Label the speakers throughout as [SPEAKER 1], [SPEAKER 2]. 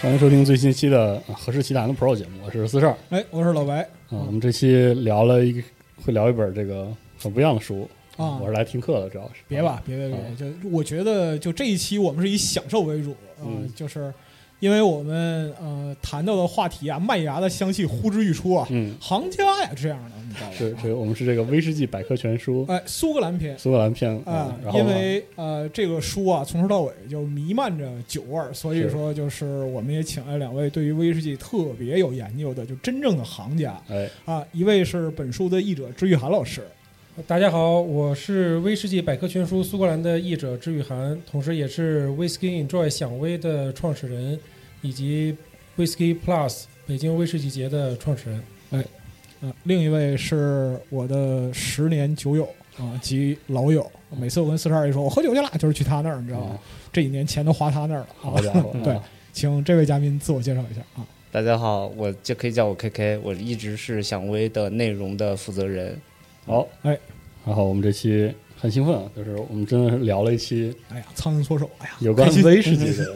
[SPEAKER 1] 欢迎收听最新一期的《何氏奇谈》的 Pro 节目，我是四十二。
[SPEAKER 2] 哎，我是老白
[SPEAKER 1] 啊，我们这期聊了一个，会聊一本这个很不一样的书
[SPEAKER 2] 啊
[SPEAKER 1] 我是来听课的，主要是。
[SPEAKER 2] 别吧，别别别，就我觉得就这一期我们是以享受为主，呃，
[SPEAKER 1] 嗯
[SPEAKER 2] 就是因为我们呃谈到的话题啊，麦芽的香气呼之欲出啊，
[SPEAKER 1] 嗯，
[SPEAKER 2] 行家呀这样的，你知道吧？
[SPEAKER 1] 是这个我们是这个威士忌百科全书
[SPEAKER 2] 哎，苏格兰篇
[SPEAKER 1] 苏格兰篇
[SPEAKER 2] 啊
[SPEAKER 1] 啊，然，后
[SPEAKER 2] 因
[SPEAKER 1] 呢
[SPEAKER 2] 为呃这个书啊从头到尾就弥漫着酒味儿，所以
[SPEAKER 1] 是
[SPEAKER 2] 说就是我们也请来两位对于威士忌特别有研究的，就真正的行家
[SPEAKER 1] 哎，
[SPEAKER 2] 啊，一位是本书的译者支玉涵老师，
[SPEAKER 3] 大家好，我是《威士忌百科全书》苏格兰的译者支雨涵，同时也是 Whisky Enjoy 享威的创始人，以及 Whisky Plus 北京威士忌节的创始人。
[SPEAKER 2] 啊，另一位是我的十年酒友啊及老友，每次我跟四十二一说我喝酒去了，就是去他那儿，你知道吗？这几年钱都花他那儿了。
[SPEAKER 1] 嗯
[SPEAKER 2] 啊
[SPEAKER 1] 好家伙，
[SPEAKER 2] 对，请这位嘉宾自我介绍一下啊。
[SPEAKER 4] 大家好，我就可以叫我 KK，我一直是享威的内容的负责人。
[SPEAKER 1] 好，
[SPEAKER 2] 哎，
[SPEAKER 1] 然后我们这期很兴奋啊，就是我们真的是聊了一期
[SPEAKER 2] 哎呀，苍蝇搓手，哎呀，
[SPEAKER 1] 有关
[SPEAKER 2] 开心
[SPEAKER 1] 威士忌的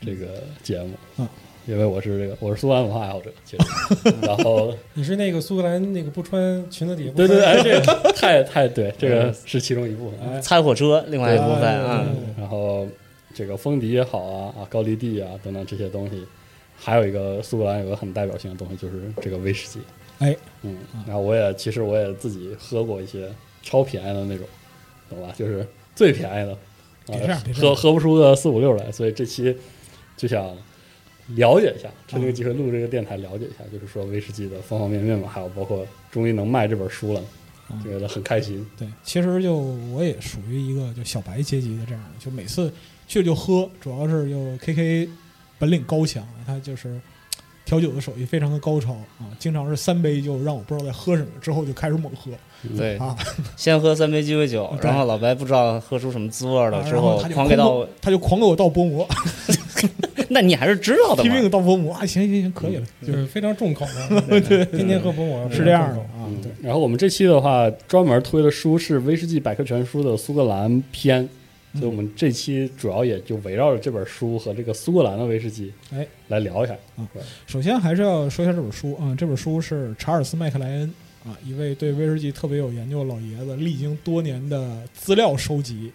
[SPEAKER 1] 这个节目
[SPEAKER 2] 啊，
[SPEAKER 1] 因为我是这个我是苏格兰文化爱好者，其实，然后
[SPEAKER 3] 你是那个苏格兰那个不穿裙子底下不
[SPEAKER 1] 对
[SPEAKER 3] 穿
[SPEAKER 1] 对，对哎，这个太太对，这 个是其中一部分，哎，
[SPEAKER 4] 猜火车，另外一部分
[SPEAKER 2] 哎
[SPEAKER 4] 啊，
[SPEAKER 1] 然后这个风笛也好啊，啊高丽地啊等等这些东西，还有一个苏格兰有个很代表性的东西就是这个威士忌，
[SPEAKER 2] 哎，
[SPEAKER 1] 嗯，然后我也其实我也自己喝过一些超便宜的那种，懂吧？就是最便宜的，
[SPEAKER 2] 别这样
[SPEAKER 1] 啊
[SPEAKER 2] 别、这
[SPEAKER 1] 喝
[SPEAKER 2] 样
[SPEAKER 1] 喝不出个四五六来，所以这期就想。了解一下，趁这个机会录这个电台，了解一下，就是说威士忌的方方面面嘛，还有包括终于能卖这本书了，
[SPEAKER 2] 嗯
[SPEAKER 1] 就觉得很开心。
[SPEAKER 2] 对，其实就我也属于一个就小白阶级的这样的，就每次去就喝，主要是就 KK 本领高强，他就是调酒的手艺非常的高超啊，经常是三杯就让我不知道在喝什么，之后就开始猛喝
[SPEAKER 1] 嗯
[SPEAKER 4] 对，
[SPEAKER 2] 啊，
[SPEAKER 4] 先喝三杯鸡尾酒，
[SPEAKER 2] 对
[SPEAKER 4] 然后老白不知道喝出什么滋味了，
[SPEAKER 2] 啊
[SPEAKER 4] 之
[SPEAKER 2] 然后他就
[SPEAKER 4] 狂给到我，
[SPEAKER 2] 他就狂给我倒薄膜，
[SPEAKER 4] 那你还是知道的 嗯
[SPEAKER 2] 拼命
[SPEAKER 4] 嘛。
[SPEAKER 2] 的倒薄膜啊！行行行，可以了，就
[SPEAKER 3] 就是是非常重口的，对，天天喝博啊，
[SPEAKER 2] 是这样
[SPEAKER 3] 非常
[SPEAKER 4] 嗯
[SPEAKER 2] 的
[SPEAKER 3] 重口。
[SPEAKER 2] 啊。对，
[SPEAKER 1] 嗯然后我们这期的话，专门推的书是《威士忌百科全书》的苏格兰篇，所以我们这期主要也就围绕着这本书和这个苏格兰的威士忌，
[SPEAKER 2] 哎，
[SPEAKER 1] 来聊一下。
[SPEAKER 2] 首先还是要说一下这本书啊，这本书是查尔斯麦克莱恩啊，一位对威士忌特别有研究的老爷子，历经多年的资料收集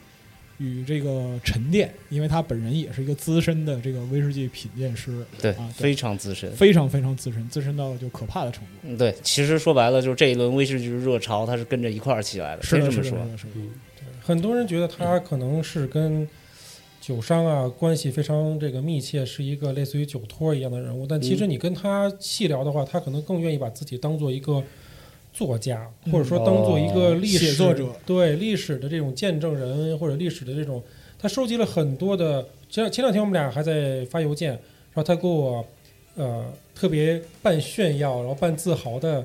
[SPEAKER 2] 与这个沉淀，因为他本人也是一个资深的这个威士忌品鉴师，
[SPEAKER 4] 对
[SPEAKER 2] 啊，对
[SPEAKER 4] 非常资深。
[SPEAKER 2] 非常非常资深，资深到就可怕的程度。
[SPEAKER 4] 嗯对，其实说白了就是这一轮威士忌热潮，它是跟着一块儿起来的，
[SPEAKER 2] 是
[SPEAKER 4] 可以
[SPEAKER 2] 的，
[SPEAKER 4] 这
[SPEAKER 2] 是
[SPEAKER 4] 么
[SPEAKER 2] 的，是
[SPEAKER 4] 说。嗯
[SPEAKER 2] 的，是的。
[SPEAKER 3] 很多人觉得他可能是跟酒商啊关系非常这个密切，是一个类似于酒托一样的人物。但
[SPEAKER 2] 嗯
[SPEAKER 3] 其实你跟他细聊的话，他可能更愿意把自己当做一个作家，或者说当做一个历
[SPEAKER 2] 嗯
[SPEAKER 3] 史
[SPEAKER 2] 写作者
[SPEAKER 3] 对历史的这种见证人或者历史的这种他收集了很多的，前前两天我们俩还在发邮件，然后他给我呃特别半炫耀，然后半自豪的，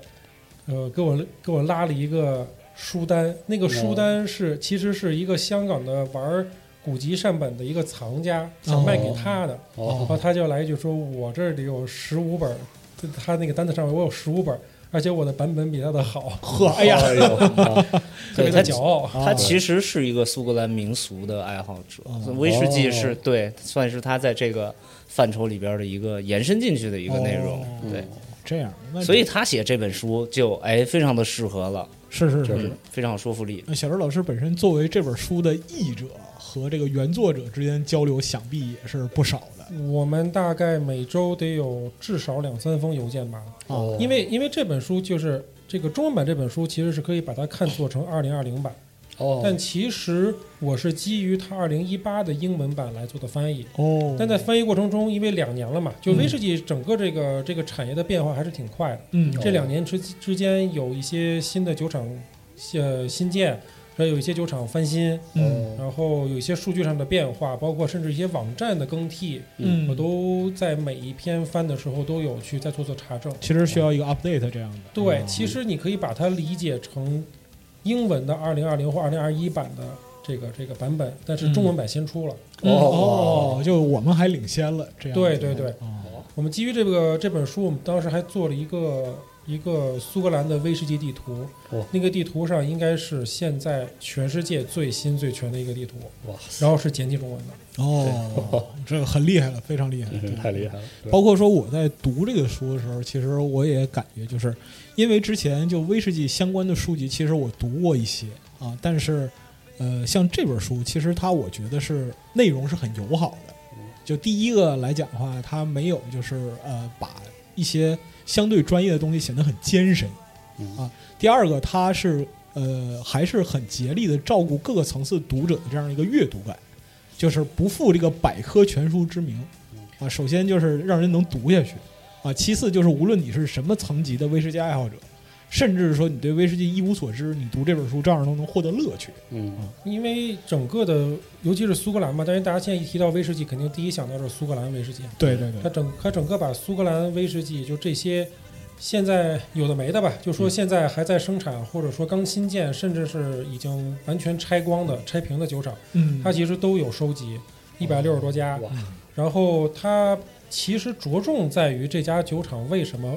[SPEAKER 3] 呃给我给我拉了一个书单，那个书单是、其实是一个香港的玩古籍善本的一个藏家想卖给他的，然后
[SPEAKER 1] 哦，
[SPEAKER 3] 他就来一句说：“我这里有十五本儿，他他那个单子上面我有十五本儿，而且我的版本比他的好，
[SPEAKER 2] 呵，哎呀，
[SPEAKER 1] 哎呦，啊
[SPEAKER 3] 特别
[SPEAKER 4] 他
[SPEAKER 3] 的骄傲。
[SPEAKER 4] 他其实是一个苏格兰民俗的爱好者，
[SPEAKER 2] 哦
[SPEAKER 4] 威士忌是对，算是他在这个范畴里边的一个延伸进去的一个内容，
[SPEAKER 2] 哦
[SPEAKER 4] 对，
[SPEAKER 2] 这样，那
[SPEAKER 4] 所以他写这本书就哎非常的适合了，
[SPEAKER 2] 是是
[SPEAKER 4] 嗯
[SPEAKER 2] 是。，
[SPEAKER 4] 非常有说服力。
[SPEAKER 2] 那小周老师本身作为这本书的译者和这个原作者之间交流，想必也是不少的。
[SPEAKER 3] 我们大概每周得有至少两三封邮件吧，
[SPEAKER 1] 哦
[SPEAKER 3] 因为因为这本书就是这个中文版这本书，其实是可以把它看作成二零二零版，
[SPEAKER 1] 哦，
[SPEAKER 3] 但其实我是基于它二零一八的英文版来做的翻译。
[SPEAKER 2] 哦，嗯
[SPEAKER 3] 但在翻译过程中，因为两年了嘛，就威士忌整个这个这个产业的变化还是挺快的。
[SPEAKER 2] 嗯，
[SPEAKER 3] 这两年之之间有一些新的酒厂，呃，新建，然后有一些酒厂翻新，
[SPEAKER 2] 嗯
[SPEAKER 3] 然后有一些数据上的变化，包括甚至一些网站的更替，
[SPEAKER 2] 嗯，
[SPEAKER 3] 我都在每一篇翻的时候都有去再做做查证。
[SPEAKER 2] 其实需要一个 update 这样的。哦
[SPEAKER 3] 对，其实你可以把它理解成英文的二零二零或二零二一版的这个这个版本，但是中文版先出了。
[SPEAKER 2] 嗯
[SPEAKER 1] 哦
[SPEAKER 2] 哦，就我们还领先了这样。
[SPEAKER 3] 对对对，
[SPEAKER 2] 哦，
[SPEAKER 3] 我们基于这个这本书，我们当时还做了一个一个苏格兰的威士忌地图。
[SPEAKER 1] 哦
[SPEAKER 3] 那个地图上应该是现在全世界最新最全的一个地图，
[SPEAKER 1] 哇
[SPEAKER 3] 然后是简体中文的。
[SPEAKER 2] 哦，这个很厉害了，非常厉害，
[SPEAKER 1] 真是
[SPEAKER 2] 对
[SPEAKER 1] 嗯太厉害了，对
[SPEAKER 2] 包括说我在读这个书的时候，其实我也感觉就是，因为之前就威士忌相关的书籍，其实我读过一些啊，但是，呃，像这本书，其实它我觉得是内容是很友好的。就第一个来讲的话，它没有就是呃把一些相对专业的东西显得很艰深
[SPEAKER 1] 嗯
[SPEAKER 2] 啊。第二个，它是呃还是很竭力的照顾各个层次读者的这样一个阅读感，就是不负这个百科全书之名。啊，首先就是让人能读下去，啊，其次就是无论你是什么层级的威士忌爱好者，甚至说你对威士忌一无所知，你读这本书照样都能获得乐趣。
[SPEAKER 1] 嗯
[SPEAKER 3] 因为整个的，尤其是苏格兰嘛，但是大家现在一提到威士忌，肯定第一想到是苏格兰威士忌。
[SPEAKER 2] 对对
[SPEAKER 3] 它，整它整个把苏格兰威士忌就这些，现在有的没的吧，就说
[SPEAKER 2] 嗯
[SPEAKER 3] 现在还在生产，或者说刚新建，甚至是已经完全拆光的、拆平的酒厂，
[SPEAKER 2] 嗯，
[SPEAKER 3] 它其实都有收集，一百六十多家。
[SPEAKER 1] 哇
[SPEAKER 3] 然后它其实着重在于这家酒厂为什么，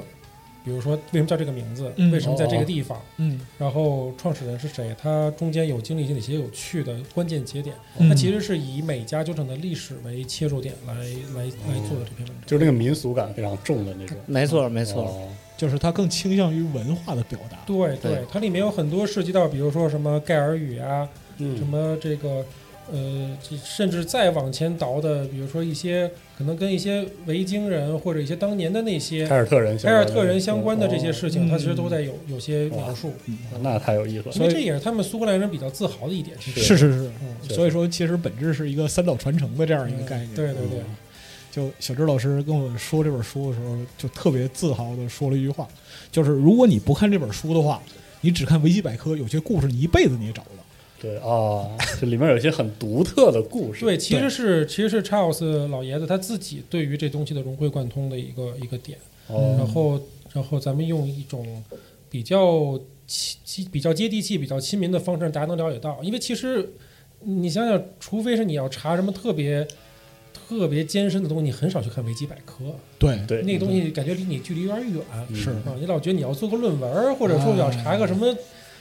[SPEAKER 3] 比如说为什么叫这个名字，
[SPEAKER 2] 嗯
[SPEAKER 3] 为什么在这个地方，
[SPEAKER 2] 嗯，
[SPEAKER 3] 然后创始人是谁，它中间有经历哪些有趣的关键节点。
[SPEAKER 2] 嗯
[SPEAKER 3] 它其实是以每家酒厂的历史为切入点来来来做的这篇文章。
[SPEAKER 1] 就是那个民俗感非常重的那种，
[SPEAKER 4] 没错，没错，
[SPEAKER 1] 哦
[SPEAKER 2] 就是它更倾向于文化的表达。
[SPEAKER 3] 对
[SPEAKER 4] 对
[SPEAKER 3] 对，它里面有很多涉及到，比如说什么盖尔语啊，什
[SPEAKER 1] 嗯，
[SPEAKER 3] 么这个，呃，这甚至再往前倒的，比如说一些可能跟一些维京人或者一些当年的那些
[SPEAKER 1] 凯尔特人相
[SPEAKER 3] 凯
[SPEAKER 1] 关
[SPEAKER 3] 尔
[SPEAKER 1] 的，
[SPEAKER 3] 特人相关的这些事情，
[SPEAKER 2] 嗯
[SPEAKER 3] 它其实都在有有些描述，
[SPEAKER 1] 哦，那太有意思了，
[SPEAKER 3] 因为这也是他们苏格兰人比较自豪的一点。其实
[SPEAKER 2] 是是是，
[SPEAKER 3] 嗯，
[SPEAKER 1] 是
[SPEAKER 2] 所以说其实本质是一个三岛传承的这样一个概念。
[SPEAKER 3] 对对对
[SPEAKER 2] 嗯。就小周老师跟我说这本书的时候，就特别自豪的说了一句话，就是如果你不看这本书的话，你只看维基百科，有些故事你一辈子你也找不到。
[SPEAKER 1] 对啊，这里面有一些很独特的故事，
[SPEAKER 3] 对，其实是其实是 Charles 老爷子他自己对于这东西的融会贯通的一个一个点。
[SPEAKER 1] 哦，
[SPEAKER 3] 然后然后咱们用一种比较亲亲、比较接地气、比较亲民的方式，大家能了解到。因为其实你想想，除非是你要查什么特别特别艰深的东西，你很少去看维基百科，
[SPEAKER 2] 对
[SPEAKER 1] 对，嗯
[SPEAKER 3] 那个东西感觉离你距离有点远。
[SPEAKER 2] 是
[SPEAKER 3] 啊，你老觉得你要做个论文儿，或者说要查个什
[SPEAKER 1] 啊
[SPEAKER 3] 么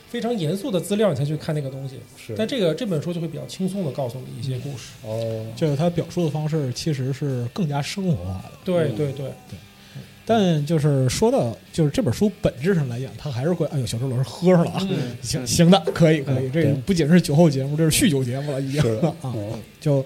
[SPEAKER 3] 非常严肃的资料，你才去看那个东西。
[SPEAKER 1] 嗯是
[SPEAKER 3] 但这个这本书就会比较轻松的告诉你一些故事。
[SPEAKER 1] 哦，
[SPEAKER 2] 就是他表述的方式其实是更加生活化的。
[SPEAKER 3] 对对对，
[SPEAKER 2] 但就是说到，就是这本书本质上来讲，它还是会，哎呦，小周老师喝上了啊，行行的，可以可以，这
[SPEAKER 1] 嗯对
[SPEAKER 2] 不仅是酒后节目，这是酗酒节目了已经
[SPEAKER 1] 是嗯
[SPEAKER 2] 啊，
[SPEAKER 1] 哦
[SPEAKER 2] 就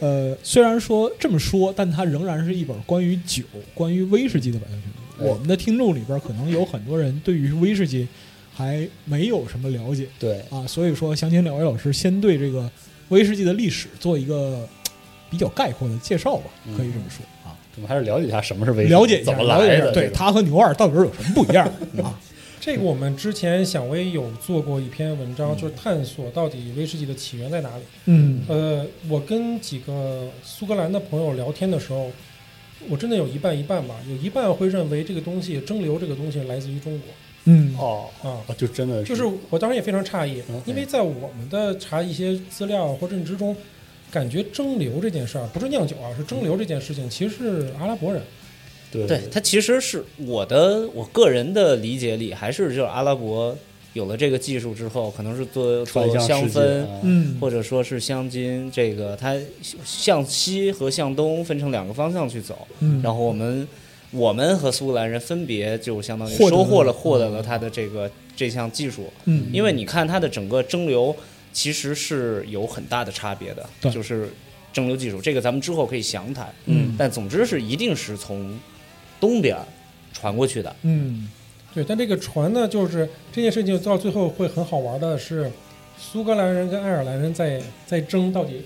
[SPEAKER 2] 呃，虽然说这么说，但它仍然是一本关于酒、关于威士忌的百科全书。
[SPEAKER 1] 哎
[SPEAKER 2] 我们的听众里边可能有很多人对于威士忌还没有什么了解，
[SPEAKER 1] 对，
[SPEAKER 2] 啊，所以说想请两位老师先对这个威士忌的历史做一个比较概括的介绍吧，
[SPEAKER 4] 嗯
[SPEAKER 2] 可以这么说啊，
[SPEAKER 1] 我们还是了解一下什么是威士忌，
[SPEAKER 2] 了解一下，
[SPEAKER 1] 怎么
[SPEAKER 2] 了解
[SPEAKER 1] 来
[SPEAKER 2] 一下，
[SPEAKER 1] 的，
[SPEAKER 4] 嗯
[SPEAKER 2] 对它和牛二到底有什么不一样啊？
[SPEAKER 3] 这个我们之前想微有做过一篇文章，就是探索到底威士忌的起源在哪里。
[SPEAKER 2] 嗯
[SPEAKER 3] 呃，我跟几个苏格兰的朋友聊天的时候，我真的有一半一半吧，有一半会认为这个东西蒸馏这个东西来自于中国
[SPEAKER 2] 嗯
[SPEAKER 1] 哦，
[SPEAKER 3] 啊。
[SPEAKER 1] 哦就真的
[SPEAKER 3] 就是我当时也非常诧异
[SPEAKER 1] OK，
[SPEAKER 3] 因为在我们的查一些资料或认知中，感觉蒸馏这件事儿不是酿酒啊，是蒸馏这件事情，其实是阿拉伯人。
[SPEAKER 1] 对
[SPEAKER 4] 对，它其实是我的我个人的理解里，还是就是阿拉伯有了这个技术之后，可能是做
[SPEAKER 1] 传
[SPEAKER 4] 做
[SPEAKER 1] 向
[SPEAKER 4] 香
[SPEAKER 1] 世界
[SPEAKER 4] 氛，
[SPEAKER 1] 啊
[SPEAKER 2] 嗯
[SPEAKER 4] 或者说是香精，这个它向西和向东分成两个方向去走，
[SPEAKER 2] 嗯
[SPEAKER 4] 然后我们我们和苏格兰人分别就相当于
[SPEAKER 2] 获得了
[SPEAKER 4] 收获了获得了它的这个这项技术，
[SPEAKER 2] 嗯，
[SPEAKER 4] 因为你看它的整个蒸馏其实是有很大的差别的，
[SPEAKER 2] 对
[SPEAKER 4] 就是蒸馏技术，这个咱们之后可以详谈，
[SPEAKER 2] 嗯
[SPEAKER 4] 但总之是一定是从东边儿传过去的，
[SPEAKER 2] 嗯
[SPEAKER 3] 对，但这个船呢，就是这件事情到最后会很好玩的是，苏格兰人跟爱尔兰人在在争到底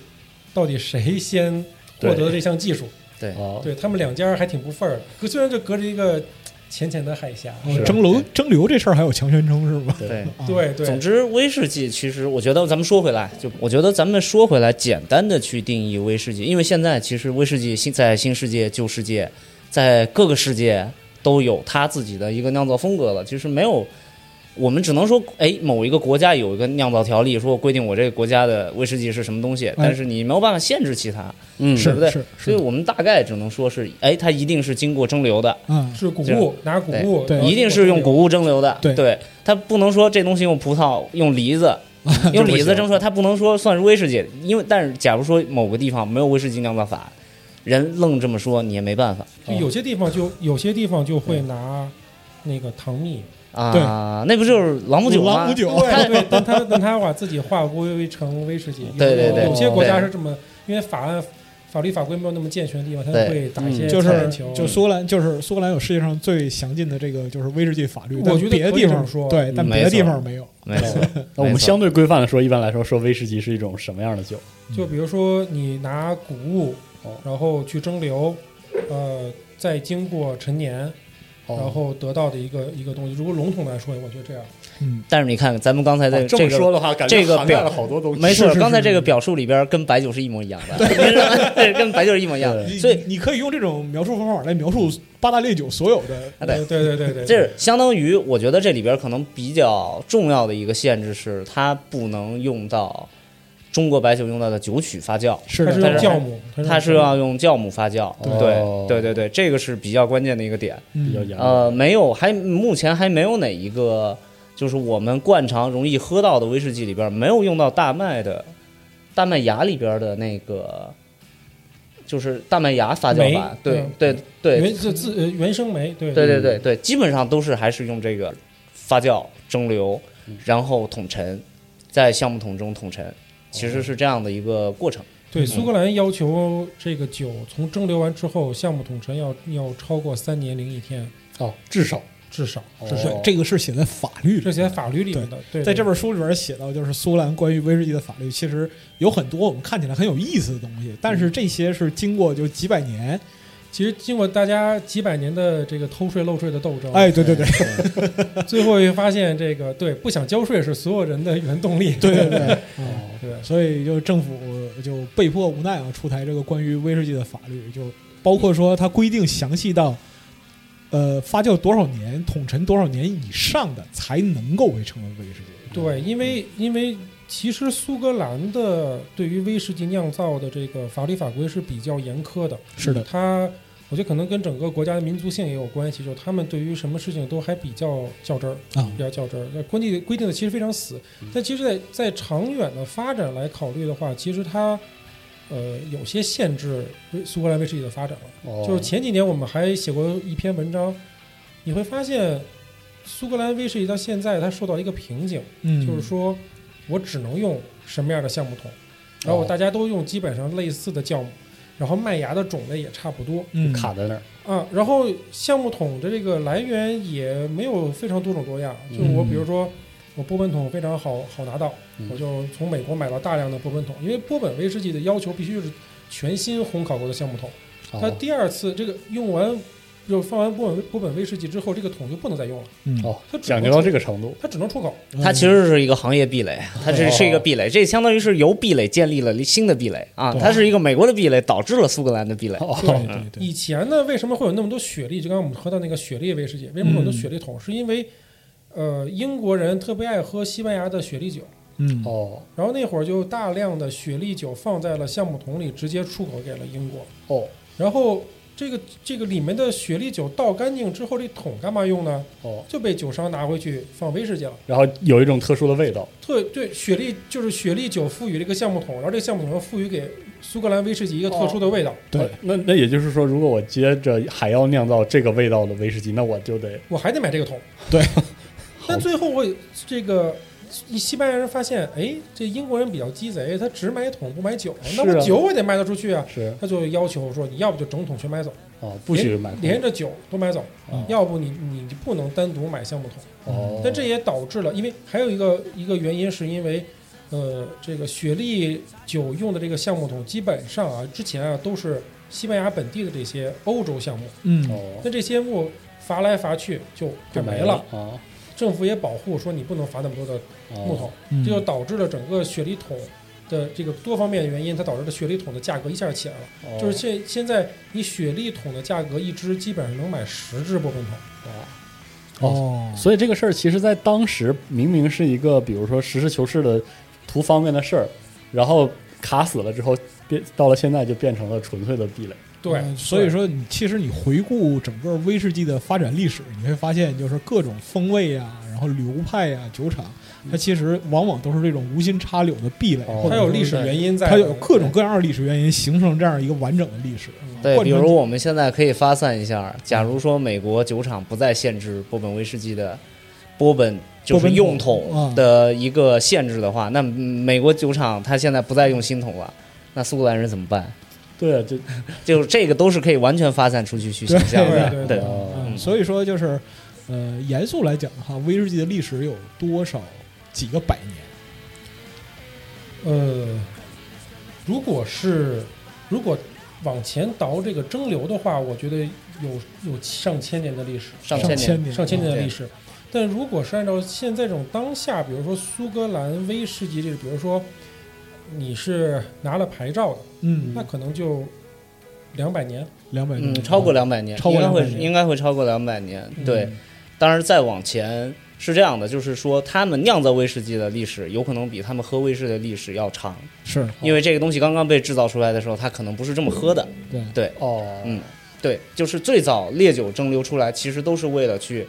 [SPEAKER 3] 到底谁先获得了这项技术。
[SPEAKER 4] 对
[SPEAKER 1] 哦，
[SPEAKER 3] 对他们两家还挺不忿儿的，可虽然就隔着一个浅浅的海峡。
[SPEAKER 4] 啊
[SPEAKER 2] 哦蒸馏蒸馏这事儿还有强权争是吧？
[SPEAKER 4] 对。
[SPEAKER 2] 啊，
[SPEAKER 3] 对对，
[SPEAKER 4] 总之，威士忌其实我觉得，咱们说回来，就我觉得咱们说回来，简单的去定义威士忌，因为现在其实威士忌新在新世界、旧世界，在各个世界都有它自己的一个酿造风格了。其实没有，我们只能说，哎，某一个国家有一个酿造条例，说规定我这个国家的威士忌是什么东西，但是你没有办法限制其他，
[SPEAKER 1] 嗯
[SPEAKER 4] 对不对
[SPEAKER 2] 是？
[SPEAKER 4] 所以
[SPEAKER 2] 是
[SPEAKER 4] 我们大概只能说是，哎，它一定是经过蒸馏的，
[SPEAKER 2] 嗯
[SPEAKER 3] 是谷
[SPEAKER 4] 这
[SPEAKER 3] 物，拿谷物，
[SPEAKER 2] 对
[SPEAKER 3] 然后
[SPEAKER 4] 一定是用谷物蒸馏的，
[SPEAKER 2] 对
[SPEAKER 4] 它不能说这东西用葡萄、用梨 子、用梨子蒸出来，它不能说算是威士忌，因为但是假如说某个地方没有威士忌酿造法，人愣这么说你也没办法
[SPEAKER 3] 就有些地方就有些地方就会拿那个糖蜜，
[SPEAKER 4] 啊，那不就是朗姆酒吗？
[SPEAKER 2] 朗姆酒
[SPEAKER 3] 对对，但他但他把自己化归成威士忌。
[SPEAKER 4] 对对对
[SPEAKER 3] 有些国家是这么，因为法案法律法规没有那么健全的地方，他
[SPEAKER 4] 对
[SPEAKER 3] 会打一些
[SPEAKER 2] 嗯就
[SPEAKER 3] 擦边
[SPEAKER 2] 是
[SPEAKER 4] 嗯
[SPEAKER 3] 球。
[SPEAKER 2] 就苏格兰，就是苏格兰有世界上最详尽的这个就是威士忌法律，但
[SPEAKER 3] 我觉得
[SPEAKER 2] 别的
[SPEAKER 3] 可以
[SPEAKER 2] 地
[SPEAKER 3] 这
[SPEAKER 2] 方
[SPEAKER 3] 么说
[SPEAKER 2] 对，但
[SPEAKER 4] 嗯
[SPEAKER 2] 别的
[SPEAKER 4] 没
[SPEAKER 2] 地
[SPEAKER 4] 错
[SPEAKER 2] 方没有。
[SPEAKER 4] 没错，
[SPEAKER 1] 哦那我们
[SPEAKER 4] 没错
[SPEAKER 1] 相对规范的说，一般来说，说威士忌是一种什么样的酒？
[SPEAKER 3] 就比如说你拿谷物
[SPEAKER 1] 哦，
[SPEAKER 3] 然后去蒸馏，呃，再经过陈年，
[SPEAKER 1] 哦
[SPEAKER 3] 然后得到的一个一个东西。如果笼统来说，我觉得这样。
[SPEAKER 2] 嗯，
[SPEAKER 4] 但是你看咱们刚才在
[SPEAKER 1] 哦这么
[SPEAKER 4] 个
[SPEAKER 1] 说的话，感觉
[SPEAKER 4] 这个
[SPEAKER 1] 涵盖
[SPEAKER 4] 表
[SPEAKER 1] 了好多东西。
[SPEAKER 4] 没错
[SPEAKER 2] 是，是
[SPEAKER 4] 刚才
[SPEAKER 2] 是
[SPEAKER 4] 这
[SPEAKER 2] 是
[SPEAKER 4] 个表述里边跟白酒是一模一样的，对，跟白酒是一模一样的，
[SPEAKER 2] 你
[SPEAKER 4] 所以
[SPEAKER 2] 你你可以用这种描述方法来描述八大烈酒所有的
[SPEAKER 4] 啊对
[SPEAKER 3] 呃对对对对，
[SPEAKER 4] 这相当于，我觉得这里边可能比较重要的一个限制是，它不能用到中国白酒用到的酒曲发酵，
[SPEAKER 2] 是
[SPEAKER 3] 它是
[SPEAKER 4] 但
[SPEAKER 3] 用
[SPEAKER 4] 是
[SPEAKER 3] 酵母，
[SPEAKER 4] 它是要用酵母发酵。
[SPEAKER 1] 对哦
[SPEAKER 4] 对对对对，这个是比较关键的一个点。
[SPEAKER 1] 比较
[SPEAKER 2] 嗯
[SPEAKER 1] 严格
[SPEAKER 4] 呃，没有，还目前还没有哪一个就是我们惯常容易喝到的威士忌里边没有用到大麦的大麦芽里边的那个，就是大麦芽发酵
[SPEAKER 3] 酶
[SPEAKER 4] 法。对
[SPEAKER 3] 嗯
[SPEAKER 4] 对对，
[SPEAKER 3] 原自自呃原生酶，对
[SPEAKER 4] 对对对对，基本上都是还是用这个发酵、蒸馏，然后桶陈，在橡木桶中桶陈，其实是这样的一个过程。
[SPEAKER 3] 对，苏格兰要求这个酒从蒸馏完之后，橡木桶陈要要超过三年零一天，
[SPEAKER 1] 哦，至少
[SPEAKER 3] 至少
[SPEAKER 1] 哦
[SPEAKER 3] 至
[SPEAKER 2] 对
[SPEAKER 3] 少，
[SPEAKER 2] 这个是写在法律
[SPEAKER 3] 这
[SPEAKER 2] 里。
[SPEAKER 3] 些法律里面的。对，
[SPEAKER 2] 在
[SPEAKER 3] 对
[SPEAKER 2] 这本书里边写到，就是苏格兰关于威士忌的法律，其实有很多我们看起来很有意思的东西，但是这些是经过就几百年，
[SPEAKER 3] 其实经过大家几百年的这个偷税漏税的斗争，
[SPEAKER 2] 哎，，对对对，
[SPEAKER 3] 最后会发现这个对不想交税是所有人的原动力。
[SPEAKER 2] 对对对，
[SPEAKER 3] 对
[SPEAKER 2] 所以就政府就被迫无奈啊，出台这个关于威士忌的法律，就包括说它规定详细到，呃，发酵多少年、桶陈多少年以上的才能够被称为威士忌。
[SPEAKER 3] 对，因为因为其实苏格兰的对于威士忌酿造的这个法律法规是比较严苛的，
[SPEAKER 2] 是的，
[SPEAKER 3] 它我觉得可能跟整个国家的民族性也有关系，就是他们对于什么事情都还比较较真儿。
[SPEAKER 2] 啊
[SPEAKER 3] 比，较较真儿。那规定规定的其实非常死，但其实在，在长远的发展来考虑的话，其实它呃有些限制威苏格兰威士忌的发展了。
[SPEAKER 1] 哦
[SPEAKER 3] 就是前几年我们还写过一篇文章，你会发现苏格兰威士忌到现在它受到一个瓶颈，
[SPEAKER 2] 嗯，
[SPEAKER 3] 就是说我只能用什么样的橡木桶，然后
[SPEAKER 1] 哦
[SPEAKER 3] 大家都用基本上类似的酵母，然后麦芽的种类也差不多。
[SPEAKER 2] 嗯
[SPEAKER 1] 卡在那儿。
[SPEAKER 3] 啊，然后橡木桶的这个来源也没有非常多种多样，就是我比如
[SPEAKER 1] 嗯
[SPEAKER 3] 说，我波本桶非常好好拿到，我就从美国买了大量的波本桶，因为波本威士忌的要求必须是全新烘烤过的橡木桶，它
[SPEAKER 1] 哦
[SPEAKER 3] 第二次这个用完就放完波本波本威士忌之后，这个桶就不能再用了，
[SPEAKER 2] 嗯，
[SPEAKER 1] 哦
[SPEAKER 3] 它，只
[SPEAKER 1] 讲究
[SPEAKER 3] 能
[SPEAKER 1] 到
[SPEAKER 3] 出
[SPEAKER 1] 这个程度，
[SPEAKER 3] 它只能出口。
[SPEAKER 4] 它其实是一个行业壁垒，它这
[SPEAKER 1] 哦
[SPEAKER 4] 是一个壁垒，这相当于是由壁垒建立了新的壁垒啊，它是一个美国的壁垒导致了苏格兰的壁垒。
[SPEAKER 1] 哦
[SPEAKER 2] 对对对，
[SPEAKER 3] 以前呢，为什么会有那么多雪莉？就刚刚我们喝到那个雪莉威士忌，为什么会有那么多雪莉桶？是因为，呃，英国人特别爱喝西班牙的雪莉酒，
[SPEAKER 2] 嗯，
[SPEAKER 1] 哦
[SPEAKER 3] 然后那会儿就大量的雪莉酒放在了橡木桶里，直接出口给了英国。
[SPEAKER 1] 哦
[SPEAKER 3] 然后这个这个里面的雪莉酒倒干净之后，这桶干嘛用呢？
[SPEAKER 1] 哦，
[SPEAKER 3] 就被酒商拿回去放威士忌了。
[SPEAKER 1] 然后有一种特殊的味道，
[SPEAKER 3] 特对雪莉就是雪莉酒赋予这个橡木桶，然后这个橡木桶又赋予给苏格兰威士忌一个特殊的味道。
[SPEAKER 2] 对
[SPEAKER 1] 呃，那那也就是说，如果我接着还要酿造这个味道的威士忌，那我就得
[SPEAKER 3] 我还得买这个桶。
[SPEAKER 2] 对，
[SPEAKER 3] 但最后我也这个西班牙人发现，哎，这英国人比较鸡贼，他只买桶不买酒，
[SPEAKER 1] 是
[SPEAKER 3] 那
[SPEAKER 1] 啊
[SPEAKER 3] 我酒我也得卖得出去啊。
[SPEAKER 1] 是
[SPEAKER 3] 他就要求说，你要不就整桶全买走，
[SPEAKER 1] 哦，不许
[SPEAKER 3] 连
[SPEAKER 1] 买
[SPEAKER 3] 连着酒都买走，
[SPEAKER 2] 嗯
[SPEAKER 3] 要不你你就不能单独买橡木桶。
[SPEAKER 1] 啊哦，
[SPEAKER 3] 但这也导致了，因为还有一个一个原因，是因为，呃，这个雪莉酒用的这个橡木桶，基本上啊，之前啊都是西班牙本地的这些欧洲橡木，
[SPEAKER 2] 嗯，
[SPEAKER 1] 哦
[SPEAKER 3] 那这些木伐来伐去就快
[SPEAKER 1] 就
[SPEAKER 3] 没
[SPEAKER 1] 没
[SPEAKER 3] 了，
[SPEAKER 1] 啊，
[SPEAKER 3] 政府也保护说你不能伐那么多的木
[SPEAKER 1] 哦
[SPEAKER 3] 桶，
[SPEAKER 2] 嗯
[SPEAKER 3] 这就导致了整个雪莉桶的这个多方面原因，它导致了雪莉桶的价格一下起来了。
[SPEAKER 1] 哦
[SPEAKER 3] 就是现现在你雪莉桶的价格一支基本上能买十支波本桶，
[SPEAKER 2] 嗯哦，
[SPEAKER 1] 所以这个事儿，其实在当时明明是一个，比如说实事求是的图方面的事儿，然后卡死了之后，变到了现在就变成了纯粹的壁垒。
[SPEAKER 3] 对，
[SPEAKER 2] 嗯所以
[SPEAKER 3] 对
[SPEAKER 2] 说你其实你回顾整个威士忌的发展历史，你会发现就是各种风味啊，然后流派啊，酒厂，它其实往往都是这种无心插柳的壁垒，
[SPEAKER 1] 哦
[SPEAKER 2] 或者
[SPEAKER 3] 它有历史
[SPEAKER 2] 说是
[SPEAKER 3] 原因在的，
[SPEAKER 2] 它有各种各样的历史原因形成这样一个完整的历史。
[SPEAKER 4] 对，
[SPEAKER 2] 贯穿
[SPEAKER 4] 比如我们现在可以发散一下，假如说美国酒厂不再限制波本威士忌的波本就是
[SPEAKER 2] 波
[SPEAKER 4] 用
[SPEAKER 2] 本桶
[SPEAKER 4] 桶
[SPEAKER 2] 啊
[SPEAKER 4] 的一个限制的话，那嗯美国酒厂它现在不再用新桶了，那苏格兰人怎么办？
[SPEAKER 1] 对，就
[SPEAKER 4] 就这个都是可以完全发散出去去想象
[SPEAKER 3] 对
[SPEAKER 4] 的，
[SPEAKER 3] 对
[SPEAKER 4] 对
[SPEAKER 3] 对
[SPEAKER 1] 哦
[SPEAKER 2] 嗯，所以说就是，呃，严肃来讲的话，威士忌的历史有多少几个百年？
[SPEAKER 3] 呃，如果是如果往前倒这个蒸馏的话，我觉得有有上千年的历史，
[SPEAKER 4] 上
[SPEAKER 2] 千
[SPEAKER 4] 千
[SPEAKER 2] 年
[SPEAKER 4] 年。
[SPEAKER 2] 年
[SPEAKER 3] 上千年的
[SPEAKER 4] 对
[SPEAKER 3] 历史。但如果是按照现在这种当下，比如说苏格兰威士忌这，比如说你是拿了牌照的，
[SPEAKER 2] 嗯，
[SPEAKER 3] 那可能就两百年。
[SPEAKER 2] 两百多
[SPEAKER 4] 嗯
[SPEAKER 2] 年，，
[SPEAKER 4] 超过两百年，
[SPEAKER 2] 超过
[SPEAKER 4] 应该会
[SPEAKER 2] 200年
[SPEAKER 4] 应该会超过两百年。
[SPEAKER 3] 嗯
[SPEAKER 4] 对，当然再往前是这样的，就是说他们酿造威士忌的历史有可能比他们喝威士忌的历史要长，
[SPEAKER 2] 是，
[SPEAKER 4] 因为这个东西刚刚被制造出来的时候，它可能不是这么喝的。
[SPEAKER 2] 对，
[SPEAKER 4] 对，
[SPEAKER 1] 哦，
[SPEAKER 4] 嗯对，就是最早烈酒蒸馏出来，其实都是为了去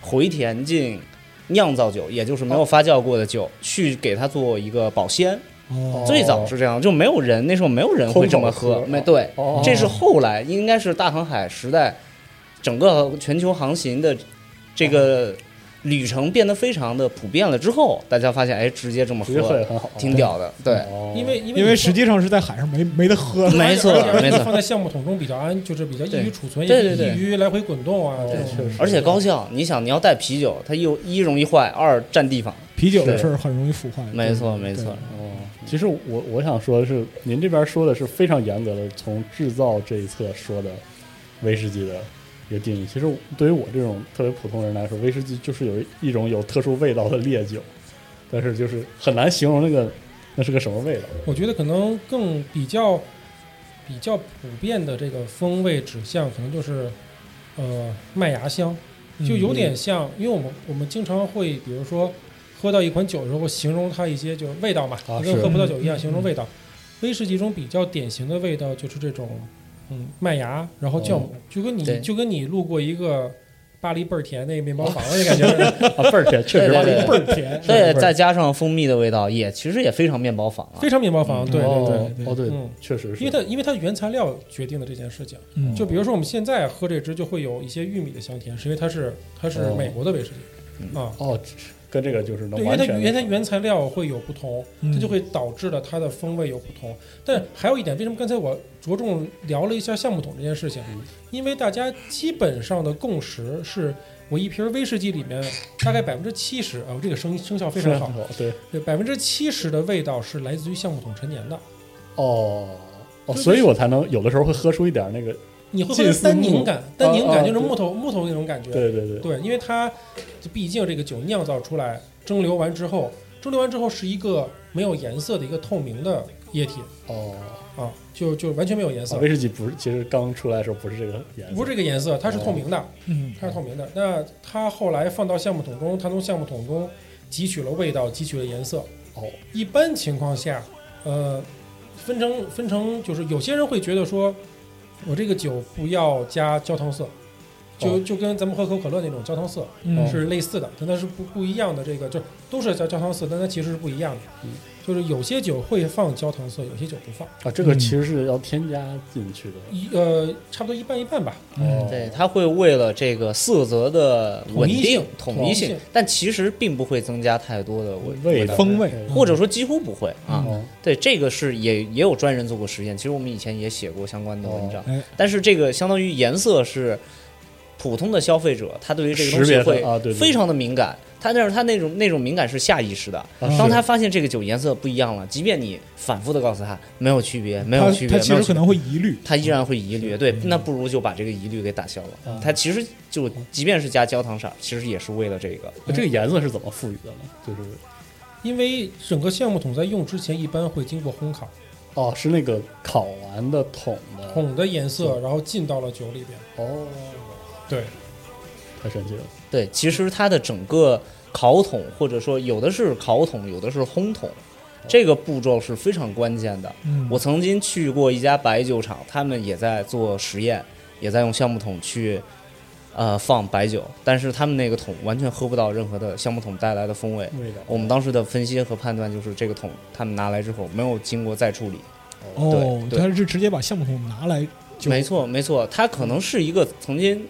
[SPEAKER 4] 回填进酿造酒，也就是没
[SPEAKER 1] 哦
[SPEAKER 4] 有发酵过的酒，去给它做一个保鲜。
[SPEAKER 2] 哦，
[SPEAKER 4] 最早是这样，就没有人那时候没有人会这
[SPEAKER 1] 空
[SPEAKER 4] 么
[SPEAKER 1] 口
[SPEAKER 4] 喝
[SPEAKER 1] 喝，
[SPEAKER 4] 没对，
[SPEAKER 1] 哦
[SPEAKER 4] 这是后来应该是大航海时代，整个全球航行的这个旅程变得非常的普遍了之后，大家发现哎，直接这么
[SPEAKER 1] 直接喝也
[SPEAKER 4] 喝，
[SPEAKER 1] 很好，
[SPEAKER 4] 挺屌的，对，
[SPEAKER 1] 哦
[SPEAKER 3] 因为因为
[SPEAKER 2] 因为
[SPEAKER 3] 你
[SPEAKER 2] 实际上是在海上没没得喝了。
[SPEAKER 4] 没错
[SPEAKER 3] 而且而且
[SPEAKER 4] 没错
[SPEAKER 3] 放在橡木桶中比较安，就是比较易于
[SPEAKER 4] 对
[SPEAKER 3] 储存，
[SPEAKER 4] 对
[SPEAKER 3] 也
[SPEAKER 4] 对哦
[SPEAKER 3] 易
[SPEAKER 4] 对
[SPEAKER 3] 于来回滚动啊。这
[SPEAKER 1] 确
[SPEAKER 3] 种
[SPEAKER 1] 实
[SPEAKER 4] 而且高效。你想，你要带啤酒，它又一容易坏，二占地方，
[SPEAKER 2] 啤酒的
[SPEAKER 1] 是
[SPEAKER 2] 事儿很容易腐坏，
[SPEAKER 4] 没
[SPEAKER 2] 对
[SPEAKER 4] 错没错，
[SPEAKER 1] 哦，其实我我想说的是，您这边说的是非常严格的，从制造这一侧说的威士忌的一个定义。其实对于我这种特别普通人来说，威士忌就是有一种有特殊味道的烈酒，但是就是很难形容那个那是个什么味道。
[SPEAKER 3] 我觉得可能更比较比较普遍的这个风味指向，可能就是呃麦芽香，
[SPEAKER 1] 嗯
[SPEAKER 3] 就有点像，因为我们我们经常会比如说喝到一款酒的时候，形容它一些就是味道嘛，
[SPEAKER 1] 啊
[SPEAKER 3] 就跟
[SPEAKER 1] 是
[SPEAKER 3] 喝葡萄酒一样
[SPEAKER 2] 嗯
[SPEAKER 3] 形容味道。威士忌中比较典型的味道就是这种嗯麦芽，然后酵母，
[SPEAKER 1] 哦
[SPEAKER 3] 就跟你
[SPEAKER 4] 对
[SPEAKER 3] 就跟你路过一个巴黎倍儿甜那个面
[SPEAKER 1] 哦
[SPEAKER 3] 包房的感觉似的。
[SPEAKER 1] 啊，倍儿甜，确实
[SPEAKER 4] 对
[SPEAKER 1] 吧
[SPEAKER 4] 对对
[SPEAKER 2] 倍儿甜。
[SPEAKER 4] 对，再加上蜂蜜的味道，也其实也非常面包坊啊
[SPEAKER 3] 非。常面包房，对对对，
[SPEAKER 1] 哦哦对
[SPEAKER 3] 嗯，
[SPEAKER 1] 确实是，
[SPEAKER 3] 因为它因为它原材料决定的这件事情。
[SPEAKER 2] 嗯
[SPEAKER 3] 就比如说我们现在喝这支就会有一些玉米的香甜，是因为它是它是
[SPEAKER 1] 哦
[SPEAKER 3] 美国的威士忌、啊，
[SPEAKER 1] 哦，跟这个就是能
[SPEAKER 3] 对，因为
[SPEAKER 1] 完
[SPEAKER 3] 它
[SPEAKER 1] 全
[SPEAKER 3] 原它原材料会有不同，
[SPEAKER 2] 嗯
[SPEAKER 3] 它就会导致了它的风味有不同。但还有一点，为什么刚才我着重聊了一下橡木桶这件事情？
[SPEAKER 1] 嗯
[SPEAKER 3] 因为大家基本上的共识是。我一瓶威士忌里面大概百分之七十啊，我这个声声效非常好，
[SPEAKER 1] 好，对
[SPEAKER 3] 对，百分之七十的味道是来自于橡木桶陈年的。
[SPEAKER 1] 哦。哦，
[SPEAKER 3] 就是
[SPEAKER 1] 所以我才能有的时候会喝出一点那个
[SPEAKER 3] 你会
[SPEAKER 1] 近
[SPEAKER 3] 有
[SPEAKER 1] 似
[SPEAKER 3] 单
[SPEAKER 1] 木
[SPEAKER 3] 宁感，单宁
[SPEAKER 1] 啊啊
[SPEAKER 3] 感就是
[SPEAKER 1] 对
[SPEAKER 3] 木头木头那种感觉。
[SPEAKER 1] 对对对，
[SPEAKER 3] 对，因为它毕竟这个酒酿造出来、蒸馏完之后，蒸馏完之后是一个没有颜色的一个透明的液体
[SPEAKER 1] 哦，
[SPEAKER 3] 啊，就就完全没有颜
[SPEAKER 1] 啊
[SPEAKER 3] 色，
[SPEAKER 1] 威士忌不是，其实刚出来的时候不是这个颜色，
[SPEAKER 3] 不是这个颜色，它是透明的，
[SPEAKER 2] 嗯，
[SPEAKER 3] 它是透明的。那它后来放到橡木桶中，它从橡木桶中汲取了味道，汲取了颜色。
[SPEAKER 1] 哦，
[SPEAKER 3] 一般情况下，呃，分成分成就是有些人会觉得说，我这个酒不要加焦糖色，就、
[SPEAKER 1] 哦
[SPEAKER 3] 就跟咱们喝可口可乐那种焦糖色，
[SPEAKER 2] 嗯
[SPEAKER 3] 是类似的，但它是不不一样的。这个就都是叫焦糖色，但它其实是不一样的。就是有些酒会放焦糖色，有些酒不放，
[SPEAKER 1] 啊，这个
[SPEAKER 2] 嗯
[SPEAKER 1] 其实是要添加进去的。
[SPEAKER 3] 一呃，差不多一半一半吧。
[SPEAKER 2] 嗯
[SPEAKER 1] 哦，
[SPEAKER 4] 对，它会为了这个色泽的稳定
[SPEAKER 3] 统一性
[SPEAKER 4] 统一
[SPEAKER 3] 统一
[SPEAKER 4] 性
[SPEAKER 3] 性，
[SPEAKER 4] 但其实并不会增加太多的味
[SPEAKER 1] 味道
[SPEAKER 2] 风味
[SPEAKER 1] 嗯
[SPEAKER 4] 或者说几乎不会啊。
[SPEAKER 1] 哦
[SPEAKER 4] 对，这个是也也有专人做过实验，其实我们以前也写过相关的文章
[SPEAKER 2] 哦哎，
[SPEAKER 4] 但是这个相当于颜色是。普通的消费者，他对于这个东
[SPEAKER 1] 识
[SPEAKER 4] 西
[SPEAKER 1] 别的
[SPEAKER 4] 会
[SPEAKER 1] 啊对对对
[SPEAKER 4] 非常的敏感，他但是他那种那种敏感是下意识
[SPEAKER 1] 啊
[SPEAKER 4] 的。当他发现这个酒颜色不一样了，即便你反复的告诉他没有区别，没有
[SPEAKER 2] 它
[SPEAKER 4] 区别，
[SPEAKER 2] 它其
[SPEAKER 4] 没有
[SPEAKER 2] 实
[SPEAKER 4] 区
[SPEAKER 2] 可
[SPEAKER 4] 别
[SPEAKER 2] 能会疑虑，
[SPEAKER 4] 他依然会疑虑，
[SPEAKER 1] 嗯
[SPEAKER 4] 对，那不如就把这个疑虑给打消了。他其实就即便是加焦糖色儿，其实也是为了这个。
[SPEAKER 1] 那这个颜色是怎么赋予的呢？就是
[SPEAKER 3] 因为整个橡木桶在用之前一般会经过烘烤，
[SPEAKER 1] 哦，是那个烤完的桶的
[SPEAKER 3] 桶的颜色然后进到了酒里边。
[SPEAKER 1] 哦，
[SPEAKER 3] 对，
[SPEAKER 1] 太神奇了。
[SPEAKER 4] 对，其实它的整个烤桶，或者说有的是烤桶，有的是烘桶，这个步骤是非常关键的。
[SPEAKER 2] 嗯
[SPEAKER 4] 我曾经去过一家白酒厂，他们也在做实验，也在用橡木桶去呃放白酒，但是他们那个桶完全喝不到任何的橡木桶带来的风味。
[SPEAKER 1] 味道
[SPEAKER 4] 我们当时的分析和判断就是，这个桶他们拿来之后没有经过再处理。
[SPEAKER 2] 哦，
[SPEAKER 4] 对对
[SPEAKER 2] 它是直接把橡木桶拿来就
[SPEAKER 4] 没错，没错，它可能是一个曾经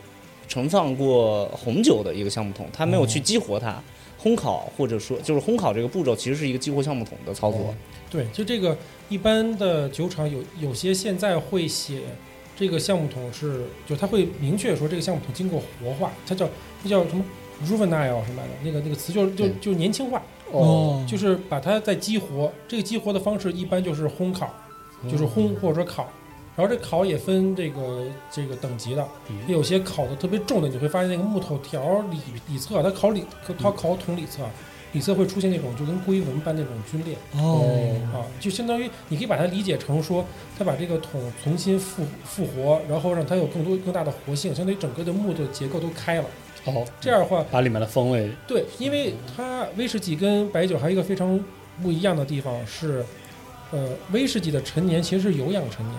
[SPEAKER 4] 盛放过红酒的一个橡木桶，它没有去激活它。烘烤或者说就是烘烤这个步骤，其实是一个激活橡木桶的操作。
[SPEAKER 3] 对，就这个一般的酒厂有有些现在会写这个橡木桶是，就它会明确说这个橡木桶经过活化，它叫那叫什么 juvenile 什么来着？那个那个词就就
[SPEAKER 4] 对
[SPEAKER 3] 就年轻化，
[SPEAKER 2] 哦，
[SPEAKER 3] 就是是把它再激活。这个激活的方式一般就是烘烤，就是烘或者烤。然后这烤也分这个这个等级的，也有些烤的特别重的，你会发现那个木头条里里侧，啊它烤里它烤桶里侧，啊里侧会出现那种就跟龟纹般那种皲裂。
[SPEAKER 2] 哦，
[SPEAKER 3] 啊，就相当于你可以把它理解成说，它把这个桶重新复复活，然后让它有更多更大的活性，相当于整个的木头结构都开了。
[SPEAKER 1] 哦，
[SPEAKER 3] 这样的话，
[SPEAKER 1] 把里面的风味
[SPEAKER 3] 对，因为它威士忌跟白酒还有一个非常不一样的地方是，呃，威士忌的陈年其实是有氧陈年，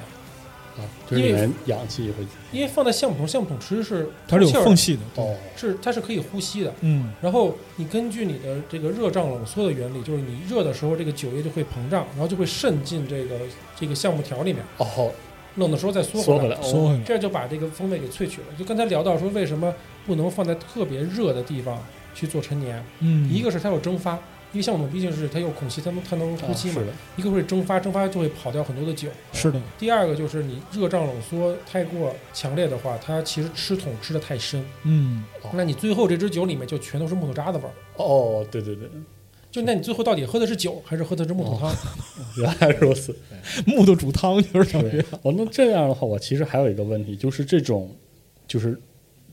[SPEAKER 1] 啊，就是里面氧气会
[SPEAKER 3] 因为放在橡木桶，橡木桶其实是
[SPEAKER 2] 它是
[SPEAKER 3] 透气
[SPEAKER 2] 有
[SPEAKER 3] 儿的
[SPEAKER 2] 缝，隙的，
[SPEAKER 1] 哦
[SPEAKER 3] 是它是可以呼吸的。
[SPEAKER 2] 嗯，
[SPEAKER 3] 然后你根据你的这个热胀冷缩的原理，就是你热的时候，这个酒液就会膨胀，然后就会渗进这个这个橡木条里面。
[SPEAKER 1] 哦
[SPEAKER 3] 冷的时候再缩
[SPEAKER 1] 缩
[SPEAKER 3] 回
[SPEAKER 1] 回
[SPEAKER 3] 来
[SPEAKER 1] 来，，
[SPEAKER 2] 缩
[SPEAKER 4] 哦
[SPEAKER 2] 回来，
[SPEAKER 3] 这就把这个风味给萃取了。就刚才聊到说，为什么不能放在特别热的地方去做陈年？
[SPEAKER 2] 嗯，
[SPEAKER 3] 一个是它有蒸发，因为像我们毕竟是它有孔气，它能它能呼吸嘛
[SPEAKER 1] 啊是。的
[SPEAKER 3] 一个会蒸发，蒸发就会跑掉很多的酒。
[SPEAKER 2] 是的，
[SPEAKER 3] 第二个就是你热胀冷缩太过强烈的话，它其实吃桶吃的太深，
[SPEAKER 2] 嗯，
[SPEAKER 3] 那你最后这支酒里面就全都是木头渣子味儿。
[SPEAKER 1] 哦，对对对，
[SPEAKER 3] 就那你最后到底喝的是酒，还是喝的是木头汤？
[SPEAKER 1] 原来如此。
[SPEAKER 2] 木头煮汤就是这样，
[SPEAKER 1] 哦，那这样的话，我其实还有一个问题，就是这种就是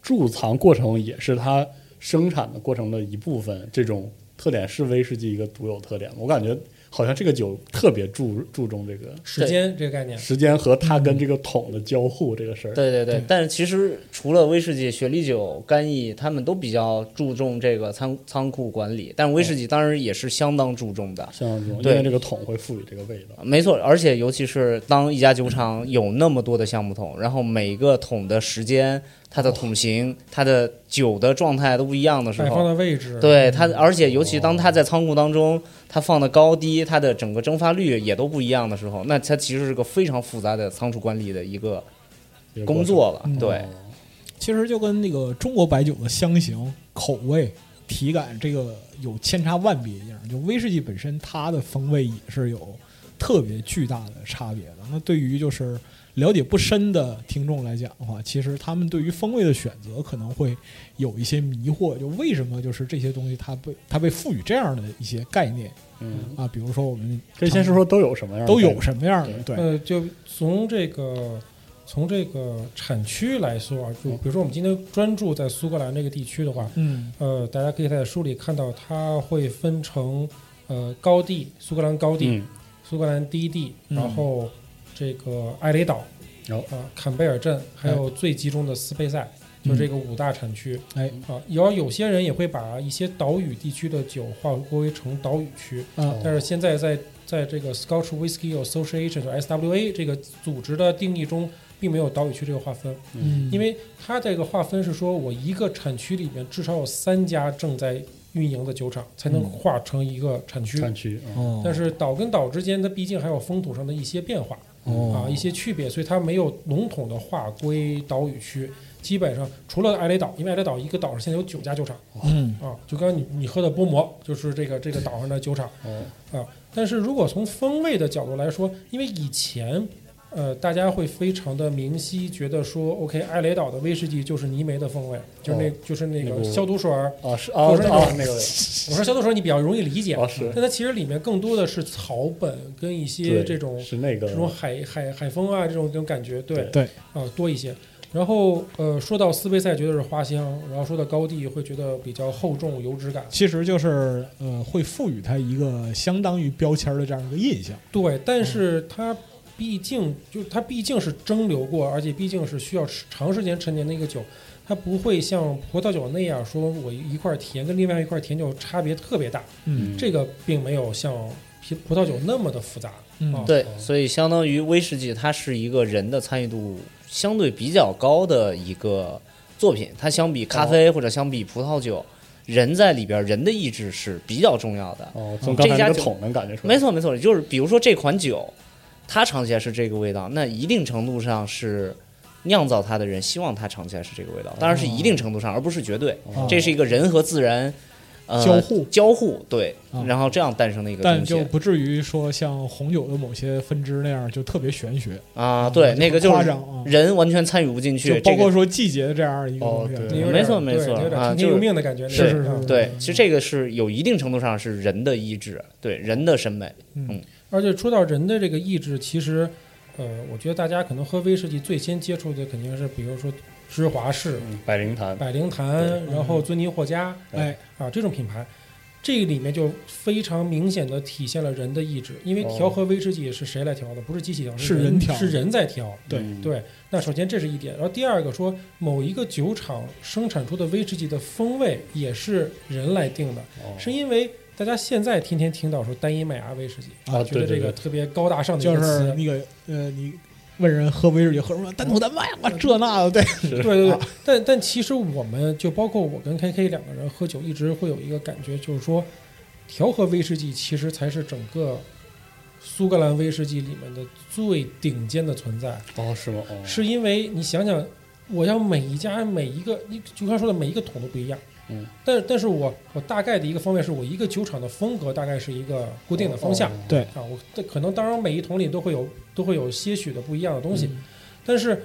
[SPEAKER 1] 贮藏过程也是它生产的过程的一部分，这种特点是威士忌一个独有特点吗。我感觉好像这个酒特别注注重这个
[SPEAKER 3] 时间这个概念，
[SPEAKER 1] 时间和它跟这个桶的交互这个事儿。
[SPEAKER 4] 对对对，但是其实除了威士忌、雪莉酒、干邑，他们都比较注重这个仓仓库管理，但是威士忌当然也是相当注重的。
[SPEAKER 1] 像这种，因
[SPEAKER 4] 对
[SPEAKER 1] 为这个桶会赋予这个味道。
[SPEAKER 4] 没错，而且尤其是当一家酒厂有那么多的橡木桶，然后每个桶的时间、它的桶型、它的酒的状态都不一样的时
[SPEAKER 3] 摆放
[SPEAKER 4] 候，
[SPEAKER 3] 的位置，
[SPEAKER 4] 对它，而且尤其当它在仓库当中，它放的高低，它的整个蒸发率也都不一样的时候，那它其实是个非常复杂的仓储管理的一个
[SPEAKER 1] 这个过程
[SPEAKER 4] 工作了
[SPEAKER 2] 嗯。
[SPEAKER 4] 对，
[SPEAKER 2] 其实就跟那个中国白酒的香型、口味、体感这个有千差万别一样，就威士忌本身它的风味也是有特别巨大的差别的。那对于就是了解不深的听众来讲的话，其实他们对于风味的选择可能会有一些迷惑，就为什么就是这些东西它被它被赋予这样的一些概念
[SPEAKER 1] 嗯，
[SPEAKER 2] 啊？比如说我们
[SPEAKER 1] 可以先说说都有什么样的
[SPEAKER 2] 都
[SPEAKER 1] 感觉？嗯
[SPEAKER 3] 呃
[SPEAKER 2] 有什么样的对，
[SPEAKER 3] 呃，就从这个从这个产区来说啊，就比如说我们今天专注在苏格兰这个地区的话，
[SPEAKER 2] 嗯
[SPEAKER 3] 呃，大家可以在书里看到，它会分成呃高地，苏格兰高地、
[SPEAKER 1] 嗯，
[SPEAKER 3] 苏格兰低地，
[SPEAKER 2] 嗯哦
[SPEAKER 3] 然后这个艾雷岛，
[SPEAKER 1] 然后
[SPEAKER 3] 啊、坎贝尔镇，还有最集中的斯佩塞，就这个五大产区
[SPEAKER 2] 嗯哎
[SPEAKER 3] 啊。然后有些人也会把一些岛屿地区的酒划归成岛屿区，
[SPEAKER 2] 啊
[SPEAKER 3] 但是现在在在这个 Scotch Whisky Association 就 SWA 这个组织的定义中，并没有岛屿区这个划分，
[SPEAKER 2] 嗯，
[SPEAKER 3] 因为它这个划分是说我一个产区里面至少有三家正在运营的酒厂才
[SPEAKER 2] 嗯
[SPEAKER 3] 能划成一个产区。
[SPEAKER 1] 产区，嗯
[SPEAKER 2] 哦，
[SPEAKER 3] 但是岛跟岛之间，它毕竟还有风土上的一些变化、
[SPEAKER 2] 哦
[SPEAKER 3] 啊，一些区别，所以它没有笼统的划归岛屿区。基本上除了艾雷岛，因为艾雷岛一个岛上现在有九家酒厂
[SPEAKER 2] 嗯
[SPEAKER 3] 啊，就刚刚你你喝的波摩就是这个这个岛上的酒厂
[SPEAKER 1] 哦，
[SPEAKER 3] 啊。但是如果从风味的角度来说，因为以前。呃，大家会非常的明晰，觉得说，OK，艾雷岛的威士忌就是泥煤的风味，就是那，
[SPEAKER 1] 哦
[SPEAKER 3] 就是那
[SPEAKER 1] 那
[SPEAKER 3] 个
[SPEAKER 1] 个
[SPEAKER 3] 消毒水儿，
[SPEAKER 1] 啊是啊
[SPEAKER 3] 哦就是那
[SPEAKER 1] 啊
[SPEAKER 3] 种
[SPEAKER 1] 那个
[SPEAKER 3] 我说消毒水你比较容易理解，
[SPEAKER 1] 啊是
[SPEAKER 3] 但它其实里面更多的是草本跟一些
[SPEAKER 1] 对
[SPEAKER 3] 这种
[SPEAKER 1] 是那个
[SPEAKER 3] 这种海海海风啊这种这种感觉，对
[SPEAKER 2] 对
[SPEAKER 3] 啊、多一些。然后呃，说到斯贝塞觉得是花香，然后说到高地会觉得比较厚重油脂感，
[SPEAKER 2] 其实就是呃，会赋予它一个相当于标签儿的这样一个印象。
[SPEAKER 3] 对，但
[SPEAKER 1] 嗯
[SPEAKER 3] 是它毕竟就是它毕竟是蒸馏过，而且毕竟是需要吃长时间陈年的一个酒，它不会像葡萄酒那样说我一块甜跟另外一块甜酒差别特别大，
[SPEAKER 2] 嗯
[SPEAKER 3] 这个并没有像葡葡萄酒那么的复杂。
[SPEAKER 2] 嗯
[SPEAKER 1] 哦
[SPEAKER 3] 啊
[SPEAKER 4] 对，所以相当于威士忌，它是一个人的参与度相对比较高的一个作品。它相比咖啡或者相比葡萄酒，人在里边人的意志是比较重要的。
[SPEAKER 3] 嗯
[SPEAKER 1] 哦，从刚才
[SPEAKER 4] 这家
[SPEAKER 1] 那个
[SPEAKER 4] 酒
[SPEAKER 1] 桶能感觉出来，
[SPEAKER 4] 没，错，没错，就是比如说这款酒，它尝起来是这个味道，那一定程度上是酿造它的人希望它尝起来是这个味道，当然是一定程度上，而不是绝对。
[SPEAKER 2] 哦
[SPEAKER 4] 这是一个人和自然。呃、
[SPEAKER 2] 交互
[SPEAKER 4] 交互对
[SPEAKER 2] 啊，
[SPEAKER 4] 然后这样诞生的一个
[SPEAKER 2] 但
[SPEAKER 4] 东西
[SPEAKER 2] 就不至于说像红酒的某些分支那样就特别玄学，
[SPEAKER 4] 啊，对，那个
[SPEAKER 2] 哦就很
[SPEAKER 4] 就
[SPEAKER 2] 夸
[SPEAKER 4] 是
[SPEAKER 2] 张啊，
[SPEAKER 4] 人完全参与不进去，
[SPEAKER 2] 就包
[SPEAKER 4] 这
[SPEAKER 2] 括
[SPEAKER 4] 个
[SPEAKER 2] 说季节这样一个东西。啊
[SPEAKER 1] 哦对
[SPEAKER 3] 你有点
[SPEAKER 4] 没错
[SPEAKER 3] 对
[SPEAKER 4] 没错
[SPEAKER 3] 有点
[SPEAKER 4] 啊
[SPEAKER 3] 听天
[SPEAKER 4] 就是
[SPEAKER 3] 由命的感觉，嗯
[SPEAKER 2] 是是
[SPEAKER 3] 那
[SPEAKER 2] 是
[SPEAKER 3] 个
[SPEAKER 4] 对，其实这个是有一定程度上是人的意志，对人的审美，
[SPEAKER 3] 而且说到人的这个意志，其实，呃，我觉得大家可能喝威士忌最先接触的肯定是，比如说芝华士、
[SPEAKER 1] 嗯，百灵坛，
[SPEAKER 3] 百灵坛，然后尊尼获加
[SPEAKER 2] 哎，
[SPEAKER 3] 啊这种品牌，这里面就非常明显的体现了人的意志，因为
[SPEAKER 1] 哦
[SPEAKER 3] 调和威士忌是谁来调的？不是机器调，
[SPEAKER 2] 是人
[SPEAKER 3] 人
[SPEAKER 2] 调
[SPEAKER 3] 是人在调。
[SPEAKER 2] 对
[SPEAKER 1] 嗯，
[SPEAKER 3] 对，那首先这是一点，然后第二个说，某一个酒厂生产出的威士忌的风味也是人来定的，
[SPEAKER 1] 哦
[SPEAKER 3] 是因为大家现在天天听到说单一麦芽威士忌
[SPEAKER 1] 啊
[SPEAKER 3] 觉
[SPEAKER 1] 对对
[SPEAKER 3] 得这个
[SPEAKER 1] 对
[SPEAKER 3] 特别高大上的一
[SPEAKER 2] 就
[SPEAKER 3] 个
[SPEAKER 2] 是
[SPEAKER 3] 词，
[SPEAKER 2] 那个呃，你问人喝威士忌喝什么，单头单麦啊，这那的，对，
[SPEAKER 3] 对对
[SPEAKER 1] 啊
[SPEAKER 3] 对。但但其实我们就包括我跟 KK 两个人喝酒，一直会有一个感觉，就是说调和威士忌其实才是整个苏格兰威士忌里面的最顶尖的存在。
[SPEAKER 1] 哦是吗？哦
[SPEAKER 3] 是因为你想想，我要每一家每一个，你就像说的每一个桶都不一样，
[SPEAKER 1] 嗯，
[SPEAKER 3] 但但是我我大概的一个方面是我一个酒厂的风格大概是一个固定的方向，
[SPEAKER 1] 哦哦
[SPEAKER 2] 对
[SPEAKER 3] 啊，我这可能当然每一桶里都会有都会有些许的不一样的东西，
[SPEAKER 1] 嗯
[SPEAKER 3] 但是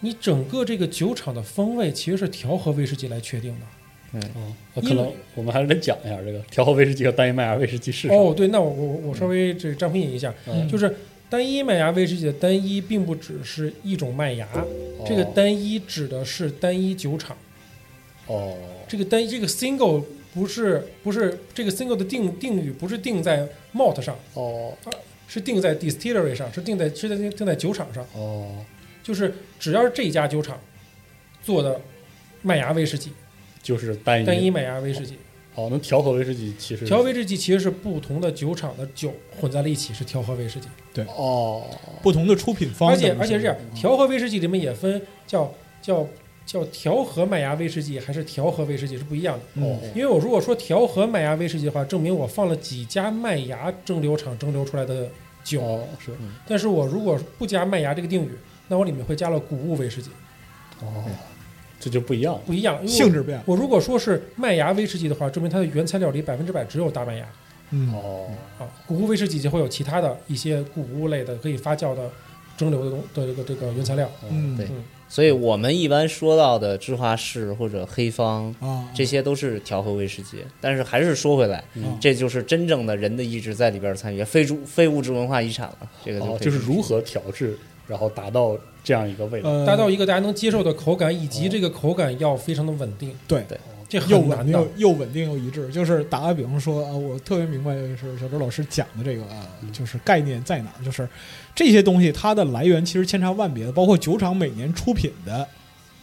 [SPEAKER 3] 你整个这个酒厂的风味其实是调和威士忌来确定的。
[SPEAKER 1] 哦，那
[SPEAKER 3] 因
[SPEAKER 1] 可能
[SPEAKER 3] 为
[SPEAKER 1] 我们还是得讲一下这个调和威士忌和单一麦芽威士忌是什么。
[SPEAKER 3] 哦，对，那我我我稍微这张品饮一下，
[SPEAKER 1] 嗯
[SPEAKER 3] 就是单一麦芽威士忌的单一并不只是一种麦芽，这个
[SPEAKER 1] 哦
[SPEAKER 3] 单一指的是单一酒厂。
[SPEAKER 1] 哦，
[SPEAKER 3] 这个单这个 single 不是不是这个 single 的定定语不是定在 malt 上，
[SPEAKER 1] 哦
[SPEAKER 3] 是定在 distillery 上，是定在是在定在酒厂上，
[SPEAKER 1] 哦，
[SPEAKER 3] 就是只要是这家酒厂做的麦芽威士忌，
[SPEAKER 1] 就是单一
[SPEAKER 3] 单一麦芽威士忌，
[SPEAKER 1] 哦，那调和威士忌其实
[SPEAKER 3] 调和威士忌其实是不同的酒厂的酒混在了一起是调和威士忌，
[SPEAKER 1] 哦
[SPEAKER 2] 不同的出品方，
[SPEAKER 3] 而且而且是这样，调和威士忌里面也分叫叫叫调和麦芽威士忌还是调和威士忌是不一样的。
[SPEAKER 1] 哦
[SPEAKER 3] 因为我如果说调和麦芽威士忌的话，证明我放了几家麦芽蒸馏厂蒸馏出来的酒。
[SPEAKER 1] 哦是
[SPEAKER 3] 但是我如果不加麦芽这个定语，那我里面会加了谷物威士忌，
[SPEAKER 1] 哦，这就不一样了
[SPEAKER 3] 不一样。因为我
[SPEAKER 2] 性质变了，
[SPEAKER 3] 我如果说是麦芽威士忌的话，证明它的原材料里百分之百只有大麦芽
[SPEAKER 2] 嗯，
[SPEAKER 1] 哦
[SPEAKER 3] 啊。谷物威士忌就会有其他的一些谷物类的可以发酵的蒸馏的东的这个这个原材料。
[SPEAKER 2] 嗯
[SPEAKER 4] 对所以我们一般说到的芝华士或者黑方，
[SPEAKER 2] 啊，
[SPEAKER 4] 这些都是调和威士忌。但是还是说回来，
[SPEAKER 2] 嗯
[SPEAKER 4] 这就是真正的人的意志在里边参与，非主非物质文化遗产了。这个就
[SPEAKER 1] 哦，
[SPEAKER 4] 可以
[SPEAKER 1] 就是如何调制然后达到这样一个味道。
[SPEAKER 2] 呃，
[SPEAKER 3] 达到一个大家能接受的口感，以及这个口感要非常的稳定，
[SPEAKER 2] 对
[SPEAKER 4] 对
[SPEAKER 3] 这
[SPEAKER 2] 又
[SPEAKER 3] 很
[SPEAKER 2] 稳
[SPEAKER 3] 难
[SPEAKER 2] 定
[SPEAKER 3] 的
[SPEAKER 2] 又。又稳定又一致。就是打个比方说啊，我特别明白就是小周老师讲的这个啊，就是概念在哪儿，就是这些东西它的来源其实千差万别的，包括酒厂每年出品的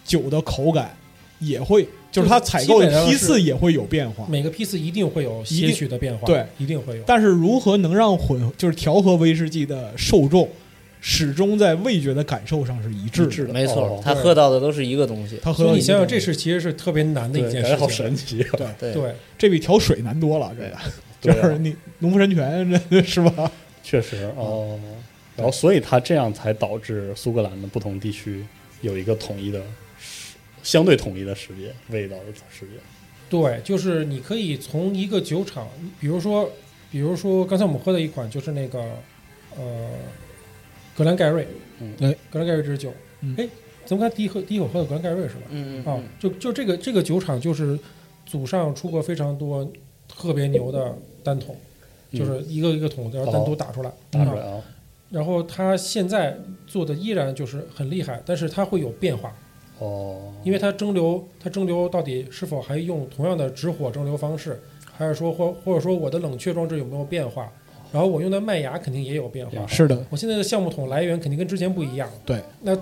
[SPEAKER 2] 酒的口感也会，就是它采购的批次也会有变化。
[SPEAKER 3] 每个批次一定会有
[SPEAKER 2] 一
[SPEAKER 3] 些
[SPEAKER 2] 定
[SPEAKER 3] 许的变化，
[SPEAKER 2] 对，
[SPEAKER 3] 一定会有。
[SPEAKER 2] 但是如何能让混就是调和威士忌的受众始终在味觉的感受上是一致
[SPEAKER 1] 一致
[SPEAKER 2] 的？
[SPEAKER 1] 的
[SPEAKER 4] 没错
[SPEAKER 1] 哦，
[SPEAKER 4] 他喝到的都是一个东西。
[SPEAKER 2] 他喝
[SPEAKER 3] 所以
[SPEAKER 2] 到
[SPEAKER 3] 你想想，
[SPEAKER 2] 一定
[SPEAKER 3] 这是其实是特别难的一
[SPEAKER 1] 对，
[SPEAKER 3] 件
[SPEAKER 1] 感觉
[SPEAKER 3] 事
[SPEAKER 1] 好
[SPEAKER 3] 情。
[SPEAKER 1] 神奇啊！
[SPEAKER 2] 对，
[SPEAKER 4] 对，
[SPEAKER 3] 对，
[SPEAKER 2] 这比调水难多了，这个
[SPEAKER 1] 对
[SPEAKER 2] 就是
[SPEAKER 1] 啊，
[SPEAKER 2] 你农夫山泉，这是吧？
[SPEAKER 1] 确实哦。
[SPEAKER 3] 嗯
[SPEAKER 1] 然后，所以它这样才导致苏格兰的不同地区有一个统一的识相对统一的识别味道的识别。
[SPEAKER 3] 对，就是你可以从一个酒厂，比如说，比如说刚才我们喝的一款就是那个，呃，格兰盖瑞，
[SPEAKER 1] 嗯
[SPEAKER 2] 哎
[SPEAKER 3] 格兰盖瑞这支酒
[SPEAKER 2] 嗯，
[SPEAKER 3] 哎、咱们刚才第一喝第一口喝的格兰盖瑞是吧？
[SPEAKER 4] 嗯
[SPEAKER 3] 啊，就就这个这个酒厂就是祖上出过非常多特别牛的单桶，就是一个一个桶然后单独打出来，
[SPEAKER 1] 嗯打出
[SPEAKER 3] 啊
[SPEAKER 1] 来啊，
[SPEAKER 3] 然后它现在做的依然就是很厉害，但是它会有变化，
[SPEAKER 1] 哦，
[SPEAKER 3] 因为它蒸馏，它蒸馏到底是否还用同样的直火蒸馏方式，还是说或或者说我的冷却装置有没有变化？然后我用的麦芽肯定也有变化。
[SPEAKER 2] 是的，
[SPEAKER 3] 我现在的橡木桶来源肯定跟之前不一样。
[SPEAKER 2] 对，
[SPEAKER 3] 那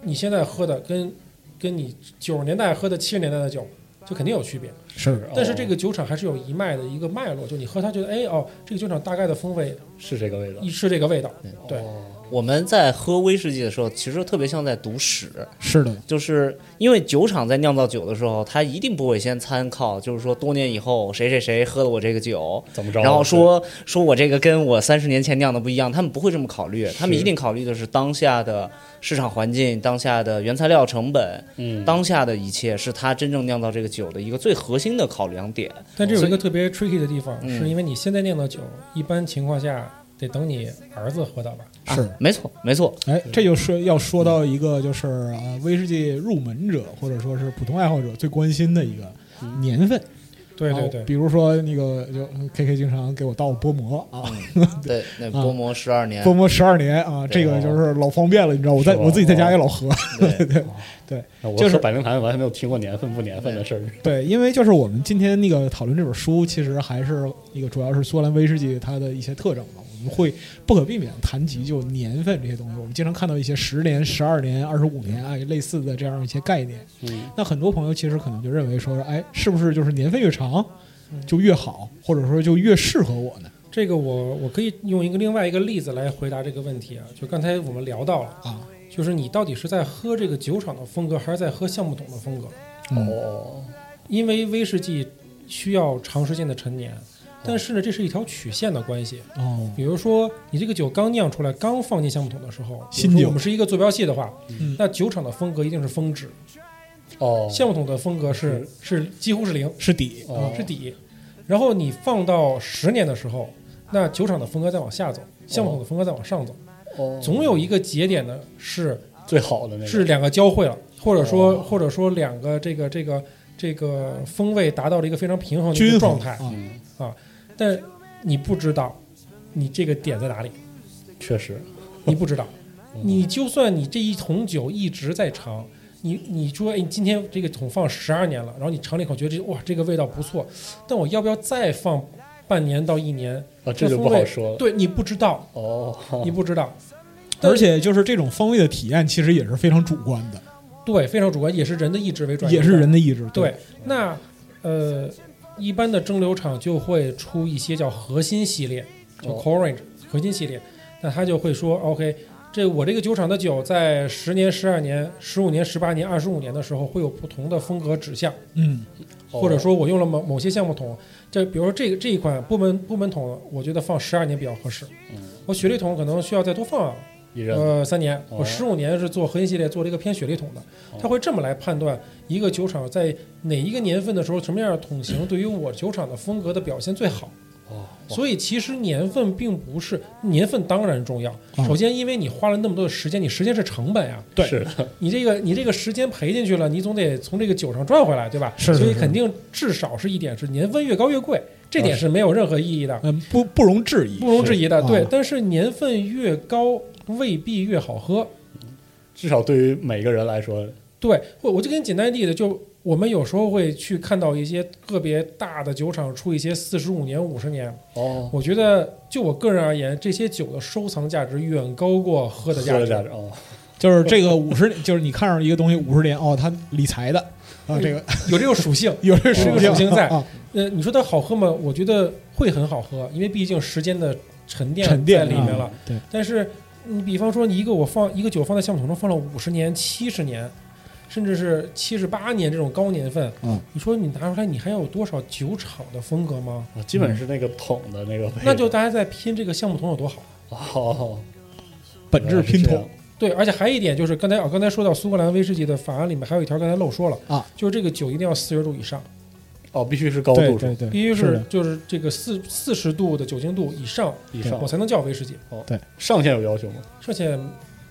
[SPEAKER 3] 你现在喝的跟跟你九十年代喝的七十年代的酒，就肯定有区别。
[SPEAKER 2] 是
[SPEAKER 1] 哦
[SPEAKER 3] 但是这个酒厂还是有一脉的一个脉络，就你喝它觉得，哎哦，这个酒厂大概的风味
[SPEAKER 1] 是这个味道
[SPEAKER 3] 一。是这个味道，对，
[SPEAKER 4] 我们在喝威士忌的时候，其实特别像在读史。
[SPEAKER 2] 是的，
[SPEAKER 4] 就是因为酒厂在酿造酒的时候，他一定不会先参考，就是说多年以后谁谁谁喝了我这个酒，
[SPEAKER 1] 怎么着
[SPEAKER 4] 然后说说我这个跟我三十年前酿的不一样，他们不会这么考虑，他们一定考虑的是当下的市场环境、当下的原材料成本、
[SPEAKER 1] 嗯，
[SPEAKER 4] 当下的一切，是他真正酿造这个酒的一个最核心的考量点。
[SPEAKER 3] 但这有
[SPEAKER 4] 所
[SPEAKER 3] 一
[SPEAKER 4] 以
[SPEAKER 3] 个特别 tricky 的地方，
[SPEAKER 4] 嗯
[SPEAKER 3] 是因为你现在酿的酒，一般情况下得等你儿子喝到吧。
[SPEAKER 4] 啊
[SPEAKER 2] 是
[SPEAKER 4] 没错，没错，
[SPEAKER 2] 哎，这就说要说到一个就是啊，威士忌入门者或者说是普通爱好者最关心的一个年份。
[SPEAKER 3] 对
[SPEAKER 2] 啊
[SPEAKER 3] 对对，
[SPEAKER 2] 比如说那个就嗯 K K 经常给我倒薄膜啊，
[SPEAKER 4] 对，那薄膜十二年
[SPEAKER 2] 薄，膜十二年啊，这个就是老方便了，你知道，我在
[SPEAKER 1] 是吧
[SPEAKER 2] 我自己在家也老喝。
[SPEAKER 4] 对，
[SPEAKER 1] 那我
[SPEAKER 2] 就是
[SPEAKER 1] 喝百灵坛完全没有听过年份不年份的
[SPEAKER 3] 嗯
[SPEAKER 1] 事儿。
[SPEAKER 2] 对，因为就是我们今天那个讨论这本书，其实还是一个主要是苏格兰威士忌它的一些特征嘛。我们会不可避免地谈及就年份这些东西，我们经常看到一些十年、十二年、二十五年哎类似的这样一些概念。
[SPEAKER 1] 嗯，
[SPEAKER 2] 那很多朋友其实可能就认为说，哎，是不是就是年份越长就越好，或者说就越适合我呢？
[SPEAKER 3] 这个我我可以用一个另外一个例子来回答这个问题啊，就刚才我们聊到了，
[SPEAKER 2] 啊，
[SPEAKER 3] 就是你到底是在喝这个酒厂的风格，还是在喝橡木桶的风格？
[SPEAKER 2] 嗯，
[SPEAKER 1] 哦，
[SPEAKER 3] 因为威士忌需要长时间的陈年，但是呢，这是一条曲线的关系。
[SPEAKER 2] 哦，
[SPEAKER 3] 比如说，你这个酒刚酿出来，刚放进橡木桶的时候，
[SPEAKER 2] 新
[SPEAKER 3] 比如说
[SPEAKER 2] 酒
[SPEAKER 3] 我们是一个坐标系的话，
[SPEAKER 2] 嗯
[SPEAKER 3] 那酒厂的风格一定是峰值，
[SPEAKER 1] 哦，
[SPEAKER 3] 橡木桶的风格是是几乎是零，
[SPEAKER 2] 是底，
[SPEAKER 1] 哦
[SPEAKER 3] 是底。然后你放到十年的时候，那酒厂的风格再往下走，橡木桶的风格再往上走，
[SPEAKER 1] 哦
[SPEAKER 3] 总有一个节点呢是
[SPEAKER 1] 最好的那个
[SPEAKER 3] 是两个交汇了，或者
[SPEAKER 1] 哦
[SPEAKER 3] 说或者说两个这个这个这个风味达到了一个非常平衡的一
[SPEAKER 2] 均
[SPEAKER 3] 个
[SPEAKER 2] 衡
[SPEAKER 3] 状态，
[SPEAKER 2] 啊，
[SPEAKER 1] 嗯，
[SPEAKER 3] 但你不知道你这个点在哪里，
[SPEAKER 1] 确实，
[SPEAKER 3] 你不知道，
[SPEAKER 1] 嗯
[SPEAKER 3] 你就算你这一桶酒一直在尝。你你说，哎，你今天这个桶放十二年了，然后你尝了一口，觉得这哇，这个味道不错，但我要不要再放半年到一年？
[SPEAKER 1] 啊，这就
[SPEAKER 3] 风
[SPEAKER 1] 不好
[SPEAKER 3] 味
[SPEAKER 1] 说了。
[SPEAKER 3] 对你不知道，
[SPEAKER 1] 哦，
[SPEAKER 3] 你不知道，但
[SPEAKER 2] 而且就是这种风味的体验其实也是非常主观的，
[SPEAKER 3] 对，非常主观，也是人的意志为转移，
[SPEAKER 2] 也是人的意志。
[SPEAKER 3] 对。那呃，一般的蒸馏厂就会出一些叫核心系列，就
[SPEAKER 1] 哦
[SPEAKER 3] Corange、核心系列，那他就会说，OK，这我这个酒厂的酒在十年、十二年、十五年、十八年、二十五年的时候会有不同的风格指向，
[SPEAKER 2] 嗯，
[SPEAKER 1] 哦
[SPEAKER 3] 或者说我用了某某些橡木桶，这比如说这个这一款部门部门桶，我觉得放十二年比较合适，
[SPEAKER 1] 嗯
[SPEAKER 3] 我雪莉桶可能需要再多放
[SPEAKER 1] 一人
[SPEAKER 3] 呃，三年，
[SPEAKER 1] 哦
[SPEAKER 3] 我十五年是做核心系列，做了一个偏雪莉桶的，
[SPEAKER 2] 哦
[SPEAKER 3] 他会这么来判断一个酒厂在哪一个年份的时候，什么样的桶型对于我酒厂的风格的表现最好。
[SPEAKER 1] 哦，
[SPEAKER 3] 所以其实年份并不是年份当然重要，
[SPEAKER 2] 嗯
[SPEAKER 3] 首先因为你花了那么多的时间，你时间是成本呀、
[SPEAKER 2] 对
[SPEAKER 1] 是的
[SPEAKER 3] 你这个你这个时间赔进去了，你总得从这个酒上赚回来，对吧？
[SPEAKER 2] 是是
[SPEAKER 3] 所以
[SPEAKER 2] 是
[SPEAKER 3] 肯定至少是一点是年份越高越贵，这点是没有任何意义的。
[SPEAKER 2] 嗯，不不容置疑，
[SPEAKER 3] 不容置疑的，
[SPEAKER 2] 是嗯
[SPEAKER 3] 对
[SPEAKER 2] 啊。
[SPEAKER 3] 但是年份越高，未必越好喝。
[SPEAKER 1] 至少对于每个人来说，
[SPEAKER 3] 对，我我就给你简单例子，就我们有时候会去看到一些个别大的酒厂出一些四十五年、五十年，
[SPEAKER 1] 哦，
[SPEAKER 3] 我觉得就我个人而言，这些酒的收藏价值远高过喝的
[SPEAKER 1] 喝
[SPEAKER 3] 价
[SPEAKER 1] 的
[SPEAKER 3] 值。
[SPEAKER 1] 价值哦，
[SPEAKER 2] 就是这个五十，就是你看上一个东西五十年哦，它理财的
[SPEAKER 3] 嗯
[SPEAKER 2] 啊，这个，
[SPEAKER 3] 有这个属性
[SPEAKER 2] 有
[SPEAKER 1] 哦
[SPEAKER 2] 这
[SPEAKER 3] 是
[SPEAKER 2] 属
[SPEAKER 3] 个属性在
[SPEAKER 2] 啊，
[SPEAKER 3] 呃，你说它好喝吗？我觉得会很好喝，因为毕竟时间的沉淀
[SPEAKER 2] 沉淀
[SPEAKER 3] 在里
[SPEAKER 1] 嗯
[SPEAKER 3] 面
[SPEAKER 2] 啊
[SPEAKER 3] 了。
[SPEAKER 2] 对，
[SPEAKER 3] 但是你比方说，你一个我放一个酒放在橡木桶中放了五十年、七十年，甚至是七十八年这种高年份，
[SPEAKER 2] 嗯
[SPEAKER 3] 你说你拿出来，你还有多少酒厂的风格吗？
[SPEAKER 1] 啊基本是那个桶的那个位置，
[SPEAKER 3] 那就大家在拼这个橡木桶有多好。
[SPEAKER 1] 哦，
[SPEAKER 2] 本质拼
[SPEAKER 1] 原来
[SPEAKER 2] 图
[SPEAKER 1] 是
[SPEAKER 3] 对，而且还有一点就是刚才啊，刚才说到苏格兰威士忌的法案里面还有一条，刚才漏说了
[SPEAKER 2] 啊，
[SPEAKER 3] 就是这个酒一定要四十度以上，
[SPEAKER 1] 哦，必须是高
[SPEAKER 2] 对
[SPEAKER 1] 度数
[SPEAKER 2] 对对，
[SPEAKER 3] 必须
[SPEAKER 2] 是
[SPEAKER 3] 是
[SPEAKER 2] 的
[SPEAKER 3] 就是这个四四十度的酒精度以上，
[SPEAKER 1] 以上
[SPEAKER 3] 我，才能叫威士忌。
[SPEAKER 1] 上限有要求吗？
[SPEAKER 3] 而且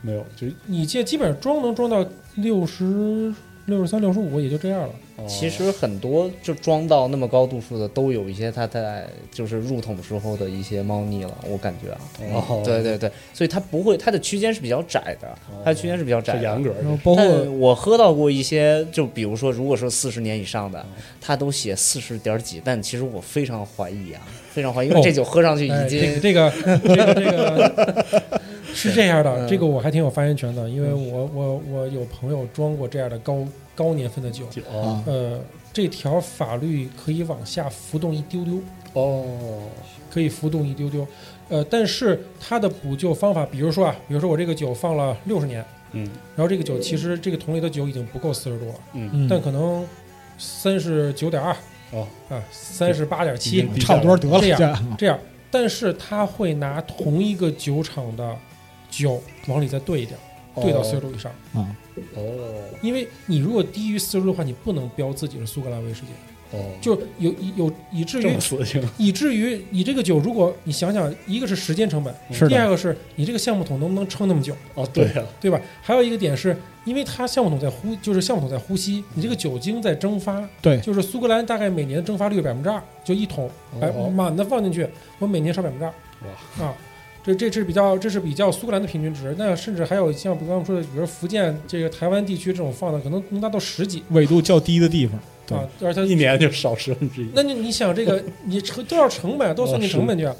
[SPEAKER 1] 没有，就
[SPEAKER 3] 你这基本上装能装到六十六十三、六十五也就这样了。
[SPEAKER 1] 哦
[SPEAKER 4] 其实很多就装到那么高度数的，都有一些它在就是入桶时候的一些猫腻了，我感觉啊。
[SPEAKER 1] 哦
[SPEAKER 4] 对对对，所以它不会，它的区间是比较窄的，它的区间是比较窄
[SPEAKER 1] 是
[SPEAKER 4] 的。
[SPEAKER 1] 严格
[SPEAKER 2] 然后
[SPEAKER 1] 的，
[SPEAKER 2] 包括
[SPEAKER 4] 但我喝到过一些，就比如说，如果说四十年以上的，它都写四十点几，但其实我非常怀疑啊，非常
[SPEAKER 2] 哦
[SPEAKER 4] 怀疑，因为这酒喝上去
[SPEAKER 3] 哎，
[SPEAKER 4] 已
[SPEAKER 3] 这个
[SPEAKER 4] 经
[SPEAKER 3] 这个这个这个是这样的，这个我还挺有发言权的，因为我我我有朋友装过这样的高高年份的酒，
[SPEAKER 1] 就
[SPEAKER 2] 啊
[SPEAKER 1] 哦，
[SPEAKER 3] 呃，这条法律可以往下浮动一丢丢，
[SPEAKER 2] 嗯
[SPEAKER 1] 哦，
[SPEAKER 3] 可以浮动一丢丢。呃，但是它的补救方法，比如说啊，比如说我这个酒放了六十年，
[SPEAKER 1] 嗯
[SPEAKER 3] 然后这个酒其实这个桶里的酒已经不够四十度了，
[SPEAKER 1] 嗯，
[SPEAKER 2] 嗯
[SPEAKER 3] 但可能三十九点二
[SPEAKER 1] 哦，
[SPEAKER 3] 啊，三十八点
[SPEAKER 1] 已
[SPEAKER 3] 七
[SPEAKER 1] 经低
[SPEAKER 2] 差不多得了，
[SPEAKER 3] 这样
[SPEAKER 2] 这样
[SPEAKER 3] 这样，但是他会拿同一个酒厂的酒往里再兑一点，兑到四十度以上。
[SPEAKER 2] 啊，
[SPEAKER 1] 哦
[SPEAKER 3] 因为你如果低于四十度的话，你不能标自己是苏格兰威士忌，
[SPEAKER 1] 哦，
[SPEAKER 3] 就有有有以至
[SPEAKER 1] 这
[SPEAKER 3] 于
[SPEAKER 1] 么死性，
[SPEAKER 3] 以至于你这个酒，如果你想想，一个是时间成本，
[SPEAKER 2] 是
[SPEAKER 3] 第二
[SPEAKER 2] 的，
[SPEAKER 3] 个是你这个橡木桶能不能撑那么久，
[SPEAKER 1] 哦，对呀，
[SPEAKER 3] 对吧？还有一个点是，因为它橡木桶在呼，就是橡木桶在呼吸，你这个酒精在蒸发，
[SPEAKER 2] 对
[SPEAKER 3] 就是苏格兰大概每年蒸发率百分之二，就一桶百
[SPEAKER 1] 哦
[SPEAKER 3] 满的放进去，我每年烧百分之二，哇啊！这这是比较，这是比较苏格兰的平均值。那甚至还有像比方说，比如福建这个台湾地区这种放的，可能能达到十几
[SPEAKER 2] 纬度较低的地方，对
[SPEAKER 3] 啊。而它
[SPEAKER 1] 一年就少十分之一，
[SPEAKER 3] 那你你想这个 你成多少成本啊都算进成本去啊？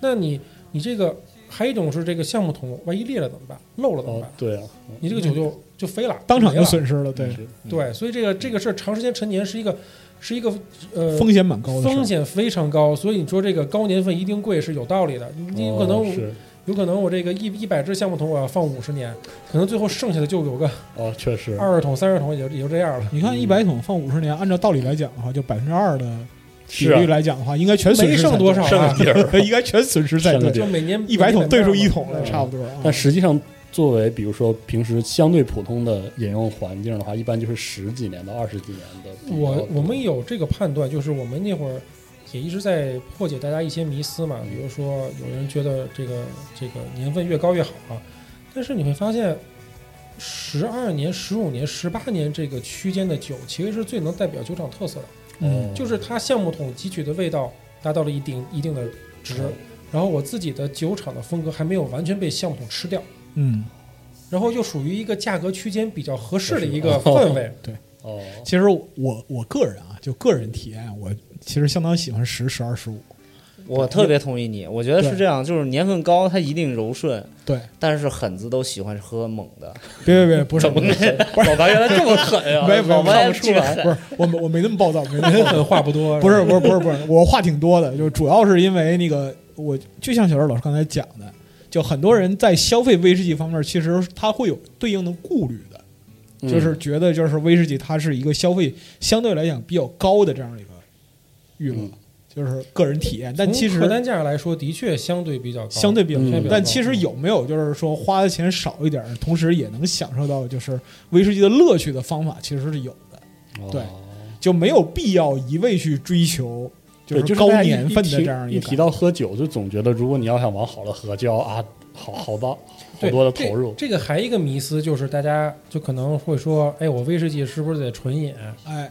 [SPEAKER 3] 那你你这个还有一种是这个橡木桶，万一裂了怎么办？漏了怎么
[SPEAKER 1] 哦
[SPEAKER 3] 办？，
[SPEAKER 1] 对啊，
[SPEAKER 3] 你这个酒就就飞了，
[SPEAKER 2] 嗯当场
[SPEAKER 3] 没
[SPEAKER 2] 就
[SPEAKER 3] 了
[SPEAKER 2] 损失了，对，
[SPEAKER 1] 是
[SPEAKER 3] 对，所以这个这个事儿长时间陈年是一个是一个呃
[SPEAKER 2] 风险蛮高的事儿，
[SPEAKER 3] 风险非常高，所以你说这个高年份一定贵是有道理的。你你有可能
[SPEAKER 1] 哦
[SPEAKER 3] 我
[SPEAKER 1] 是
[SPEAKER 3] 有可能我这个一一百只橡木桶我要放五十年，可能最后剩下的就有个
[SPEAKER 1] 哦，确实，
[SPEAKER 3] 二十桶三十桶也就也就这样了。
[SPEAKER 2] 你看一百桶放五十年，按照道理来讲的话，就百分之二的比
[SPEAKER 1] 是啊
[SPEAKER 2] 率来讲的话，应该全损
[SPEAKER 3] 没
[SPEAKER 2] 失才对
[SPEAKER 3] 剩多少
[SPEAKER 1] 剩
[SPEAKER 3] 啊
[SPEAKER 1] 个？地儿，
[SPEAKER 2] 应该全损失才
[SPEAKER 1] 剩个
[SPEAKER 2] 对
[SPEAKER 1] 地。
[SPEAKER 3] 就每年
[SPEAKER 2] 一百桶兑出一桶
[SPEAKER 3] 了
[SPEAKER 2] 来，，差不多啊。
[SPEAKER 1] 嗯但实际上，作为比如说平时相对普通的饮用环境的话，一般就是十几年到二十几年的比较多。
[SPEAKER 3] 我我们有这个判断，就是我们那会儿也一直在破解大家一些迷思
[SPEAKER 1] 嗯
[SPEAKER 3] 嘛，比如说有人觉得这个这个年份越高越好啊，但是你会发现，十二年、十五年、十八年这个区间的酒，其实是最能代表酒厂特色的，
[SPEAKER 2] 嗯
[SPEAKER 1] 哦
[SPEAKER 3] 就是它橡木桶汲取的味道达到了一定一定的值，
[SPEAKER 1] 嗯
[SPEAKER 3] 然后我自己的酒厂的风格还没有完全被橡木桶吃掉，
[SPEAKER 2] 嗯，
[SPEAKER 3] 然后又属于一个价格区间比较合适的一个氛 围，
[SPEAKER 1] 哦
[SPEAKER 2] 其实我我个人啊，就个人体验，我其实相当喜欢十、十二、十五。
[SPEAKER 4] 我特别同意你，我觉得是
[SPEAKER 2] 对
[SPEAKER 4] 这样，就是年份高，它一定柔顺，
[SPEAKER 2] 对，
[SPEAKER 4] 但是狠子都喜欢喝猛的。
[SPEAKER 2] 别别别，不是，
[SPEAKER 4] 怎么
[SPEAKER 2] 不是，
[SPEAKER 4] 老白原来这么狠呀、
[SPEAKER 2] 没有没
[SPEAKER 4] 老
[SPEAKER 2] 有
[SPEAKER 4] 白
[SPEAKER 2] 看不出来，
[SPEAKER 4] 这
[SPEAKER 2] 不是，我没我没那么暴躁，没那么暴
[SPEAKER 3] 狠
[SPEAKER 2] 躁
[SPEAKER 3] 狠话不 多，
[SPEAKER 2] 不是不是不是不是，我话挺多的，就主要是因为那个，我就像小赵老师刚才讲的，就很多人在消费威士忌方面，其实他会有对应的顾虑的，
[SPEAKER 4] 嗯
[SPEAKER 2] 就是觉得就是威士忌它是一个消费相对来讲比较高的这样的一个娱乐，
[SPEAKER 1] 嗯
[SPEAKER 2] 就是个人体验，但其实
[SPEAKER 3] 从客单价来说，的确相对比较高，
[SPEAKER 2] 相对比较
[SPEAKER 1] 嗯
[SPEAKER 2] 便宜
[SPEAKER 3] 嗯
[SPEAKER 2] 但其实有没有就是说花的钱少一点儿，同时也能享受到就是威士忌的乐趣的方法，其实是有的，
[SPEAKER 1] 哦
[SPEAKER 2] 对就没有必要一味去追求
[SPEAKER 1] 对，就是是
[SPEAKER 2] 高
[SPEAKER 1] 大家一
[SPEAKER 2] 年份的这样
[SPEAKER 1] 一提一
[SPEAKER 2] 个
[SPEAKER 1] 提到喝酒，就总觉得如果你要想往好了喝，就要啊好好大好
[SPEAKER 3] 对
[SPEAKER 1] 多的投入。
[SPEAKER 3] 这。这个还一个迷思就是，大家就可能会说，哎，我威士忌是不是得纯饮？
[SPEAKER 2] 哎，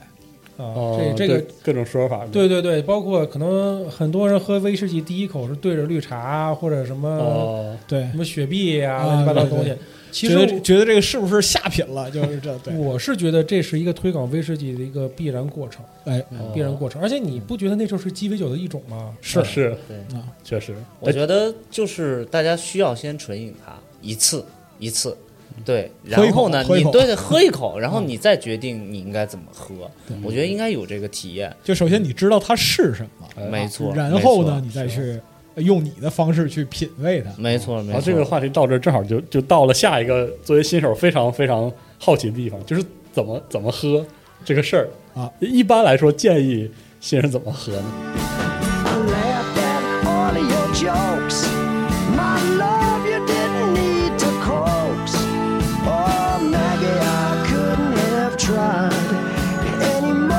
[SPEAKER 3] 啊，
[SPEAKER 1] 哦，
[SPEAKER 3] 这这个
[SPEAKER 1] 对各种说法，
[SPEAKER 3] 对对对，包括可能很多人喝威士忌第一口是对着绿茶或者什么、
[SPEAKER 1] 哦，
[SPEAKER 2] 对
[SPEAKER 3] 什，么雪碧呀、
[SPEAKER 2] 啊
[SPEAKER 3] 乱七八糟的东西
[SPEAKER 2] 对。
[SPEAKER 3] 嗯其
[SPEAKER 2] 觉得
[SPEAKER 3] 实嗯
[SPEAKER 2] 这觉得这个是不是下品了？就是这对
[SPEAKER 3] 我，我是觉得这是一个推广威士忌的一个必然过程，
[SPEAKER 2] 哎，
[SPEAKER 3] 嗯必然过程。而且你不觉得那就是鸡尾酒的一种吗？
[SPEAKER 2] 是
[SPEAKER 1] 是
[SPEAKER 4] 对，
[SPEAKER 2] 啊，
[SPEAKER 1] 确实，
[SPEAKER 4] 我觉得就是大家需要先纯饮它一次一次，对，
[SPEAKER 2] 喝一
[SPEAKER 4] 然
[SPEAKER 2] 口
[SPEAKER 4] 后呢，
[SPEAKER 2] 喝一
[SPEAKER 4] 你
[SPEAKER 2] 口
[SPEAKER 4] 对对喝一口，嗯然后你再决定你应该怎么喝。我觉得应该有这个体验，
[SPEAKER 2] 就首先你知道它是什么，
[SPEAKER 1] 哎
[SPEAKER 4] 没错。
[SPEAKER 2] 然后呢，
[SPEAKER 4] 没
[SPEAKER 2] 你
[SPEAKER 4] 错啊
[SPEAKER 2] 再，去用你的方式去品味它。
[SPEAKER 4] 没错没
[SPEAKER 1] 好，
[SPEAKER 4] 错。
[SPEAKER 1] 这个话题到这儿正好就就到了下一个作为新手非常非常好奇的地方，就是怎么怎么喝这个事儿
[SPEAKER 2] 啊。
[SPEAKER 1] 一般来说，建议新人怎么喝呢？
[SPEAKER 5] I laughed at all of your jokes. My love, you didn't need to coax. Oh, Maggie, I couldn't have tried anymore.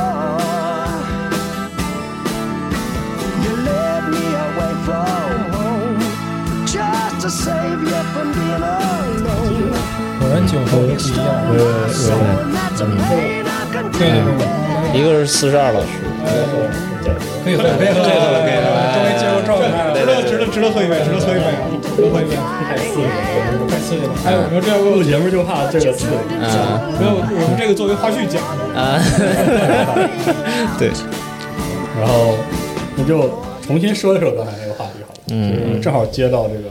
[SPEAKER 5] You led me away from home just to save you from being alone.
[SPEAKER 3] 果然酒和不一样。
[SPEAKER 5] So that's a pain I can
[SPEAKER 3] 对对
[SPEAKER 5] take.
[SPEAKER 3] 对对，
[SPEAKER 4] 一个是四十二老师，
[SPEAKER 3] 可以喝，可以喝，可以喝，可以喝，终于进入状态了。
[SPEAKER 2] 值得值得值得喝一杯，值得喝一杯，值得喝一杯。
[SPEAKER 3] 太刺激了！
[SPEAKER 2] 哎，我们这要不
[SPEAKER 1] 录节目就怕这个刺激，
[SPEAKER 2] 没有，我们这个作为花絮讲的。
[SPEAKER 4] 啊 对，
[SPEAKER 1] 然后那就重新说一说刚才那个话题好了，嗯，正好接到这个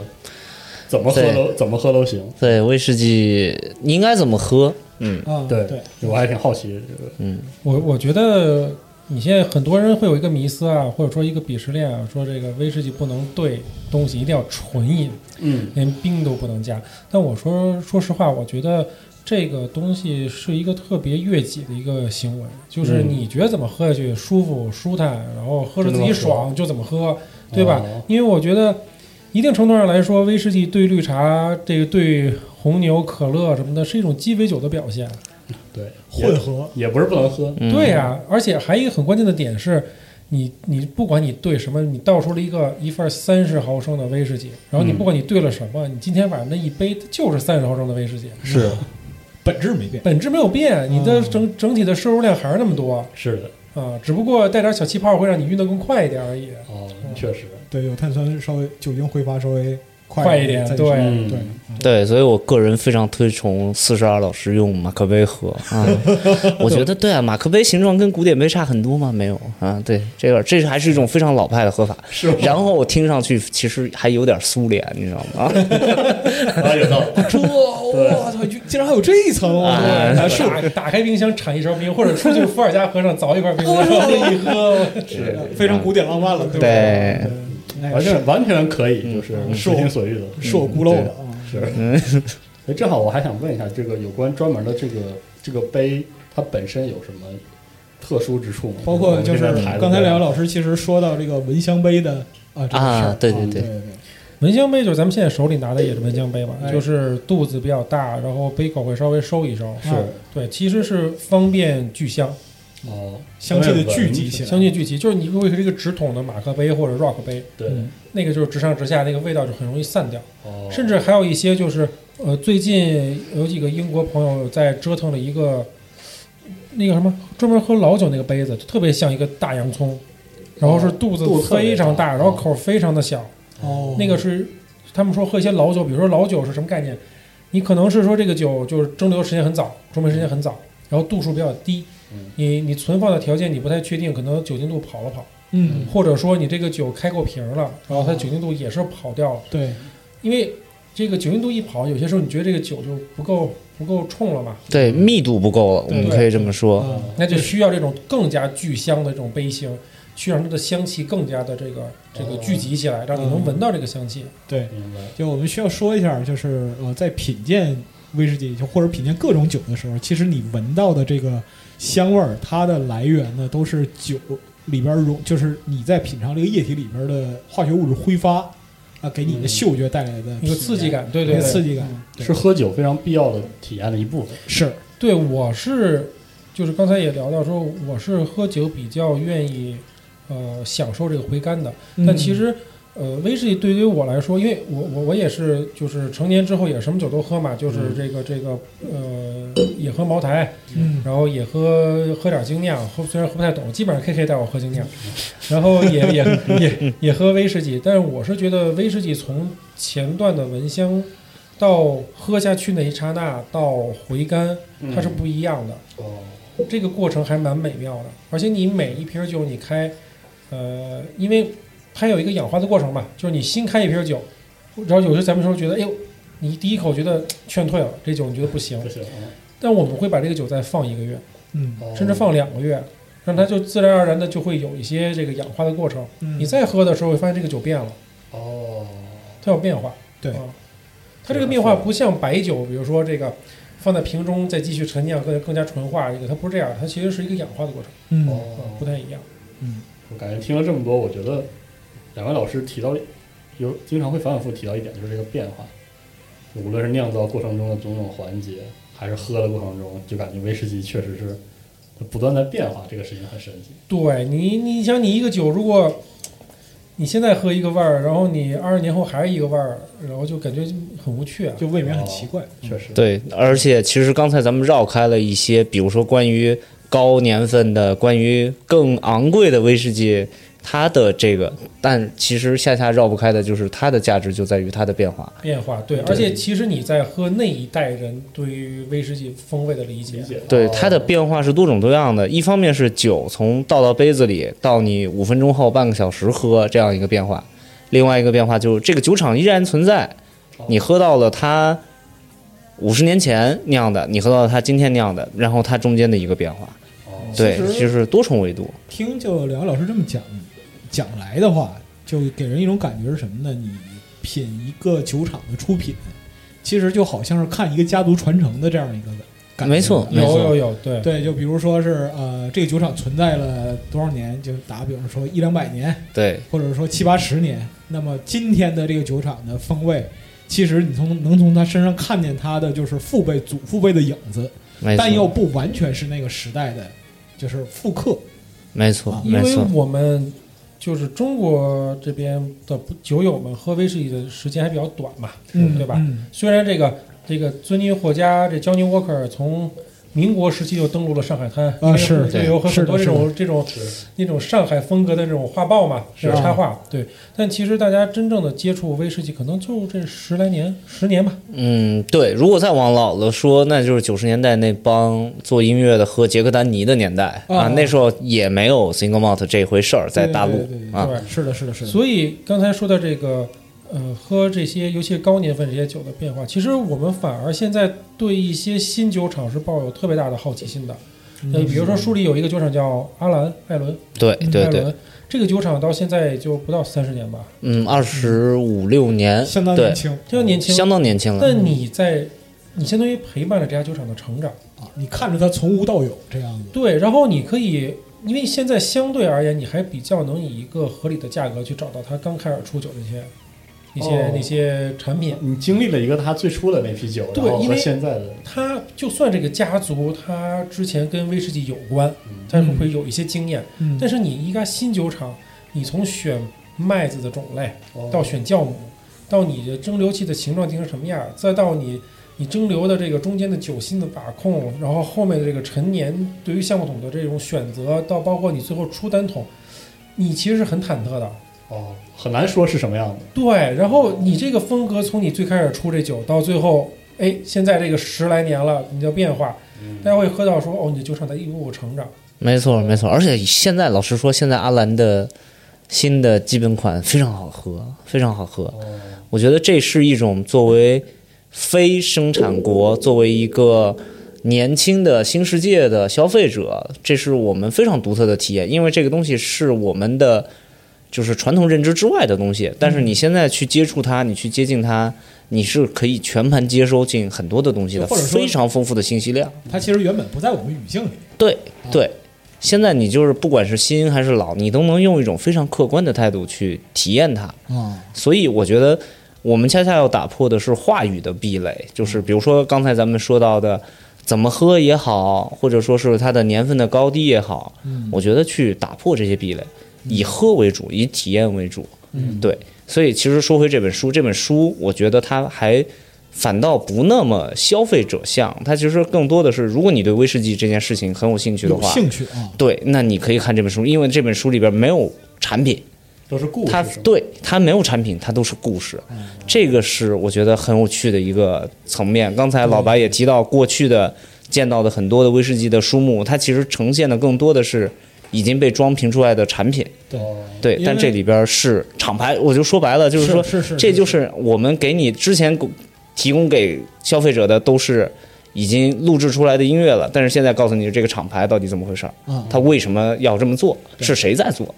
[SPEAKER 1] 怎么喝
[SPEAKER 4] 对
[SPEAKER 1] 都怎么喝都行，
[SPEAKER 4] 对，威士忌你应该怎么喝？嗯，
[SPEAKER 3] 啊，
[SPEAKER 1] 对
[SPEAKER 2] 对，
[SPEAKER 1] 我还挺好奇这个，
[SPEAKER 3] 我我觉得你现在很多人会有一个迷思啊，或者说一个鄙视链啊，说这个威士忌不能兑东西，一定要纯饮，
[SPEAKER 1] 嗯，
[SPEAKER 3] 连冰都不能加。但我说说实话，我觉得这个东西是一个特别越己的一个行为，就是
[SPEAKER 1] 嗯
[SPEAKER 3] 你觉得怎么喝下去舒服舒坦，然后喝着自己爽就怎么喝，对吧？
[SPEAKER 1] 哦
[SPEAKER 3] 因为我觉得一定程度上来说，威士忌对绿茶，这个对红牛、可乐什么的，是一种鸡尾酒的表现。
[SPEAKER 1] 对，也
[SPEAKER 2] 混合
[SPEAKER 1] 也不是不能喝，
[SPEAKER 4] 嗯
[SPEAKER 3] 对呀、而且还有一个很关键的点是，你你不管你兑什么，你倒出了一个一份三十毫升的威士忌，然后你不管你兑了什么，你今天晚上那一杯它就是三十毫升的威士忌，
[SPEAKER 2] 是，本质没变。
[SPEAKER 3] 本质没有变，你的整整体的摄入量还是那么多
[SPEAKER 1] 是的，
[SPEAKER 3] 啊，只不过带点小气泡会让你晕得更快一点 而已，
[SPEAKER 1] 哦，确实，
[SPEAKER 2] 对，有碳酸稍微酒精挥发稍微
[SPEAKER 3] 快
[SPEAKER 2] 快
[SPEAKER 3] 一点
[SPEAKER 2] 再
[SPEAKER 3] 对
[SPEAKER 2] 去
[SPEAKER 1] 嗯
[SPEAKER 2] 对，
[SPEAKER 4] 对，所以我个人非常推崇四十二老师用马克杯喝 啊，我觉得对啊，马克杯形状跟古典杯差很多吗？没有啊，对，这个这还是一种非常老派的喝法，是，然后听上去其实还有点苏联，你知道 吗？
[SPEAKER 1] 啊，有道理，
[SPEAKER 2] 这我操，就竟然还有这一层啊！
[SPEAKER 4] 哎
[SPEAKER 3] 啊，打打开冰箱铲一勺冰，或者出去伏尔加河上凿一块冰，然后一喝，
[SPEAKER 2] 非常古典浪漫了，
[SPEAKER 4] 啊
[SPEAKER 2] 对吧？
[SPEAKER 4] 对
[SPEAKER 2] 对，哎
[SPEAKER 1] 完
[SPEAKER 2] 是
[SPEAKER 1] 全啊完全可以，就是
[SPEAKER 2] 是
[SPEAKER 1] 随心所欲的，
[SPEAKER 2] 是我孤陋了啊！
[SPEAKER 1] 哎，正好我还想问一下，这个有关专门的这个这个杯，它本身有什么特殊之处吗？
[SPEAKER 2] 包括就是刚才两位老师其实说到这个蚊香杯的啊这个事儿
[SPEAKER 4] 啊，对对
[SPEAKER 2] 啊
[SPEAKER 4] 对
[SPEAKER 2] 对对，
[SPEAKER 3] 蚊香杯就是咱们现在手里拿的也是蚊香杯嘛，
[SPEAKER 2] 哎
[SPEAKER 3] 就是肚子比较大，然后杯口会稍微收一收。
[SPEAKER 2] 是
[SPEAKER 1] 是
[SPEAKER 3] 对，其实是方便聚香，
[SPEAKER 1] 哦，
[SPEAKER 2] 香气的聚集起来，
[SPEAKER 3] 香气聚集。就是你如果是一个直筒的马克杯或者 rock 杯，
[SPEAKER 1] 对，
[SPEAKER 2] 嗯
[SPEAKER 3] 那个就是直上直下，那个味道就很容易散掉。
[SPEAKER 1] 哦，
[SPEAKER 3] 甚至还有一些就是，呃，最近有几个英国朋友在折腾了一个那个什么专门喝老酒那个杯子，就特别像一个大洋葱，然后是肚子
[SPEAKER 1] 哦肚子特别
[SPEAKER 3] 非常大，
[SPEAKER 1] 大嗯
[SPEAKER 3] 然后口非常的小。
[SPEAKER 2] 哦，
[SPEAKER 3] 那个是他们说喝一些老酒，比如说老酒是什么概念？你可能是说这个酒就是蒸馏时间很早，装瓶时间很早，然后度数比较低
[SPEAKER 1] 嗯，
[SPEAKER 3] 你你存放的条件你不太确定，可能酒精度跑了跑，
[SPEAKER 2] 嗯，
[SPEAKER 3] 或者说你这个酒开过瓶了，然后它酒精度也是跑掉了，
[SPEAKER 2] 对，
[SPEAKER 3] 因为这个酒精度一跑，有些时候你觉得这个酒就不够不够冲了嘛，
[SPEAKER 4] 对，密度不够了，我
[SPEAKER 2] 对
[SPEAKER 4] 们可以这么说。
[SPEAKER 2] 啊
[SPEAKER 3] 那就需要这种更加聚香的这种杯型，去让它的香气更加的这个这个聚集起来，让你能闻到这个香气。
[SPEAKER 2] 对，
[SPEAKER 1] 明白，
[SPEAKER 2] 就我们需要说一下，就是呃，在品鉴威士忌就或者品鉴各种酒的时候，其实你闻到的这个香味儿，它的来源呢都是酒里边儿溶，就是你在品尝这个液体里边儿的化学物质挥发啊、给你的嗅觉带来的
[SPEAKER 3] 一
[SPEAKER 2] 体
[SPEAKER 3] 个刺激
[SPEAKER 2] 验，
[SPEAKER 3] 感，
[SPEAKER 2] 一
[SPEAKER 3] 对对
[SPEAKER 2] 个
[SPEAKER 3] 对，
[SPEAKER 2] 刺激感
[SPEAKER 1] 是喝酒非常必要的体验的一部分。
[SPEAKER 2] 是
[SPEAKER 3] 对，我是就是刚才也聊到说，我是喝酒比较愿意呃享受这个回甘的，但其实呃，威士忌对于我来说，因为我我我也是就是成年之后也什么酒都喝嘛，就是这个这个呃也喝茅台，
[SPEAKER 2] 嗯
[SPEAKER 3] 然后也喝喝点精酿，喝虽然喝不太懂，基本上 K K 带我喝精酿，然后也也也也喝威士忌，但是我是觉得威士忌从前段的闻香到喝下去那一刹那到回甘，它是不一样的。
[SPEAKER 1] 嗯哦，
[SPEAKER 3] 这个过程还蛮美妙的。而且你每一瓶酒你开，呃，因为它有一个氧化的过程嘛，就是你新开一瓶酒，然后有时候咱们说觉得，哎呦，你第一口觉得嘖劝退了，这酒你觉得不行
[SPEAKER 1] 不，行，
[SPEAKER 3] 但我们会把这个酒再放一个月，
[SPEAKER 2] 嗯
[SPEAKER 1] 哦
[SPEAKER 3] 甚至放两个月，让它就自然而然的就会有一些这个氧化的过程。
[SPEAKER 2] 嗯，
[SPEAKER 3] 你再喝的时候会发现这个酒变了，
[SPEAKER 1] 哦，
[SPEAKER 3] 它有变化。
[SPEAKER 2] 对
[SPEAKER 3] 啊它这个变化不像白酒，比如说这个放在瓶中再继续陈酿，更更加纯化，这个它不是这样，它其实是一个氧化的过程，
[SPEAKER 2] 嗯
[SPEAKER 3] 啊
[SPEAKER 1] 哦，
[SPEAKER 3] 不太一样。
[SPEAKER 2] 嗯
[SPEAKER 1] 我感觉听了这么多，我觉得两位老师提到有经常会反反复复提到一点，就是这个变化，无论是酿造过程中的种种环节，还是喝的过程中，就感觉威士忌确实是它不断在变化，这个事情很神奇。
[SPEAKER 3] 对你，你想你一个酒，如果你现在喝一个味儿，然后你二十年后还是一个味儿，然后就感觉很无趣啊。
[SPEAKER 2] 就未免很奇怪。嗯
[SPEAKER 1] 确实，
[SPEAKER 4] 嗯对，而且其实刚才咱们绕开了一些，比如说关于高年份的、关于更昂贵的威士忌，它的这个，但其实恰恰绕不开的就是它的价值就在于它的变化。
[SPEAKER 3] 变化对，而且其实你在喝那一代人对于威士忌风味的理解，
[SPEAKER 1] 理解
[SPEAKER 4] 对它的变化是多种多样的，一方面是酒从倒到杯子里到你五分钟后半个小时喝这样一个变化，另外一个变化就是这个酒厂依然存在，你喝到了它五十年前酿的，你喝到了它今天酿的，然后它中间的一个变化，
[SPEAKER 1] 哦，
[SPEAKER 4] 对
[SPEAKER 2] 其，实
[SPEAKER 4] 就是多重维度。
[SPEAKER 2] 听就两位老师这么讲讲来的话，就给人一种感觉是什么呢？你品一个酒厂的出品，其实就好像是看一个家族传承的这样一个感觉。
[SPEAKER 4] 没错
[SPEAKER 3] 有
[SPEAKER 4] 没错
[SPEAKER 3] 有有，对
[SPEAKER 2] 对，就比如说是呃，这个酒厂存在了多少年？就打个比方说一两百年，
[SPEAKER 4] 对，
[SPEAKER 2] 或者说七八十年。那么今天的这个酒厂的风味，其实你从能从他身上看见他的就是父辈、祖父辈的影子，
[SPEAKER 4] 没错，
[SPEAKER 2] 但又不完全是那个时代的，就是复刻。
[SPEAKER 4] 没错，
[SPEAKER 3] 因
[SPEAKER 4] 没
[SPEAKER 3] 为
[SPEAKER 4] 错，
[SPEAKER 3] 我们就是中国这边的酒友们喝威士忌的时间还比较短嘛，
[SPEAKER 2] 嗯
[SPEAKER 3] 对吧？
[SPEAKER 2] 嗯
[SPEAKER 3] 虽然这个这个尊尼霍加这 Johnny Walker 从民国时期就登陆了上海滩，因为
[SPEAKER 2] 啊是
[SPEAKER 3] 就有
[SPEAKER 2] 是的
[SPEAKER 3] 很多这
[SPEAKER 2] 是的
[SPEAKER 3] 种这种
[SPEAKER 1] 是
[SPEAKER 3] 那种上海风格的这种画报嘛，
[SPEAKER 2] 是
[SPEAKER 3] 是
[SPEAKER 2] 啊
[SPEAKER 3] 插画。对，但其实大家真正的接触威士忌，可能就这十来年、十年吧。
[SPEAKER 4] 嗯，对。如果再往老了说，那就是九十年代那帮做音乐的喝杰克丹尼的年代
[SPEAKER 2] 啊
[SPEAKER 4] 啊，那时候也没有 single malt 这回事儿在大
[SPEAKER 2] 对
[SPEAKER 4] 陆
[SPEAKER 2] 对对对
[SPEAKER 4] 啊。
[SPEAKER 3] 对
[SPEAKER 2] 是的，是的，是的。
[SPEAKER 3] 所以刚才说的这个，呃，喝这些，尤其是高年份这些酒的变化，其实我们反而现在对一些新酒厂是抱有特别大的好奇心的。呃，比如说书里有一个酒厂叫阿兰艾伦，
[SPEAKER 4] 对嗯对
[SPEAKER 3] 艾
[SPEAKER 4] 对，
[SPEAKER 3] 伦这个酒厂到现在也就不到三十年吧，
[SPEAKER 4] 嗯，二十五六年，
[SPEAKER 2] 相当
[SPEAKER 4] 对
[SPEAKER 2] 年，轻
[SPEAKER 3] 这样年轻。
[SPEAKER 4] 相当年轻了。
[SPEAKER 3] 但你在，你相当于陪伴了这家酒厂的成长。
[SPEAKER 2] 啊！你看着他从无到有这样子，
[SPEAKER 3] 对，然后你可以，因为现在相对而言，你还比较能以一个合理的价格去找到它刚开始出酒那些、一些、
[SPEAKER 1] 哦
[SPEAKER 3] 那些产品。
[SPEAKER 1] 你经历了一个他最初的那批酒，
[SPEAKER 3] 对
[SPEAKER 1] 然后
[SPEAKER 3] 因
[SPEAKER 1] 和
[SPEAKER 3] 为
[SPEAKER 1] 现在的
[SPEAKER 3] 它就算这个家族，它之前跟威士忌有关，它会会有一些经验。
[SPEAKER 2] 嗯
[SPEAKER 3] 但是你一家新酒厂，你从选麦子的种类，
[SPEAKER 1] 哦
[SPEAKER 3] 到选酵母，到你的蒸馏器的形状定成什么样儿，再到你你蒸馏的这个中间的酒心的把控，然后后面的这个陈年对于橡木桶的这种选择，到包括你最后出单桶，你其实是很忐忑的。
[SPEAKER 1] 哦，很难说是什么样的。
[SPEAKER 3] 对，然后你这个风格从你最开始出这酒到最后，哎，现在这个十来年了，你的变化，
[SPEAKER 2] 嗯
[SPEAKER 3] 大家会喝到说哦，你的酒厂在一步步成长。
[SPEAKER 4] 没错没错，而且现在老实说，现在阿兰的新的基本款非常好喝，非常好
[SPEAKER 2] 哦
[SPEAKER 4] 喝。我觉得这是一种作为非生产国，作为一个年轻的新世界的消费者，这是我们非常独特的体验，因为这个东西是我们的就是传统认知之外的东西。但是你现在去接触它，你去接近它，你是可以全盘接收进很多的东西的，
[SPEAKER 2] 就或者说
[SPEAKER 4] 非常丰富的信息量。
[SPEAKER 2] 他其实原本不在我们语境里。
[SPEAKER 4] 对对，现在你就是不管是新还是老，你都能用一种非常客观的态度去体验它。
[SPEAKER 2] 啊，
[SPEAKER 4] 所以我觉得我们恰恰要打破的是话语的壁垒，就是
[SPEAKER 2] 嗯
[SPEAKER 4] 比如说刚才咱们说到的。怎么喝也好，或者说是它的年份的
[SPEAKER 2] 嗯
[SPEAKER 4] 高低也好，我觉得去打破这些壁垒，以喝为主，以体验为主，嗯，对，所以其实说回这本书，这本书我觉得它还反倒不那么消费者向，它其实更多的是，如果你对威士忌这件事情很有兴趣的
[SPEAKER 2] 有
[SPEAKER 4] 话，
[SPEAKER 2] 兴趣啊，
[SPEAKER 4] 对，那你可以看这本书，因为这本书里边没有产品，
[SPEAKER 1] 都是故事
[SPEAKER 4] 它
[SPEAKER 1] 是吗
[SPEAKER 4] 对它没有产品，它都是故事，这个是我觉得很有趣的一个层面。刚才老白也提到，过去的见到的很多的威士忌的书目，它其实呈现的更多的是已经被装瓶出来的产品。
[SPEAKER 2] 对
[SPEAKER 4] 对，
[SPEAKER 2] 因
[SPEAKER 4] 但
[SPEAKER 2] 为
[SPEAKER 4] 这里边是厂牌，我就说白了，就是
[SPEAKER 2] 是
[SPEAKER 4] 说，
[SPEAKER 2] 是是
[SPEAKER 4] 这
[SPEAKER 2] 是
[SPEAKER 4] 就是我们给你之前给提供给消费者的都是已经录制出来的音乐了，但是现在告诉你这个厂牌到底怎么回事儿，
[SPEAKER 2] 啊，
[SPEAKER 4] 他为什么要这么做，是谁在做？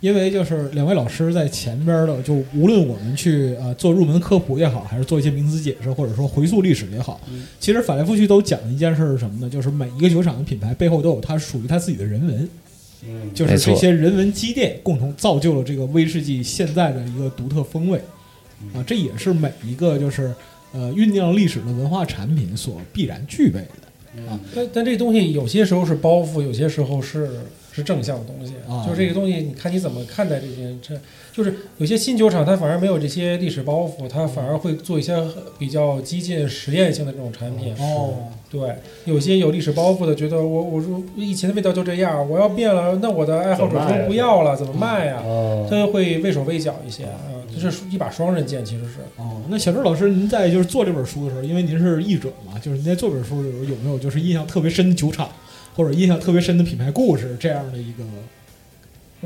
[SPEAKER 2] 因为就是两位老师在前边的，就无论我们去呃做入门科普也好，还是做一些名词解释，或者说回溯历史也好，其实反来覆去都讲的一件事是什么呢？就是每一个酒厂的品牌背后都有它属于它自己的人文，
[SPEAKER 1] 嗯
[SPEAKER 2] 就是
[SPEAKER 4] 没错
[SPEAKER 2] 这些人文积淀共同造就了这个威士忌现在的一个独特风味啊，这也是每一个就是呃酝酿历史的文化产品所必然具备的
[SPEAKER 3] 但但这东西有些时候是包袱，有些时候是是正向的东西。
[SPEAKER 2] 啊
[SPEAKER 3] 就是这个东西，你看你怎么看待这件，这就是有些新酒厂它反而没有这些历史包袱，它反而会做一些比较激进实验性的这种产品。
[SPEAKER 2] 哦，
[SPEAKER 3] 对，有些有历史包袱的觉得我我说以前的味道就这样，我要变了，那我的爱好者
[SPEAKER 1] 怎么卖
[SPEAKER 3] 说
[SPEAKER 1] 啊
[SPEAKER 3] 不要了，怎么卖呀、
[SPEAKER 1] 哦
[SPEAKER 3] 它就会畏手畏脚一些啊，就是一把双刃剑，其实是。
[SPEAKER 2] 哦，那小周老师，您在就是做这本书的时候，因为您是译者嘛，就是您在做这本书的时候，有没有就是印象特别深的酒厂，或者印象特别深的品牌故事这样的一个？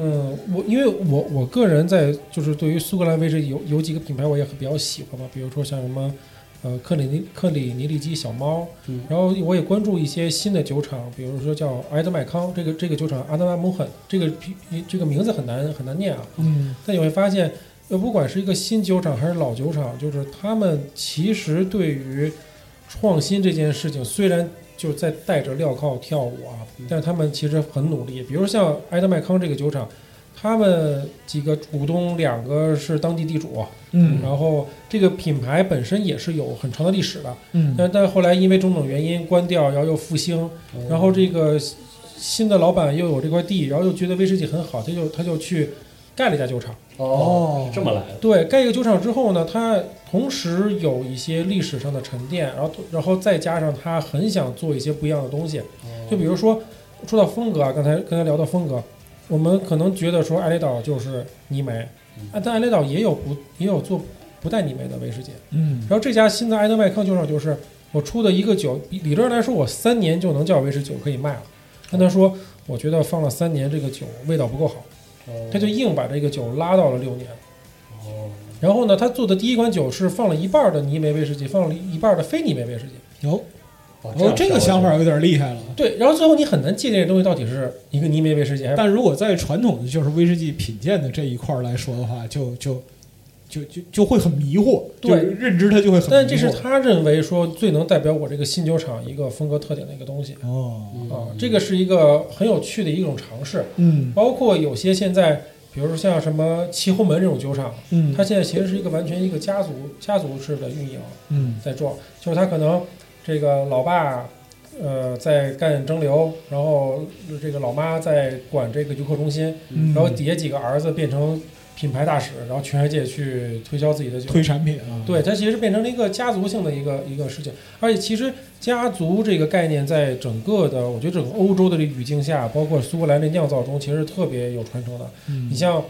[SPEAKER 3] 嗯，我因为我我个人在就是对于苏格兰威士忌有有几个品牌我也比较喜欢嘛，比如说像什么呃克里尼克里尼利基小猫，
[SPEAKER 1] 嗯
[SPEAKER 3] 然后我也关注一些新的酒厂，比如说叫埃德麦康这个这个酒厂阿德纳姆肯这个品这个名字很难很难念啊，
[SPEAKER 2] 嗯
[SPEAKER 3] 但你会发现，呃，不管是一个新酒厂还是老酒厂，就是他们其实对于创新这件事情，虽然就在带着镣铐跳舞啊，
[SPEAKER 2] 嗯
[SPEAKER 3] 但是他们其实很努力。比如像埃德麦康这个酒厂，他们几个股东两个是当地地主，啊
[SPEAKER 2] 嗯
[SPEAKER 3] 然后这个品牌本身也是有很长的历史的，
[SPEAKER 2] 嗯哦
[SPEAKER 3] 但但后来因为种种原因关掉，然后又复兴，然后这个新的老板又有这块地，然后又觉得威士忌很好，他就他就去盖了一家酒厂。
[SPEAKER 1] 哦，是这么来的，
[SPEAKER 3] 对，盖一个酒厂之后呢，他同时有一些历史上的沉淀，然后然后再加上他很想做一些不一样的东西，就比如说说到风格啊，刚才刚才聊到风格，我们可能觉得说艾雷岛就是泥煤，啊，但艾雷岛也有不也有做不带泥煤的威士忌，
[SPEAKER 2] 嗯
[SPEAKER 3] 然后这家新的埃德麦康酒厂就是我出的一个酒，比理论上来说我三年就能叫威士酒可以卖了，但他说我觉得放了三年这个酒味道不够好，他就硬把这个酒拉到了六年。
[SPEAKER 1] 哦
[SPEAKER 3] 然后呢，他做的第一款酒是放了一半的泥煤威士忌，放了一半的非泥煤威士忌。
[SPEAKER 2] 有
[SPEAKER 1] 样
[SPEAKER 2] 哦，这个想法有点厉害了。
[SPEAKER 3] 对，然后最后你很难界定这东西到底是一个泥煤威士忌还是
[SPEAKER 2] 但如果在传统的就是威士忌品鉴的这一块儿来说的话，就就就就就会很迷惑，
[SPEAKER 3] 对
[SPEAKER 2] 就是认知它就会很迷惑。
[SPEAKER 3] 但这是他认为说最能代表我这个新酒厂一个风格特点的一个东西
[SPEAKER 2] 哦，
[SPEAKER 3] 啊，这个是一个很有趣的一种尝试。
[SPEAKER 2] 嗯
[SPEAKER 3] 包括有些现在，比如说像什么齐侯门这种酒厂，
[SPEAKER 2] 嗯，
[SPEAKER 3] 它现在其实是一个完全一个家族家族式的运营
[SPEAKER 2] 嗯
[SPEAKER 3] 在做，就是他可能这个老爸。呃，在干蒸馏，然后这个老妈在管这个游客中心，
[SPEAKER 2] 嗯，
[SPEAKER 3] 然后底下几个儿子变成品牌大使，然后全世界去推销自己的酒。
[SPEAKER 2] 推产品啊，
[SPEAKER 3] 对，它其实变成了一个家族性的一个一个事情，而且其实家族这个概念在整个的，我觉得整个欧洲的这语境下，包括苏格兰的酿造中，其实特别有传承的。
[SPEAKER 2] 嗯，
[SPEAKER 3] 你像，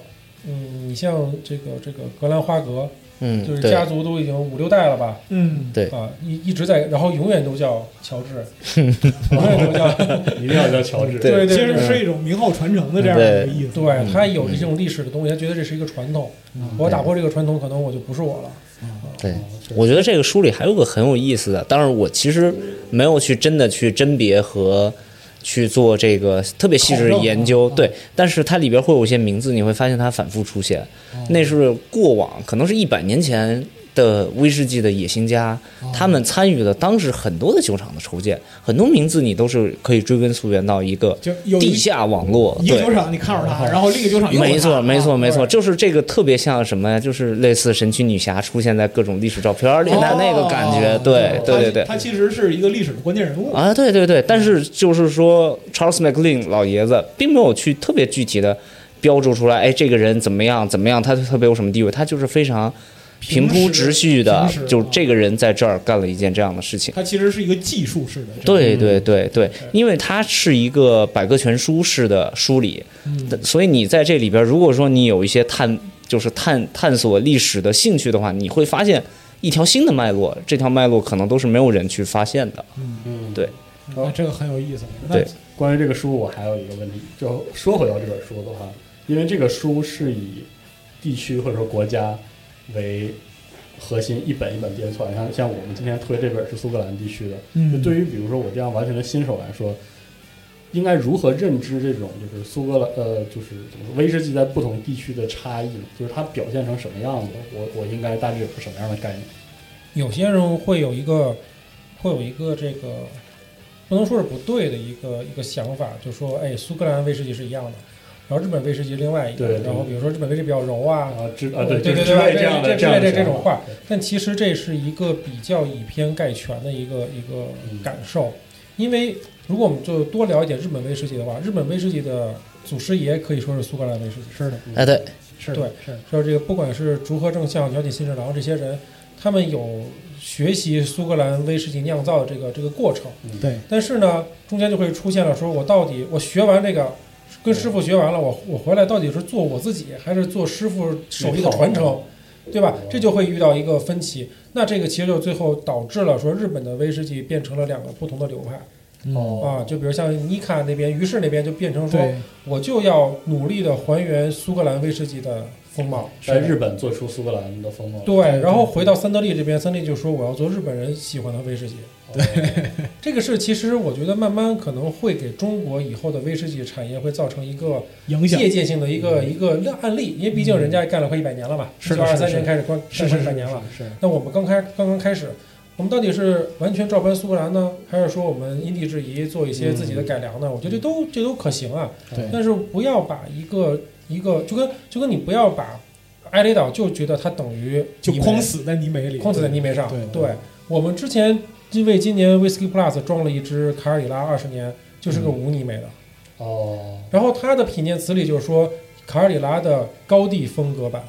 [SPEAKER 3] 嗯，你像这个这个格兰花格，
[SPEAKER 4] 嗯，
[SPEAKER 3] 就是
[SPEAKER 4] 对
[SPEAKER 3] 家族都已经五六代了吧，
[SPEAKER 2] 嗯
[SPEAKER 4] 对
[SPEAKER 3] 啊，一一直在，然后永远都叫乔治，永远都叫，
[SPEAKER 1] 一定要叫乔治，
[SPEAKER 4] 对
[SPEAKER 2] 其
[SPEAKER 3] 对
[SPEAKER 2] 实
[SPEAKER 3] 对
[SPEAKER 2] 是一种名号传
[SPEAKER 4] 嗯
[SPEAKER 2] 承的这样的一个意思。
[SPEAKER 3] 对他有这种历史的东西，他觉得这是一个传统，我打破这个传统，可能我就不是我了。
[SPEAKER 4] 对，我觉得这个书里还有个很有意思的，当然我其实没有去真的去甄别和去做这个特别细致的研究，
[SPEAKER 2] 嗯
[SPEAKER 4] 对，但是它里边会有一些名字，你会发现它反复出现，
[SPEAKER 2] 哦
[SPEAKER 4] 那是过往可能是一百年前。的威士忌的野心家，
[SPEAKER 2] 哦
[SPEAKER 4] 他们参与了当时很多的酒厂的筹建，很多名字你都是可以追根溯源到一个
[SPEAKER 2] 就有一
[SPEAKER 4] 地下网络，
[SPEAKER 2] 一
[SPEAKER 4] 对。
[SPEAKER 2] 个酒厂你看着它，然后另一个酒 厂又有啊它
[SPEAKER 4] 没错，没错，没错，
[SPEAKER 3] 对
[SPEAKER 4] 就是这个特别像什么呀？就是类似神奇女侠出现在各种历史照片里的
[SPEAKER 2] 哦
[SPEAKER 4] 那个感觉，对，对，对，对
[SPEAKER 2] 它，其实是一个历史的关键人物。
[SPEAKER 4] 啊，对对对。但是就是说，Charles MacLean 老爷子并没有去特别具体的标注出来，哎，这个人怎么样怎么样，他特别有什么地位，他就是非常平铺直叙
[SPEAKER 2] 平
[SPEAKER 4] 的
[SPEAKER 2] 哦时，啊
[SPEAKER 4] 就这个人在这儿干了一件这样的事情。
[SPEAKER 2] 它其实是一个技术式的，
[SPEAKER 4] 对
[SPEAKER 1] 嗯
[SPEAKER 4] 对对对，因为它是一个百科全书式的梳理，
[SPEAKER 1] 嗯
[SPEAKER 4] 所以你在这里边，如果说你有一些探，就是探探索历史的兴趣的话，你会发现一条新的脉络，这条脉络可能都是没有人去发现的。
[SPEAKER 1] 嗯，
[SPEAKER 4] 对，
[SPEAKER 2] 这样，啊这个很有意思。那
[SPEAKER 4] 对
[SPEAKER 1] 关于这个书，我还有一个问题，就说回到这本书的话，因为这个书是以地区或者说国家为核心，一本一本编纂。像像我们今天推这本是苏格兰地区的，
[SPEAKER 2] 嗯
[SPEAKER 1] 就对于比如说我这样完全的新手来说，应该如何认知这种就是苏格兰呃就是怎么说威士忌在不同地区的差异呢？就是它表现成什么样子，我我应该大致有个什么样的概念？
[SPEAKER 3] 有些人会有一个会有一个这个不能说是不对的一个一个想法，就说哎，苏格兰威士忌是一样的，然后日本威士忌另外一个
[SPEAKER 1] 对，对
[SPEAKER 3] 然后比如说日本威士忌比较柔啊，
[SPEAKER 1] 啊，之啊对，
[SPEAKER 3] 对
[SPEAKER 1] 就是
[SPEAKER 3] 对
[SPEAKER 1] 之
[SPEAKER 3] 对，
[SPEAKER 1] 类这样的
[SPEAKER 3] 这
[SPEAKER 1] 样的
[SPEAKER 3] 这这
[SPEAKER 1] 想法
[SPEAKER 3] 种话
[SPEAKER 1] 对，
[SPEAKER 3] 但其实这是一个比较以偏概全的一个一个
[SPEAKER 1] 嗯
[SPEAKER 3] 感受，因为如果我们就多聊一点日本威士忌的话，日本威士忌的祖师爷可以说是苏格兰威士忌，
[SPEAKER 2] 是的，
[SPEAKER 4] 哎，对，
[SPEAKER 2] 是的，
[SPEAKER 3] 对
[SPEAKER 2] 是的，
[SPEAKER 3] 说这个不管是竹贺正孝、鸟井信治郎这些人，他们有学习苏格兰威士忌酿造的这个这个过程，
[SPEAKER 2] 对，
[SPEAKER 3] 但是呢，中间就会出现了说我到底我学完这个。跟师傅学完了，我我回来到底是做我自己，还是做师傅手艺的传承，对吧？这就会遇到一个分歧。那这个其实就最后导致了说日本的威士忌变成了两个不同的流派
[SPEAKER 2] 嗯，
[SPEAKER 3] 啊，就比如像尼卡那边、于氏那边就变成说，
[SPEAKER 2] 对，
[SPEAKER 3] 我就要努力的还原苏格兰威士忌的风貌。
[SPEAKER 1] 在日本做出苏格兰的风貌。
[SPEAKER 3] 对，然后回到三得利这边，三得利就说我要做日本人喜欢的威士忌。对，这个是其实我觉得慢慢可能会给中国以后的威士忌产业会造成一个
[SPEAKER 2] 影响嗯
[SPEAKER 3] 借鉴性的一个一个案例，因为毕竟人家干了快一百年了嘛，一
[SPEAKER 2] 是
[SPEAKER 3] 九
[SPEAKER 2] 的
[SPEAKER 3] 二三
[SPEAKER 2] 是
[SPEAKER 3] 年
[SPEAKER 2] 的
[SPEAKER 3] 开始关
[SPEAKER 2] 是是
[SPEAKER 3] 一
[SPEAKER 2] 是
[SPEAKER 3] 百
[SPEAKER 2] 是
[SPEAKER 3] 年了。
[SPEAKER 2] 是，
[SPEAKER 3] 那我们刚开刚刚开始，我们到底是完全照搬苏格兰呢，还是说我们因地制宜做一些自己的改良呢？我觉得这都这都可行啊。
[SPEAKER 2] 嗯对，
[SPEAKER 3] 但是不要把一个一个就跟就跟你不要把埃雷岛就觉得它等于
[SPEAKER 2] 就
[SPEAKER 3] 泥煤
[SPEAKER 2] 框死在泥煤里，
[SPEAKER 3] 框死在泥煤上。
[SPEAKER 2] 对
[SPEAKER 3] 对，我们之前因为今年 Whisky Plus 装了一支卡尔里拉二十年，就是
[SPEAKER 2] 嗯
[SPEAKER 3] 个无泥煤的。
[SPEAKER 1] 哦，
[SPEAKER 3] 然后它的品鉴词里就是说卡尔里拉的高地风格版，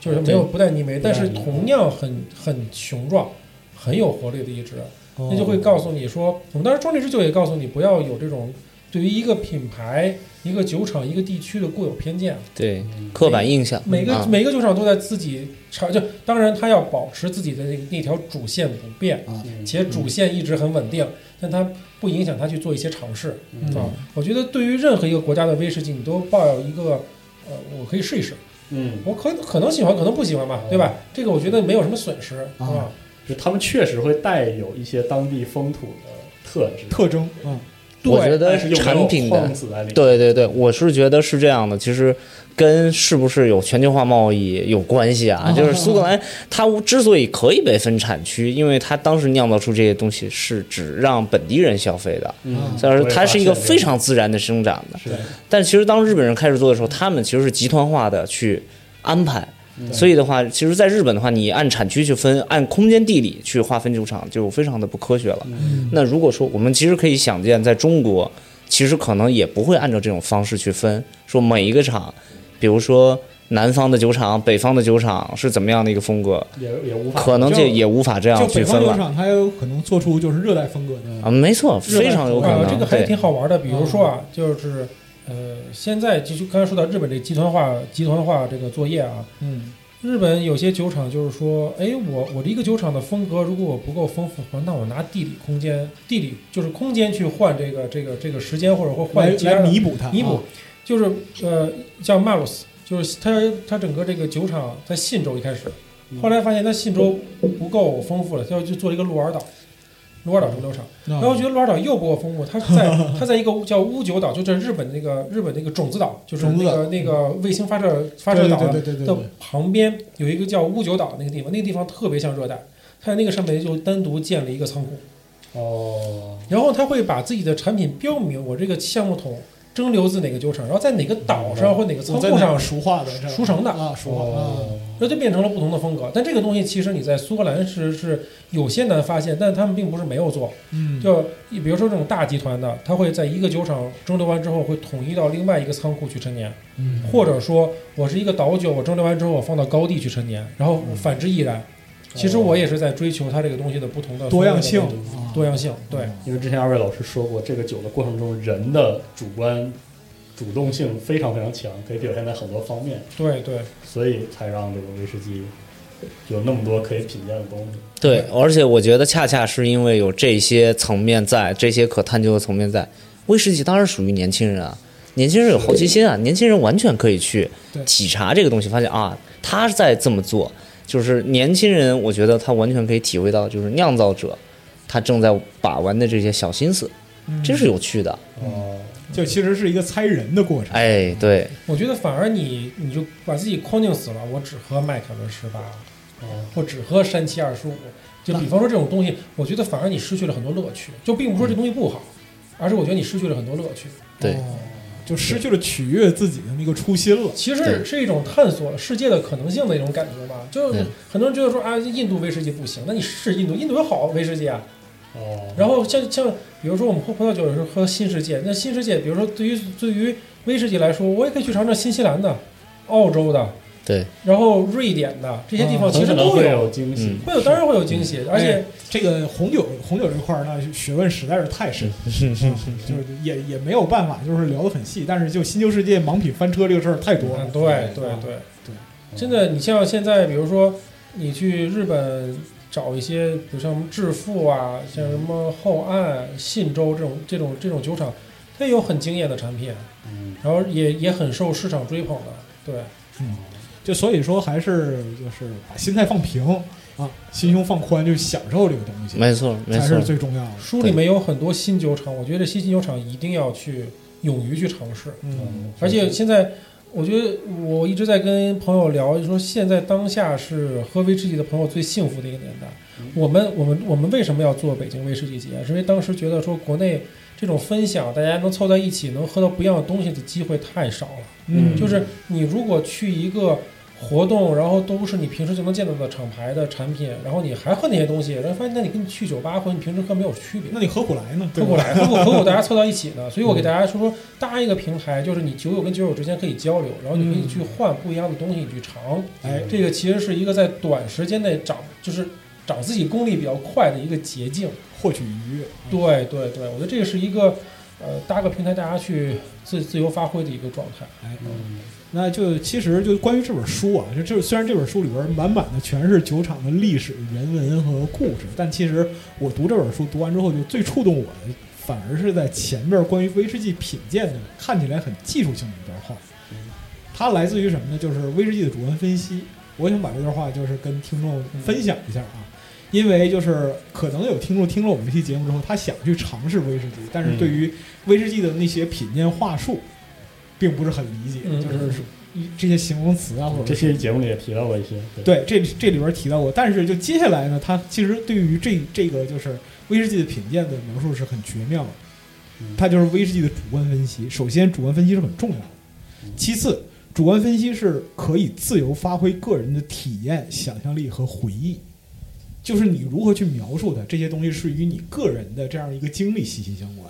[SPEAKER 3] 就是没有不带泥煤，但是同样很很雄壮，很有活力的一支。
[SPEAKER 2] 哦，
[SPEAKER 3] 那就
[SPEAKER 1] 嗯
[SPEAKER 3] 会告诉你说，我们当时装这支酒也告诉你，不要有这种对于一个品牌、一个酒厂、一个地区的固有偏见。
[SPEAKER 4] 对，刻板印象，
[SPEAKER 3] 每个、
[SPEAKER 4] 啊
[SPEAKER 3] 每个酒厂都在自己厂，就当然它要保持自己的那那条主线不变，
[SPEAKER 1] 嗯
[SPEAKER 3] 且主线一直很稳定，但它不影响它去做一些尝试
[SPEAKER 1] 嗯
[SPEAKER 3] 啊。我觉得对于任何一个国家的威士忌，你都抱有一个。呃，我可以试一试，
[SPEAKER 1] 嗯，
[SPEAKER 3] 我可可能喜欢，可能不喜欢吧，对吧？这个我觉得没有什么损失啊
[SPEAKER 2] 啊。
[SPEAKER 1] 就他们确实会带有一些当地风土的特质，
[SPEAKER 2] 特征，嗯，
[SPEAKER 4] 我
[SPEAKER 3] 对
[SPEAKER 4] 觉得
[SPEAKER 1] 但是又没
[SPEAKER 4] 产
[SPEAKER 1] 有
[SPEAKER 4] 品的
[SPEAKER 1] 框死在里面。
[SPEAKER 4] 对对对，我是觉得是这样的，其实跟是不是有全球化贸易有关系
[SPEAKER 1] 哦
[SPEAKER 4] 啊？就是苏格兰它之所以可以被分产区，因为它当时酿造出这些东西是只让本地人消费的，
[SPEAKER 1] 嗯，
[SPEAKER 4] 但是它是一个
[SPEAKER 1] 我也发现这
[SPEAKER 4] 非常自然的生长的。
[SPEAKER 1] 是
[SPEAKER 4] 但其实当日本人开始做的时候，他们其实是集团化的去安排。所以的话，其实，在日本的话，你按产区去分，按空间地理去划分酒厂，就非常的不科学了。
[SPEAKER 2] 嗯
[SPEAKER 4] 那如果说我们其实可以想见，在中国，其实可能也不会按照这种方式去分，说每一个厂，比如说南方的酒厂、北方的酒厂是怎么样的一个风格，
[SPEAKER 1] 也也无法
[SPEAKER 4] 可能这
[SPEAKER 2] 就
[SPEAKER 4] 也无法这
[SPEAKER 2] 就
[SPEAKER 4] 样去
[SPEAKER 2] 北方
[SPEAKER 4] 分
[SPEAKER 2] 酒
[SPEAKER 4] 了。
[SPEAKER 2] 厂它有可能做出就是热带风格的，
[SPEAKER 4] 啊，没错，非常有可
[SPEAKER 3] 啊
[SPEAKER 4] 能。，
[SPEAKER 3] 这个还
[SPEAKER 4] 对
[SPEAKER 3] 挺好玩的。比
[SPEAKER 2] 嗯
[SPEAKER 3] 如说啊，就是呃，现在就就刚才说到日本这集团化、集团化这个作业啊，
[SPEAKER 2] 嗯，
[SPEAKER 3] 日本有些酒厂就是说，哎，我我的一个酒厂的风格如果我不够丰富的话，那我拿地理空间、地理就是空间去换这个这个这个时间，或者或
[SPEAKER 2] 来
[SPEAKER 3] 换其他
[SPEAKER 2] 来
[SPEAKER 3] 的
[SPEAKER 2] 弥补它，
[SPEAKER 3] 弥补嗯
[SPEAKER 2] 啊，
[SPEAKER 3] 就是呃，叫 Malus，就是它它整个这个酒厂在信州一开始，
[SPEAKER 2] 嗯
[SPEAKER 3] 后来发现它信州不够丰富了，它就做了一个鹿儿岛，鹿儿岛蒸馏厂。
[SPEAKER 2] 那
[SPEAKER 3] 然后觉得鹿儿岛又不够丰富，它在它在一个叫乌九岛，就在日本那个日本那个种子岛，就是
[SPEAKER 2] 种子
[SPEAKER 3] 那
[SPEAKER 2] 岛嗯
[SPEAKER 3] 个那个卫星发射发射岛
[SPEAKER 2] 对对对
[SPEAKER 3] 的
[SPEAKER 2] 对对
[SPEAKER 3] 的
[SPEAKER 2] 对
[SPEAKER 3] 旁边有一个叫乌九岛那个地方，那个地方特别像热带，它在那个上面就单独建了一个仓库，
[SPEAKER 1] 哦，
[SPEAKER 3] 然后它会把自己的产品标明，我这个橡木桶蒸馏自哪个酒厂，然后在哪个岛上或哪个仓
[SPEAKER 2] 嗯我在
[SPEAKER 3] 库
[SPEAKER 2] 那
[SPEAKER 3] 上
[SPEAKER 2] 儿熟化的这样
[SPEAKER 3] 熟成的哦
[SPEAKER 2] 啊，
[SPEAKER 1] 哦
[SPEAKER 2] 熟化的啊，
[SPEAKER 3] 那就变成了不同的风格。但这个东西其实你在苏格兰是是有些难发现，但他们并不是没有做。
[SPEAKER 2] 嗯，
[SPEAKER 3] 就你比如说这种大集团的，它会在一个酒厂蒸馏完之后，会统一到另外一个仓库去陈年，
[SPEAKER 2] 嗯
[SPEAKER 3] 或者说我是一个岛酒，我蒸馏完之后我放到高地去陈年，然后
[SPEAKER 2] 嗯
[SPEAKER 3] 反之亦然。其实我也是在追求它这个东西的不同的
[SPEAKER 2] 哦多样性啊哦
[SPEAKER 3] 风味的东西多样性。对，
[SPEAKER 1] 因为之前二位老师说过，这个酒的过程中，人的主观主动性非常非常强，可以表现在很多方面，
[SPEAKER 3] 对对，
[SPEAKER 1] 所以才让这个威士忌有那么多可以品鉴的东西。
[SPEAKER 4] 对，而且我觉得恰恰是因为有这些层面在，这些可探究的层面在，威士忌当然属于年轻人啊，年轻人有好奇心啊，年轻人完全可以去
[SPEAKER 2] 对
[SPEAKER 4] 体察这个东西，发现啊，他在这么做，就是年轻人，我觉得他完全可以体会到，就是酿造者他正在把玩的这些小心思，
[SPEAKER 2] 嗯
[SPEAKER 4] 这是有趣的。
[SPEAKER 1] 哦、
[SPEAKER 2] 就其实是一个猜人的过程。
[SPEAKER 4] 哎，对，
[SPEAKER 3] 我觉得反而你你就把自己框定死了，我只喝麦凯伦十八，
[SPEAKER 4] 哦
[SPEAKER 3] 或只喝山崎二十五。就比方说这种东西，我觉得反而你失去了很多乐趣。就并不是
[SPEAKER 4] 嗯
[SPEAKER 3] 说这东西不好，而是我觉得你失去了很多乐趣。
[SPEAKER 4] 对，
[SPEAKER 2] 哦就失去了取悦自己的那个初心了。
[SPEAKER 3] 其
[SPEAKER 4] 对
[SPEAKER 3] 实是一种探索世界的可能性的一种感觉吧。就
[SPEAKER 4] 对
[SPEAKER 3] 是很多人觉得说啊，印度威士忌不行，那你试印度，印度有好威士忌啊。
[SPEAKER 1] 哦，
[SPEAKER 3] 然后像像比如说我们喝葡萄酒的时候喝新世界，那新世界，比如说对于对于威士忌来说，我也可以去尝尝新西兰的、澳洲的，
[SPEAKER 4] 对，
[SPEAKER 3] 然后瑞典的这些地方，其
[SPEAKER 1] 很
[SPEAKER 3] 实
[SPEAKER 1] 可能
[SPEAKER 3] 都
[SPEAKER 1] 会
[SPEAKER 3] 有。嗯
[SPEAKER 1] 有惊喜。
[SPEAKER 4] 嗯
[SPEAKER 3] 啊会有，当然会有惊喜，而且
[SPEAKER 2] 哎这个红酒红酒这块儿，那学问实在是太深，啊就是也也没有办法，就是聊得很细。但是就新旧世界盲品翻车这个事儿太多了
[SPEAKER 3] 嗯，，对对
[SPEAKER 2] 啊
[SPEAKER 3] 对
[SPEAKER 2] 对，
[SPEAKER 3] 真的，你像现在，比如说你去日本找一些，比如像什么致富啊，像什么后岸、信州这种这种这种酒厂，它也有很惊艳的产品，
[SPEAKER 1] 嗯，
[SPEAKER 3] 然后也也很受市场追捧的。对，
[SPEAKER 2] 就所以说还是就是把心态放平啊，心胸放宽，就享受这个东西，
[SPEAKER 4] 没错，没
[SPEAKER 2] 才
[SPEAKER 4] 错
[SPEAKER 2] 是，最重要的。
[SPEAKER 3] 书里面有很多新酒厂，我觉得这些新酒厂一定要去勇于去尝试。
[SPEAKER 2] 嗯，
[SPEAKER 3] 而且现在，我觉得我一直在跟朋友聊，就说现在当下是喝威士忌的朋友最幸福的一个年代。
[SPEAKER 2] 嗯
[SPEAKER 3] 我们我们我们为什么要做北京威士忌节？是因为当时觉得说国内这种分享，大家能凑在一起能喝到不一样的东西的机会太少了。
[SPEAKER 2] 嗯，
[SPEAKER 3] 就是你如果去一个活动，然后都是你平时就能见到的厂牌的产品，然后你还喝那些东西，然后发现那你跟你去酒吧或者你平时喝没有区别。
[SPEAKER 2] 那你何苦来呢？
[SPEAKER 3] 合
[SPEAKER 2] 对吧
[SPEAKER 3] 过来，合伙合伙大家凑到一起的，所以我给大家说说搭一个平台，就是你酒友跟酒友之间可以交流，然后你可以去换不一样的东西，你去尝。
[SPEAKER 2] 哎
[SPEAKER 3] 这个其实是一个在短时间内长，就是长自己功力比较快的一个捷径。
[SPEAKER 2] 获取愉悦。
[SPEAKER 3] 对对对，我觉得这个是一个呃搭个平台，大家去自自由发挥的一个状态。
[SPEAKER 2] 哎，那就其实就关于这本书啊，就这虽然这本书里边满满的全是酒厂的历史、人文和故事，但其实我读这本书读完之后，就最触动我的，反而是在前面关于威士忌品鉴的看起来很技术性的一段话。它来自于什么呢？就是威士忌的主观分析。我想把这段话就是跟听众分享一下啊，因为就是可能有听众听了我们这期节目之后，他想去尝试威士忌，但是对于威士忌的那些品鉴话术，并不是很理解，
[SPEAKER 3] 嗯
[SPEAKER 2] 就是说一这些形容词啊，或者
[SPEAKER 1] 这期节目里也提到过一些。对，
[SPEAKER 2] 对，这这里边提到过，但是就接下来呢，他其实对于这这个就是威士忌的品鉴的描述是很绝妙的
[SPEAKER 1] 嗯，
[SPEAKER 2] 它就是威士忌的主观分析。首先，主观分析是很重要的；
[SPEAKER 1] 嗯
[SPEAKER 2] 其次，主观分析是可以自由发挥个人的体验、想象力和回忆，就是你如何去描述它，这些东西是与你个人的这样一个经历息息相关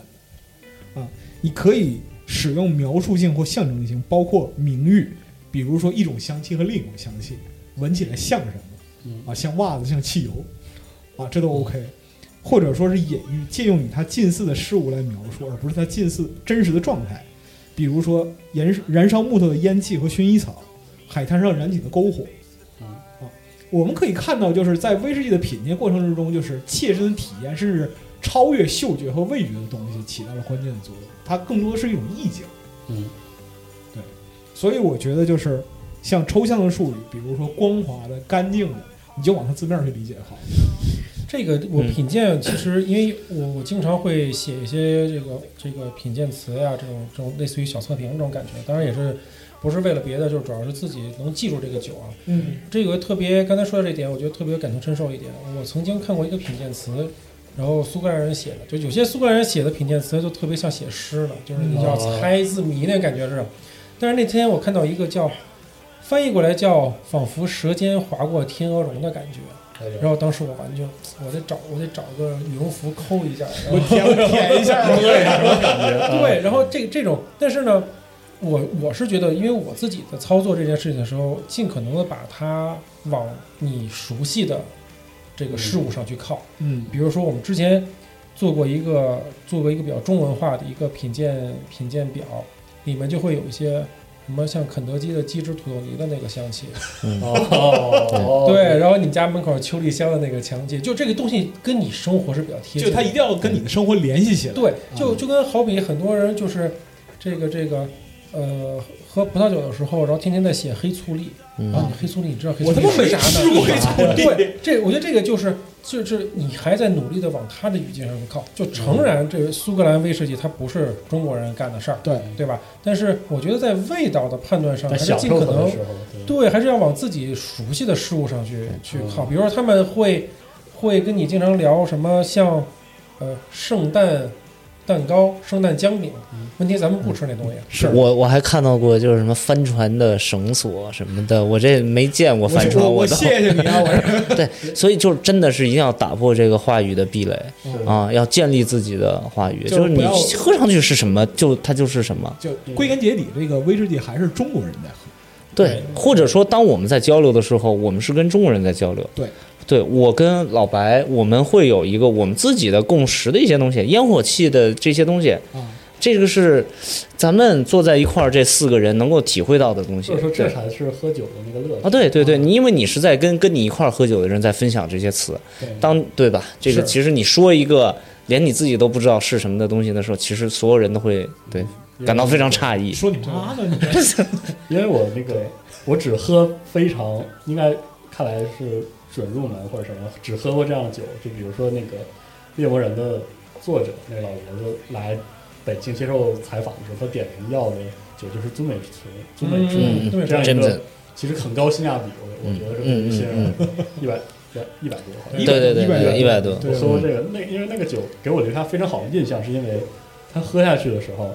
[SPEAKER 2] 的。啊，你可以使用描述性或象征性，包括名誉，比如说一种香气和另一种香气。闻起来像什
[SPEAKER 1] 嗯
[SPEAKER 2] 么啊，像袜子，像汽油，啊，这都 OK。或者说是隐喻，借用与它近似的事物来描述，而不是它近似真实的状态。比如说燃燃烧木头的烟气和薰衣草，海滩上燃起的篝火。
[SPEAKER 1] 嗯
[SPEAKER 2] 啊，我们可以看到，就是在威士忌的品鉴过程之中，就是切身体验，甚至超越嗅觉和味觉的东西起到了关键的作用。它更多是一种意境。
[SPEAKER 1] 嗯，
[SPEAKER 2] 对，所以我觉得就是像抽象的术语，比如说光滑的、干净的，你就往它字面去理解好。
[SPEAKER 3] 这个我
[SPEAKER 4] 嗯
[SPEAKER 3] 品鉴，其实因为我我经常会写一些这个这个品鉴词呀，这种这种类似于小测评这种感觉，当然也是不是为了别的，就是主要是自己能记住这个酒啊。
[SPEAKER 2] 嗯
[SPEAKER 3] 这个特别，刚才说的这点，我觉得特别感同身受一点。我曾经看过一个品鉴词，然后苏格兰人写的，就有些苏格兰人写的品鉴词就特别像写诗了，就是你要猜字谜那感觉是。但是那天我看到一个叫翻译过来叫“仿佛舌尖划过天鹅绒”的感觉，然后当时我完全，我得找我得找个羽绒服 抠一下，然后
[SPEAKER 2] 舔舔一下， 嗯
[SPEAKER 3] 对，然后这这种，但是呢，我我是觉得，因为我自己的操作这件事情的时候，尽可能的把它往你熟悉的这个事物上去靠。
[SPEAKER 2] 嗯
[SPEAKER 3] 比如说，我们之前做过一个做过一个比较中文化的一个品鉴品鉴表，里面就会有一些什么像肯德基的鸡汁土豆泥的那个香气，
[SPEAKER 1] 哦，
[SPEAKER 3] 对，然后你们家门口秋丽香的那个香气，就这个东西跟你生活是比较贴近
[SPEAKER 2] 就
[SPEAKER 3] 的。
[SPEAKER 2] 它一定嗯要跟你的生活联系起来。
[SPEAKER 3] 对，就就跟好比很多人就是这个这个呃喝葡萄酒的时候，然后天天在写黑醋栗，然后你黑醋栗，你知道黑
[SPEAKER 2] 嗯
[SPEAKER 3] 醋
[SPEAKER 2] 我他
[SPEAKER 3] 栗
[SPEAKER 2] 妈
[SPEAKER 3] 是
[SPEAKER 2] 没
[SPEAKER 3] 啥
[SPEAKER 2] 吃过
[SPEAKER 3] 呢？
[SPEAKER 2] 黑醋栗，
[SPEAKER 3] 对，这我觉得这个就是就是你还在努力的往他的语境上去靠。就
[SPEAKER 2] 嗯
[SPEAKER 3] 诚然，这个苏格兰威士忌它不是中国人干的事儿，
[SPEAKER 2] 对
[SPEAKER 3] 对吧？但是我觉得在味道的判断上，
[SPEAKER 1] 在
[SPEAKER 3] 还是
[SPEAKER 1] 享
[SPEAKER 3] 尽
[SPEAKER 1] 受
[SPEAKER 3] 可
[SPEAKER 1] 它的
[SPEAKER 3] 能
[SPEAKER 1] 时候，对
[SPEAKER 3] 对，还是要往自己熟悉的事物上去去靠。比如说他们会会跟你经常聊什么像呃圣诞蛋糕、圣诞姜饼，问题咱们不吃那东西。
[SPEAKER 2] 是
[SPEAKER 4] 我我还看到过就是什么帆船的绳索什么的，我这没见过
[SPEAKER 2] 我
[SPEAKER 4] 帆船，
[SPEAKER 2] 我我
[SPEAKER 4] 都
[SPEAKER 2] 谢谢你啊，我是
[SPEAKER 4] 对，所以就是真的是一定要打破这个话语的壁垒
[SPEAKER 2] 是
[SPEAKER 4] 啊，要建立自己的话语，
[SPEAKER 2] 就
[SPEAKER 4] 就是
[SPEAKER 2] 不
[SPEAKER 4] 你
[SPEAKER 2] 要
[SPEAKER 4] 喝上去是什么，就它就是什么。
[SPEAKER 2] 就归根结底，这个威士忌还是中国人在喝。
[SPEAKER 4] 对，或者说当我们在交流的时候，我们是跟中国人在交流。
[SPEAKER 2] 对，
[SPEAKER 4] 对我跟老白，我们会有一个我们自己的共识的一些东西，烟火气的这些东西。
[SPEAKER 2] 啊，
[SPEAKER 4] 这个是咱们坐在一块儿这四个人能够体会到的东西。
[SPEAKER 1] 所以说这
[SPEAKER 4] 对
[SPEAKER 1] 才是喝酒的那个乐趣
[SPEAKER 4] 啊，对对对，你因为你是在跟跟你一块儿喝酒的人在分享这些词，
[SPEAKER 2] 对
[SPEAKER 4] 当对吧？这个
[SPEAKER 2] 是
[SPEAKER 4] 其实你说一个连你自己都不知道是什么的东西的时候，其实所有人都会对感到非常诧异。
[SPEAKER 2] 说你妈呢？你
[SPEAKER 1] 因为我那个我只喝非常应该看来是准入门或者什么，只喝过这样的酒。就比如说那个《猎魔人》的作者那个老爷子来北京接受采访的时候，他点名要的酒就是尊美醇，尊美醇、
[SPEAKER 3] 嗯对
[SPEAKER 1] 这样
[SPEAKER 4] 真
[SPEAKER 1] 一
[SPEAKER 4] 的
[SPEAKER 1] 个其实很高性价比，我我觉得是
[SPEAKER 4] 嗯嗯
[SPEAKER 1] 一些
[SPEAKER 4] 嗯
[SPEAKER 1] 一百一百多好像
[SPEAKER 4] 对对对对，一百多，
[SPEAKER 1] 我喝过这个，那因为那个酒给我留下非常好的印象，是因为它喝下去的时候，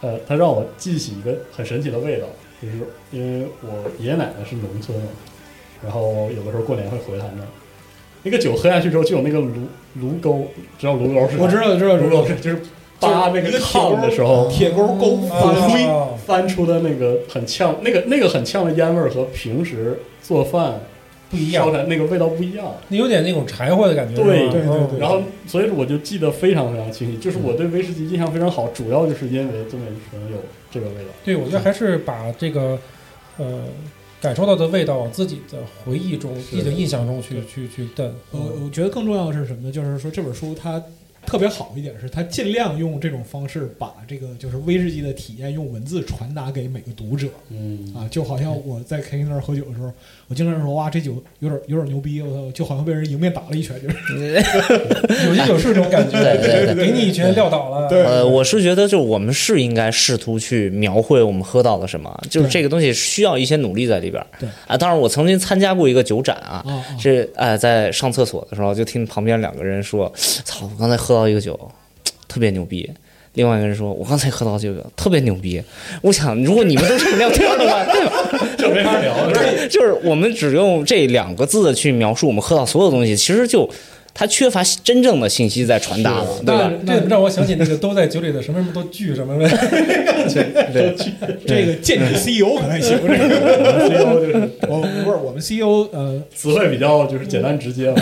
[SPEAKER 1] 呃，它让我记起一个很神奇的味道，就是因为我爷爷奶奶是农村人，然后有的时候过年会回他们那儿。那个酒喝下去之后，就有那个炉炉钩，知道炉钩是啥？
[SPEAKER 2] 我知道知道
[SPEAKER 1] 炉钩是就是扒那个炕的时候，
[SPEAKER 2] 铁钩勾
[SPEAKER 3] 啊
[SPEAKER 1] 骨灰
[SPEAKER 3] 哦
[SPEAKER 1] 翻出的那个很呛，那个那个很呛的烟味儿和平时做饭
[SPEAKER 3] 不一样
[SPEAKER 1] 烧出来那个味道不一样。
[SPEAKER 3] 你有点那种柴火的感觉，
[SPEAKER 1] 对
[SPEAKER 3] 是吧
[SPEAKER 2] 对对对
[SPEAKER 3] 嗯
[SPEAKER 1] 然后，所以我就记得非常非常清晰，就是我对威士忌印象非常好，主要就是因为尊美醇有这个味道。
[SPEAKER 3] 对我觉得还是把这个呃感受到的味道往自己的回忆中、自己的印象中去去去带。
[SPEAKER 2] 我呃我觉得更重要的是什么呢？就是说这本书它特别好一点是，它尽量用这种方式把这个就是威士忌的体验用文字传达给每个读者
[SPEAKER 1] 嗯，
[SPEAKER 2] 啊，就好像我在 K 那儿喝酒的时候，我经常说哇这酒有点有点牛逼，我操，就好像被人迎面打了一拳，就是
[SPEAKER 3] 有些酒是这种感觉，
[SPEAKER 4] 对对对
[SPEAKER 3] 给你一拳撂倒了。
[SPEAKER 2] 对
[SPEAKER 4] 呃，我是觉得，就是我们是应该试图去描绘我们喝到了什么，就是
[SPEAKER 2] 对
[SPEAKER 4] 这个东西需要一些努力在里边儿。
[SPEAKER 2] 对
[SPEAKER 4] 啊，当然我曾经参加过一个酒展啊，
[SPEAKER 2] 啊啊
[SPEAKER 4] 这哎、在上厕所的时候就听旁边两个人说：“操，我刚才喝到一个酒，特别牛逼。”另外一个人说：“我刚才喝到这个特别牛逼。”我想，如果你们都是聊天的话，
[SPEAKER 1] 这没法聊了。
[SPEAKER 4] 对，就是我们只用这两个字去描述我们喝到所有东西，其实就它缺乏真正的信息在传达了，对吧？
[SPEAKER 3] 那这让我想起那个都在酒里的什么什么都聚什么的，
[SPEAKER 4] 对，
[SPEAKER 2] 这个见你 CEO 可能行，这个
[SPEAKER 1] 然后就是
[SPEAKER 2] 我不是我们 CEO 呃
[SPEAKER 1] 词汇比较就是简单直接嘛，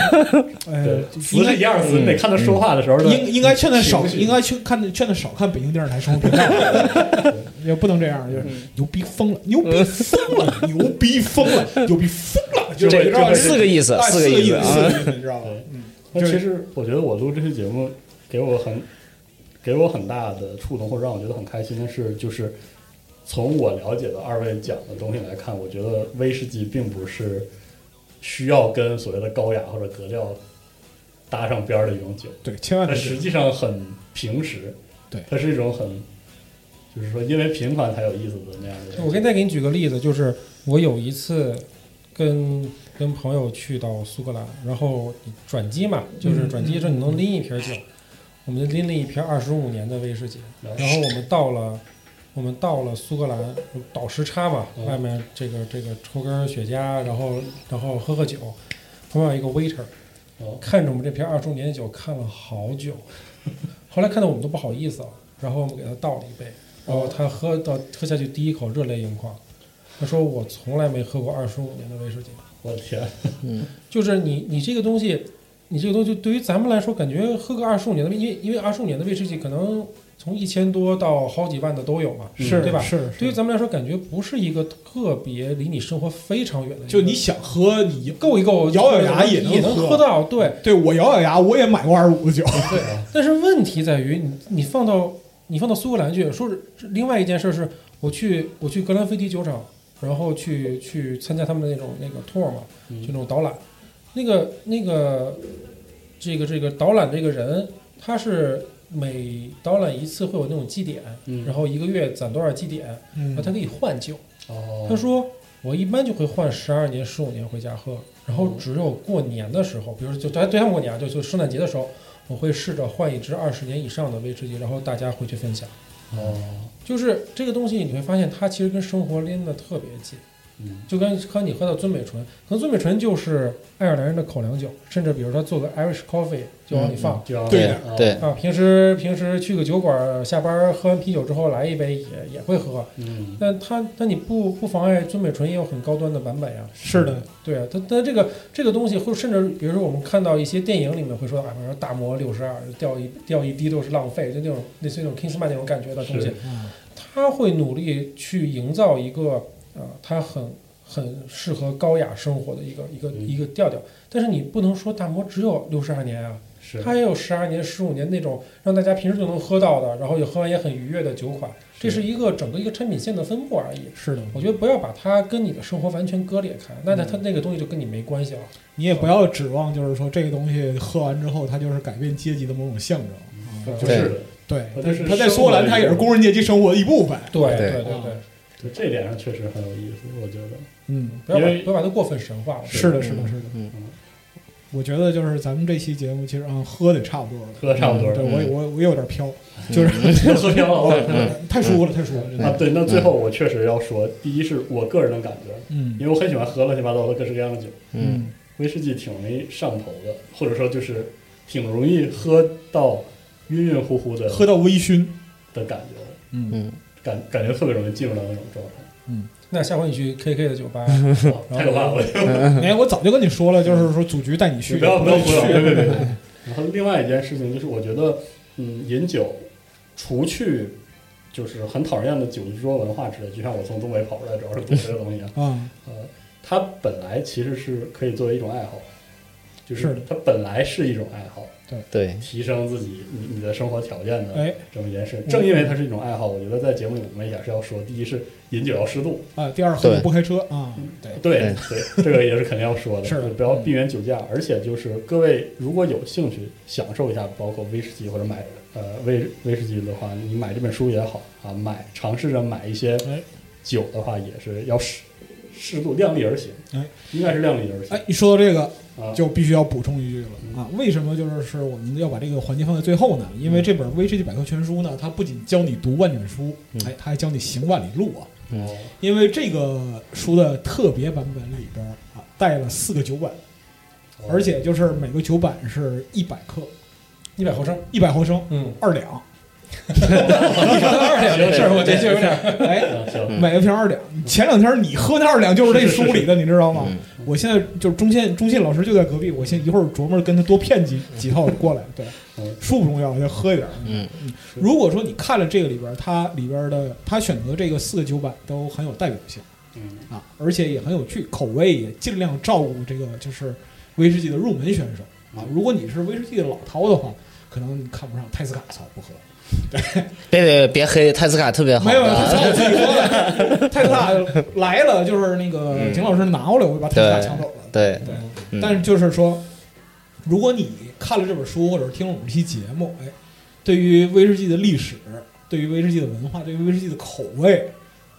[SPEAKER 2] 呃
[SPEAKER 1] 对，词是一样词，你得看他说话的
[SPEAKER 4] 啊
[SPEAKER 1] 时候的。
[SPEAKER 2] 嗯应应该劝他少，
[SPEAKER 1] 情绪
[SPEAKER 2] 应该劝看劝他少看北京电视台生活频道， 也不能这样，就是
[SPEAKER 4] 嗯
[SPEAKER 2] 牛逼疯了，牛逼疯了，牛逼疯了，牛逼疯了，就
[SPEAKER 1] 这
[SPEAKER 2] 是你知道
[SPEAKER 1] 这
[SPEAKER 4] 四个意思
[SPEAKER 2] 哎，
[SPEAKER 4] 四
[SPEAKER 2] 四
[SPEAKER 4] 个意
[SPEAKER 2] 意思，
[SPEAKER 4] 思啊
[SPEAKER 2] 四个意思，你知道吧？嗯
[SPEAKER 1] 那其实我觉得我录这期节目给我很给我很大的触动，或者让我觉得很开心的是，就是从我了解的二位讲的东西来看，我觉得威士忌并不是需要跟所谓的高雅或者格调搭上边儿的一种酒，
[SPEAKER 2] 对，千万
[SPEAKER 1] 它
[SPEAKER 2] 别
[SPEAKER 1] 实际上很平实，
[SPEAKER 2] 对
[SPEAKER 1] 它是一种很就是说因为平凡才有意思的那样的东西。
[SPEAKER 3] 我给再给你举个例子，就是我有一次跟跟朋友去到苏格兰，然后你转机嘛，就是转机的时候你能拎一瓶酒，我们就拎了一瓶二十五年的威士忌，然后我们到了。我们到了苏格兰，倒时差嘛，外面这个这个抽根雪茄，然后然后喝喝酒，旁边有一个 waiter，
[SPEAKER 1] 哦，
[SPEAKER 3] 看着我们这瓶二十五年的酒看了好 久，后来看到我们都不好意思了，然后我们给他倒了一杯，然后他喝到喝下去第一口热泪盈眶，他说我从来没喝过二十五年的威士忌，
[SPEAKER 1] 哦我的天，
[SPEAKER 3] 就是你你这个东西，你这个东西对于咱们来说，感觉喝个二十五年的，因为因为二十五年的威士忌可能从一千多到好几万的都有嘛，
[SPEAKER 2] 是
[SPEAKER 3] 对吧？
[SPEAKER 2] 是是
[SPEAKER 3] 对于咱们来说，感觉不是一个特别离你生活非常远的一个，
[SPEAKER 2] 就你想喝，你
[SPEAKER 3] 够一够，
[SPEAKER 2] 咬咬牙也能
[SPEAKER 3] 也能
[SPEAKER 2] 喝
[SPEAKER 3] 喝到，对。
[SPEAKER 2] 对我咬咬牙，我也买过二十五的酒。
[SPEAKER 3] 但是问题在于，你你放到你放到苏格兰去，说是另外一件事是，我去我去格兰菲迪酒厂，然后去去参加他们的那种那个 tour 嘛，就那种导览，那个那个这个这个导览这个人，他是每导览一次会有那种绩点，
[SPEAKER 1] 嗯
[SPEAKER 3] 然后一个月攒多少绩点，然后他给你换酒。
[SPEAKER 1] 哦，
[SPEAKER 3] 他说我一般就会换十二年、十五年回家喝，然
[SPEAKER 1] 哦
[SPEAKER 3] 后只有过年的时候，比如说就对对象过年啊，就就圣诞节的时候，我会试着换一支二十年以上的威士忌，然后大家回去分享。
[SPEAKER 1] 哦，
[SPEAKER 3] 就是这个东西，你会发现它其实跟生活拎得特别近，
[SPEAKER 1] 嗯，
[SPEAKER 3] 就跟和你喝到尊美醇，可能尊美醇就是爱尔兰人的口粮酒，甚至比如说做个 Irish coffee 就往里放，
[SPEAKER 1] 这样
[SPEAKER 2] 对
[SPEAKER 1] 啊
[SPEAKER 4] 对，
[SPEAKER 3] 啊，平时平时去个酒馆，下班喝完啤酒之后来一杯也也会喝，
[SPEAKER 1] 嗯，
[SPEAKER 3] 但它但你不不妨碍尊美醇也有很高端的版本呀、
[SPEAKER 2] 是的，
[SPEAKER 3] 对啊，它它这个这个东西会甚至比如说我们看到一些电影里面会说啊，比如说大魔六十二掉一掉一滴都是浪费，就那种类似于那种 Kingsman 那种感觉的东西
[SPEAKER 1] 是，
[SPEAKER 3] 他会努力去营造一个啊，他很很适合高雅生活的一个一个
[SPEAKER 1] 嗯
[SPEAKER 3] 一个调调，但是你不能说大魔只有六十二年啊。
[SPEAKER 1] 是
[SPEAKER 3] 它也有十二年、十五年那种让大家平时就能喝到的，然后也喝完也很愉悦的酒款。这是一个整个一个产品线的分布而已。
[SPEAKER 2] 是的，
[SPEAKER 3] 我觉得不要把它跟你的生活完全割裂开，那它它那个东西就跟你没关系了。
[SPEAKER 2] 你也不要指望就是说这个东西喝完之后，它就是改变阶级的某种象征。
[SPEAKER 3] 嗯
[SPEAKER 2] 啊
[SPEAKER 1] 不是的，
[SPEAKER 2] 对
[SPEAKER 1] 它，
[SPEAKER 2] 但
[SPEAKER 1] 就是
[SPEAKER 2] 它在
[SPEAKER 1] 生活
[SPEAKER 2] 苏格兰，
[SPEAKER 1] 的一
[SPEAKER 2] 它也是
[SPEAKER 1] 种
[SPEAKER 2] 工人阶级生活的一部分。
[SPEAKER 3] 对
[SPEAKER 4] 对
[SPEAKER 3] 对对
[SPEAKER 2] 啊
[SPEAKER 3] 对，
[SPEAKER 1] 对这点上确实很有意思，我觉得，
[SPEAKER 2] 嗯，
[SPEAKER 3] 不要
[SPEAKER 1] 因
[SPEAKER 3] 把
[SPEAKER 1] 为
[SPEAKER 3] 不要把它过分神化了。
[SPEAKER 2] 是的，是的，是的。
[SPEAKER 4] 嗯
[SPEAKER 2] 我觉得就是咱们这期节目其实啊，喝的差不多了，
[SPEAKER 1] 喝得差不多了嗯
[SPEAKER 2] 对我也我我有点飘，
[SPEAKER 4] 就是
[SPEAKER 1] 喝飘 了。
[SPEAKER 2] 太舒服了，太舒服了，真
[SPEAKER 1] 啊
[SPEAKER 2] 的。，
[SPEAKER 1] 对，那最后我确实要说，第一是我个人的感觉，
[SPEAKER 2] 嗯
[SPEAKER 1] 因为我很喜欢喝乱七八糟的各式各样的酒，
[SPEAKER 4] 嗯，
[SPEAKER 1] 威士忌挺容易上头的，或者说就是挺容易喝到晕晕乎乎的
[SPEAKER 2] 嗯喝到微醺。
[SPEAKER 1] 的感觉，
[SPEAKER 2] 嗯
[SPEAKER 1] 感感觉特别容易进入到那种状态，
[SPEAKER 3] 那下回你去 KK 的酒吧，
[SPEAKER 1] 哇 太可怕了！我觉得
[SPEAKER 2] 哎，我早就跟你说了，就是说组局带你去，
[SPEAKER 1] 嗯不要不要
[SPEAKER 2] 带你
[SPEAKER 1] 忽悠，别别别
[SPEAKER 2] 去。
[SPEAKER 1] 别。 然后另外一件事情就是，我觉得，嗯，饮酒除去就是很讨人厌的酒桌文化之类，就像我从东北跑出来主要是赌这个东西一样，
[SPEAKER 2] 啊，
[SPEAKER 1] 呃，它本来其实是可以作为一种爱好，就是是
[SPEAKER 2] 的
[SPEAKER 1] 它本来是一种爱好，
[SPEAKER 4] 对，
[SPEAKER 1] 提升自己你你的生活条件的
[SPEAKER 2] 哎
[SPEAKER 1] 这么一件事。正因为它是一种爱好，我觉得在节目里我们也是要说，第一是饮酒要适度，
[SPEAKER 2] 啊，第二喝酒
[SPEAKER 4] 对
[SPEAKER 2] 不开车啊，对，
[SPEAKER 1] 对对，这个也是肯定要说的，
[SPEAKER 2] 是的
[SPEAKER 1] 就不要避免酒驾。而且就是各位如果有兴趣享受一下，包括威士忌或者买呃威威士忌的话，你买这本书也好啊，买尝试着买一些
[SPEAKER 2] 哎
[SPEAKER 1] 酒的话，也是要适适度量力而行，
[SPEAKER 2] 哎
[SPEAKER 1] 应该是量力而行
[SPEAKER 2] 哎，你说到这个，
[SPEAKER 1] 啊。
[SPEAKER 2] 就必须要补充一句了啊！为什么就是是我们要把这个环节放在最后呢？因
[SPEAKER 3] 嗯
[SPEAKER 2] 为这本《威士忌百科全书》呢，它不仅教你读万卷书，
[SPEAKER 3] 嗯
[SPEAKER 2] 哎，它还教你行万里路啊！
[SPEAKER 1] 哦
[SPEAKER 2] 因为这个书的特别版本里边啊，带了四个酒版，
[SPEAKER 3] 哦
[SPEAKER 2] 而且就是每个酒版是一百克，
[SPEAKER 3] 一百毫升，
[SPEAKER 2] 一百毫升，
[SPEAKER 3] 嗯，
[SPEAKER 2] 二 两。
[SPEAKER 3] 二两这事儿我觉得就有点儿
[SPEAKER 2] 哎，
[SPEAKER 1] 啊行，
[SPEAKER 2] 买一瓶二两。前两天你喝那二两就是这书里的，你知道吗？我现在就是中信中信老师就在隔壁，我先一会儿琢磨跟他多骗几几套过来。对
[SPEAKER 1] 嗯，
[SPEAKER 2] 书不重要，我先喝一点。
[SPEAKER 4] 嗯
[SPEAKER 2] 如果说你看了这个里边儿，它里边儿的它选择这个四个酒版都很有代表性
[SPEAKER 1] 嗯，
[SPEAKER 2] 啊，而且也很有趣，口味也尽量照顾这个就是威士忌的入门选手啊。如果你是威士忌的老饕的话，可能你看不上泰斯卡，操不喝。
[SPEAKER 4] 别别别黑泰斯卡特别好
[SPEAKER 2] 没有，
[SPEAKER 4] 的，啊
[SPEAKER 2] 他操我自己喝 了，泰斯卡来了就是那个景老师拿过来，我就把泰斯卡
[SPEAKER 4] 嗯对
[SPEAKER 2] 抢走了。
[SPEAKER 4] 对，
[SPEAKER 2] 对，
[SPEAKER 4] 嗯
[SPEAKER 2] 但是就是说，如果你看了这本书或者是听了我们这期节目，哎，对于威士忌的历史、对于威士忌的文化、对于威士忌的口味，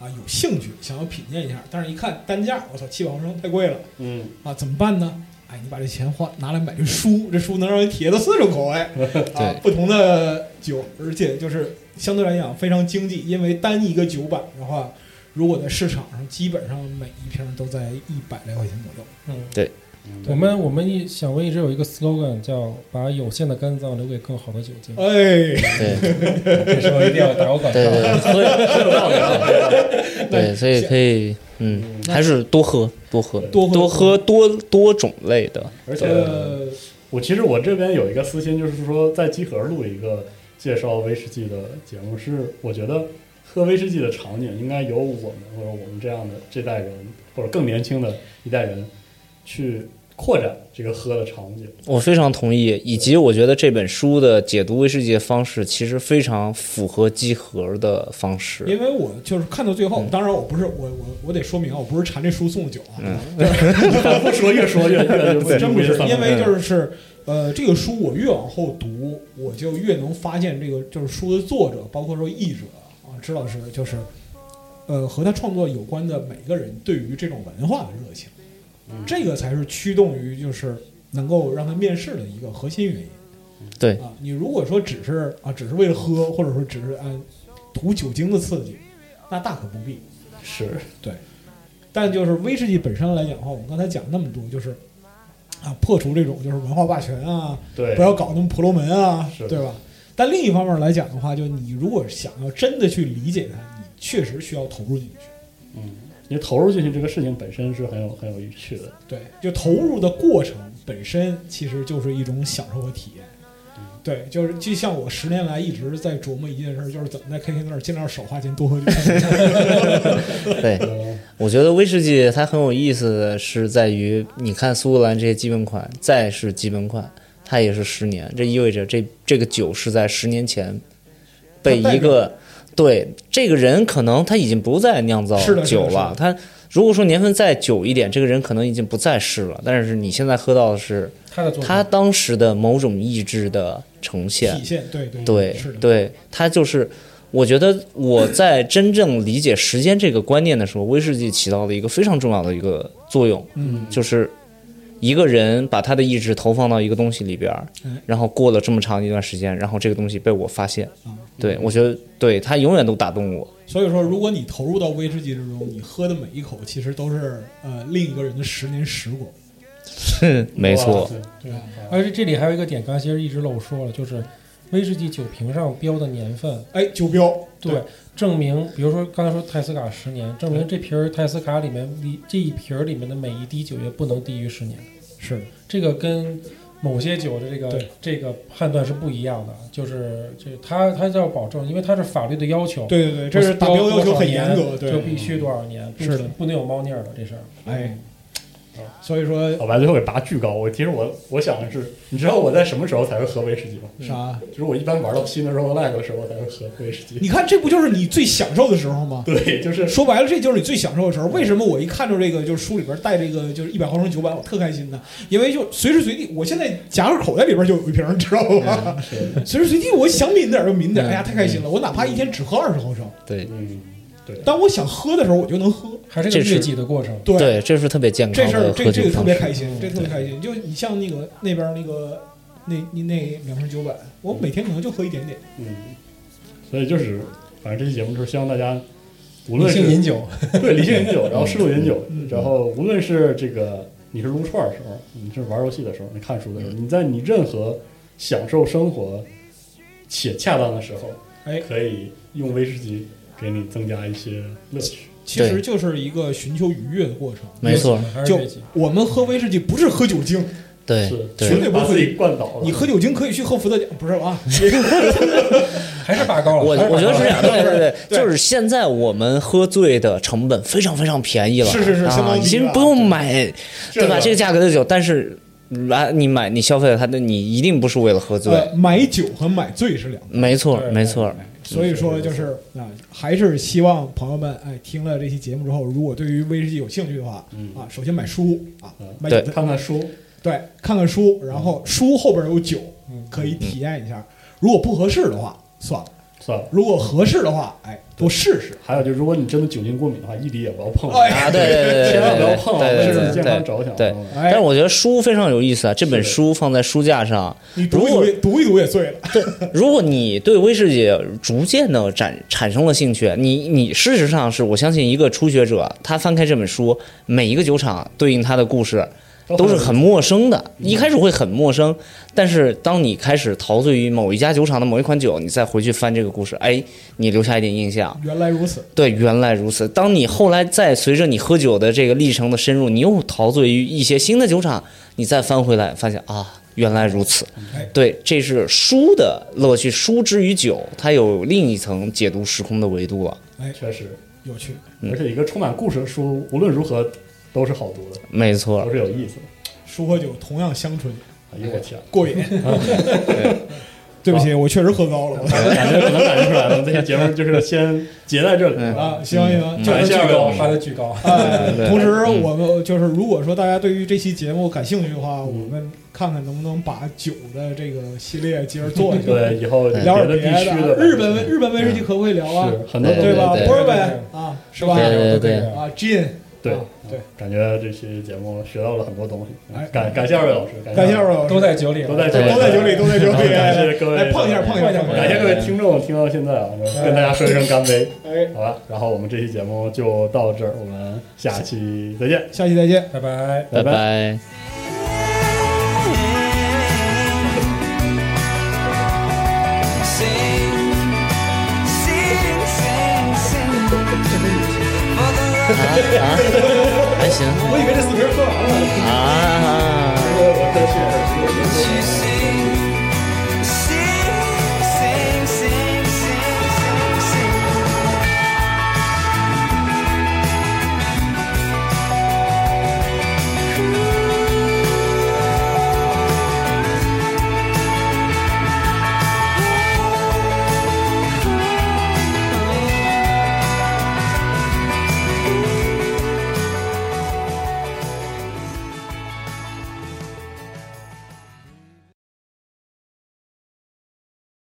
[SPEAKER 2] 啊有兴趣想要品鉴一下，但是一看单价，我操，七百毫升太贵了
[SPEAKER 1] 嗯，
[SPEAKER 2] 啊，怎么办呢？哎，你把这钱花拿来买这书， 这书能让你体验到四种口味啊
[SPEAKER 4] 对，
[SPEAKER 2] 不同的酒，而且就是相对来讲非常经济，因为单一个酒版的话，如果在市场上基本上每一瓶都在一百来块钱左右。
[SPEAKER 3] 嗯，
[SPEAKER 4] 对。
[SPEAKER 3] 我们我们一想，我一直有一个 slogan 叫“把有限的肝脏留给更好的酒
[SPEAKER 4] 嗯
[SPEAKER 3] 精
[SPEAKER 2] 哎，
[SPEAKER 4] 对”，
[SPEAKER 3] 这时候一定要打我广
[SPEAKER 4] 对对
[SPEAKER 3] 告。
[SPEAKER 4] 对，喝很有道理啊。对，所以可以，嗯，还是多喝多喝
[SPEAKER 2] 多喝嗯
[SPEAKER 4] 多喝多多种类的，
[SPEAKER 1] 而且
[SPEAKER 2] 呃，
[SPEAKER 1] 我其实我这边有一个私心，就是说在集合录一个介绍威士忌的节目，是我觉得喝威士忌的场景应该由我们或者我们这样的这代人，或者更年轻的一代人去扩展这个喝的场景。
[SPEAKER 4] 我非常同意。以及我觉得这本书的解读威士忌的方式，其实非常符合集合的方式。
[SPEAKER 2] 因为我就是看到最后，
[SPEAKER 1] 嗯
[SPEAKER 2] 当然我不是我我我得说明啊，我不是馋这书送的酒啊，
[SPEAKER 1] 反复说，越说嗯越越就
[SPEAKER 2] 我真不是，
[SPEAKER 1] 三分
[SPEAKER 2] 因为
[SPEAKER 1] 钟
[SPEAKER 2] 就是是呃，这个书我越往后读，我就越能发现这个就是书的作者，包括说译者啊，知老师就是呃和他创作有关的每个人对于这种文化的热情，这个才是驱动于就是能够让他面试的一个核心原因。
[SPEAKER 4] 对
[SPEAKER 2] 啊，你如果说只是啊，只是为了喝，或者说只是按图酒精的刺激，那大可不必。
[SPEAKER 1] 是
[SPEAKER 2] 对，但就是威士忌本身来讲的话，我们刚才讲那么多，就是啊，破除这种就是文化霸权啊，
[SPEAKER 1] 对
[SPEAKER 2] 不要搞那么婆罗门啊
[SPEAKER 1] 是，
[SPEAKER 2] 对吧？但另一方面来讲的话，就你如果想要真的去理解它，你确实需要投入进去。
[SPEAKER 1] 嗯，你投入进去这个事情本身是很有很有趣的。
[SPEAKER 2] 对，就投入的过程本身其实就是一种享受和体验。对，就是就像我十年来一直在琢磨一件事儿，就是怎么在 KTV 那儿尽量少花钱多喝酒。
[SPEAKER 4] 对，
[SPEAKER 1] 嗯
[SPEAKER 4] 我觉得威士忌它很有意思的是在于，你看苏格兰这些基本款，再是基本款，它也是十年，这意味着这这个酒是在十年前被
[SPEAKER 2] 它代
[SPEAKER 4] 一个对这个人可能他已经不再酿造
[SPEAKER 2] 是的是的
[SPEAKER 4] 酒
[SPEAKER 2] 是的
[SPEAKER 4] 了，他如果说年份再久一点，这个人可能已经不再是了，但是你现在喝到的是
[SPEAKER 3] 他的作
[SPEAKER 4] 他
[SPEAKER 3] 品，啊
[SPEAKER 4] 当时的某种意志的呈现
[SPEAKER 2] 体，现，对对
[SPEAKER 4] 对
[SPEAKER 2] 嗯是的，，
[SPEAKER 4] 对，它就是。我觉得我在真正理解时间这个观念的时候，威士忌起到了一个非常重要的一个作用，
[SPEAKER 2] 嗯，
[SPEAKER 4] 就是一个人把他的意志投放到一个东西里边儿
[SPEAKER 2] 嗯，
[SPEAKER 4] 然后过了这么长一段时间，然后这个东西被我发现
[SPEAKER 2] 嗯，
[SPEAKER 4] 对我觉得对他永远都打动我，
[SPEAKER 2] 所以说，如果你投入到威士忌之中，你喝的每一口其实都是呃另一个人的十年时光。
[SPEAKER 4] 没错，
[SPEAKER 3] 对。而且这里还有一个点，刚才其实一直漏说了，就是威士忌酒瓶上标的年份，
[SPEAKER 2] 哎，酒标，
[SPEAKER 3] 对，证明，比如说刚才说泰斯卡十年，证明这瓶儿泰斯卡里面里这一瓶儿里面的每一滴酒也不能低于十年，
[SPEAKER 2] 是的，
[SPEAKER 3] 这个跟某些酒的这个
[SPEAKER 2] 对
[SPEAKER 3] 这个判断是不一样的，就是这它它要保证，因为它是法律的要求，，
[SPEAKER 2] 对对对，这是达标要求很严格，
[SPEAKER 3] 就
[SPEAKER 2] 对，
[SPEAKER 3] 必须多少年，不
[SPEAKER 2] 是的
[SPEAKER 3] 不能有猫腻儿的这事儿。
[SPEAKER 2] 哎，所以说
[SPEAKER 1] 老白最后给拔巨高，我其实我我想的是，你知道我在什么时候才会喝威士忌吗？
[SPEAKER 2] 啥？
[SPEAKER 1] 就是我一般玩到新的 roguelike 的时候，我才会喝威士忌。
[SPEAKER 2] 你看，这不就是你最享受的时候吗？
[SPEAKER 1] 对，就是
[SPEAKER 2] 说白了，这就是你最享受的时候。为什么我一看到这个，就是书里边带这个，就是一百毫升酒版，我特开心呢？因为就随时随地，我现在夹克口袋里边就有一瓶，你知道吗？
[SPEAKER 4] 嗯
[SPEAKER 2] 随时随地，我想抿点儿就抿点儿，哎呀，太开心了！我哪怕一天只喝二十毫升，
[SPEAKER 4] 对
[SPEAKER 1] 嗯，对，
[SPEAKER 2] 当我想喝的时候，我就能喝。
[SPEAKER 3] 还是个
[SPEAKER 4] 这是
[SPEAKER 3] 月季的过程，
[SPEAKER 2] 对，
[SPEAKER 4] 对，这是特别健
[SPEAKER 2] 这
[SPEAKER 4] 康
[SPEAKER 2] 事儿
[SPEAKER 4] 的
[SPEAKER 2] 这
[SPEAKER 4] 喝
[SPEAKER 2] 这
[SPEAKER 4] 酒
[SPEAKER 2] 个特
[SPEAKER 4] 方
[SPEAKER 2] 别
[SPEAKER 4] 式，
[SPEAKER 2] 开心，这特别开心。就你像那个那边那个那那那两瓶酒版，我每天可能就喝一点点。
[SPEAKER 1] 嗯，所以就是，反正这期节目就是希望大家，无
[SPEAKER 3] 理
[SPEAKER 1] 论
[SPEAKER 3] 性饮
[SPEAKER 1] 是
[SPEAKER 3] 酒，
[SPEAKER 1] 对理性饮酒，然后适度饮酒
[SPEAKER 2] 嗯，
[SPEAKER 1] 然后无论是这个你是撸串的时候，你是玩游戏的时候，你看书的时候，
[SPEAKER 2] 嗯
[SPEAKER 1] 你在你任何享受生活且恰当的时候，
[SPEAKER 2] 哎，
[SPEAKER 1] 可以用威士忌给你增加一些乐趣。
[SPEAKER 2] 其实就是一个寻求愉悦的过程。
[SPEAKER 4] 没错，
[SPEAKER 3] 还是
[SPEAKER 2] 就
[SPEAKER 3] 月季。
[SPEAKER 2] 我们喝威士忌不是喝酒精，
[SPEAKER 4] 对
[SPEAKER 1] 是，
[SPEAKER 2] 绝
[SPEAKER 4] 对，
[SPEAKER 2] 对不
[SPEAKER 1] 把
[SPEAKER 2] 会
[SPEAKER 1] 自己灌倒了。
[SPEAKER 2] 你喝酒精可以去喝伏特加，不是啊？
[SPEAKER 3] 还是拔高了。
[SPEAKER 4] 我
[SPEAKER 3] 还是拔高
[SPEAKER 4] 我觉得
[SPEAKER 3] 了
[SPEAKER 4] 是这样，对对
[SPEAKER 2] 对
[SPEAKER 4] 对，就是现在我们喝醉的成本非常非常便宜了，
[SPEAKER 2] 是是是相
[SPEAKER 4] 啊
[SPEAKER 2] 当，低
[SPEAKER 4] 其实
[SPEAKER 2] 了
[SPEAKER 4] 不用买，
[SPEAKER 1] 这
[SPEAKER 4] 对吧？
[SPEAKER 1] 个
[SPEAKER 4] 这个价格的酒，但是啊，你买你消费了它，那你一定不是为了喝醉，
[SPEAKER 2] 呃，买酒和买醉是两个。
[SPEAKER 4] 没错
[SPEAKER 3] 对
[SPEAKER 4] 没错，
[SPEAKER 2] 所以说就是啊，还是希望朋友们哎，听了这期节目之后，如果对于威士忌有兴趣的话，啊，首先买书啊，买酒
[SPEAKER 4] 对
[SPEAKER 2] 的
[SPEAKER 1] 看看书，
[SPEAKER 2] 对，看看书，然后书后边有酒，可以体验一下。如果不合适的话，算了。
[SPEAKER 1] 算了。
[SPEAKER 2] 如果合适的话，哎，多试试。
[SPEAKER 1] 还有就是，如果你真的酒精过敏的话，一滴也不要碰，
[SPEAKER 2] 哎
[SPEAKER 4] 啊，对对对对 对，
[SPEAKER 1] 千万不要碰啊，
[SPEAKER 4] 对
[SPEAKER 1] 为
[SPEAKER 4] 对
[SPEAKER 1] 自己
[SPEAKER 4] 对
[SPEAKER 1] 健
[SPEAKER 4] 对
[SPEAKER 1] 康着想。啊
[SPEAKER 4] 对
[SPEAKER 1] 朋友们。
[SPEAKER 2] 哎
[SPEAKER 4] 但是，我觉得书非常有意思啊，这本书放在书架上，
[SPEAKER 2] 你读一读也读一读也醉了。
[SPEAKER 4] 如果你对威士忌逐渐的产产生了兴趣，你你事实上是我相信一个初学者，他翻开这本书，每一个酒厂对应他的故事都是很嗯陌生的，一开始会很陌生，但是当你开始陶醉于某一家酒厂的某一款酒，你再回去翻这个故事，哎，你留下一点印象。
[SPEAKER 2] 原来如此，
[SPEAKER 4] 对，原来如此。当你后来再随着你喝酒的这个历程的深入，你又陶醉于一些新的酒厂，你再翻回来发现啊，原来如此。
[SPEAKER 2] 哎
[SPEAKER 4] 对，这是书的乐趣，书之于酒，它有另一层解读时空的维度了。啊
[SPEAKER 2] 哎，
[SPEAKER 1] 确实，
[SPEAKER 2] 有趣。
[SPEAKER 4] 嗯
[SPEAKER 1] 而且一个充满故事的书，无论如何都是好读的，
[SPEAKER 4] 没错
[SPEAKER 1] 都，是有意思的。
[SPEAKER 2] 书和酒同样香醇
[SPEAKER 1] 哎呦我天，
[SPEAKER 2] 过瘾。对不起，我确实喝高了。
[SPEAKER 4] 哎
[SPEAKER 2] 我
[SPEAKER 1] 感觉可能感觉出来了，这期节目就是先结在这里
[SPEAKER 4] 嗯
[SPEAKER 1] 啊
[SPEAKER 2] 啊，，行行行，
[SPEAKER 1] 转
[SPEAKER 2] 这
[SPEAKER 1] 一
[SPEAKER 2] 是
[SPEAKER 1] 下
[SPEAKER 2] 最高
[SPEAKER 1] 吧
[SPEAKER 3] 发的巨高。
[SPEAKER 4] 啊
[SPEAKER 2] 哎
[SPEAKER 4] 对，
[SPEAKER 2] 同时，
[SPEAKER 4] 嗯
[SPEAKER 2] 我们就是如果说大家对于这期节目感兴趣的话，我们看看能不能把酒的这个系列接着做一下，
[SPEAKER 1] 对，以后
[SPEAKER 4] 嗯
[SPEAKER 1] 别
[SPEAKER 2] 嗯聊点
[SPEAKER 1] 的
[SPEAKER 2] 别
[SPEAKER 1] 地区
[SPEAKER 2] 的。啊日本威
[SPEAKER 1] 是
[SPEAKER 2] 日本威士忌可不可以聊啊？
[SPEAKER 1] 很多都
[SPEAKER 4] 对
[SPEAKER 2] 吧
[SPEAKER 4] 对
[SPEAKER 2] ？Bourbon 啊，是吧？
[SPEAKER 4] 对对对
[SPEAKER 2] 啊，Gin，
[SPEAKER 1] 对
[SPEAKER 2] 啊对，
[SPEAKER 1] 感觉这期节目学到了很多东
[SPEAKER 2] 哎
[SPEAKER 1] 西，感感谢二位老师，
[SPEAKER 2] 感谢
[SPEAKER 1] 二
[SPEAKER 2] 二
[SPEAKER 1] 位，
[SPEAKER 2] 位老师
[SPEAKER 3] 都在酒里了，
[SPEAKER 1] 都在酒
[SPEAKER 2] 都在酒里，都在酒里，
[SPEAKER 1] 感
[SPEAKER 2] 哎
[SPEAKER 1] 谢各位
[SPEAKER 2] 来碰一下，碰一下，碰一下
[SPEAKER 1] 感。谢各位听众听到现在啊，跟大家说一声干杯，
[SPEAKER 2] 哎，
[SPEAKER 1] 好吧？然后我们这期节目就到这儿，我们下期再见，
[SPEAKER 2] 下期再见。
[SPEAKER 3] 拜拜。
[SPEAKER 1] 拜。
[SPEAKER 4] 拜拜。
[SPEAKER 5] Sing, sing, sing, sing. For the love
[SPEAKER 4] 还行
[SPEAKER 2] 我以为这四瓶喝完了。
[SPEAKER 4] 啊。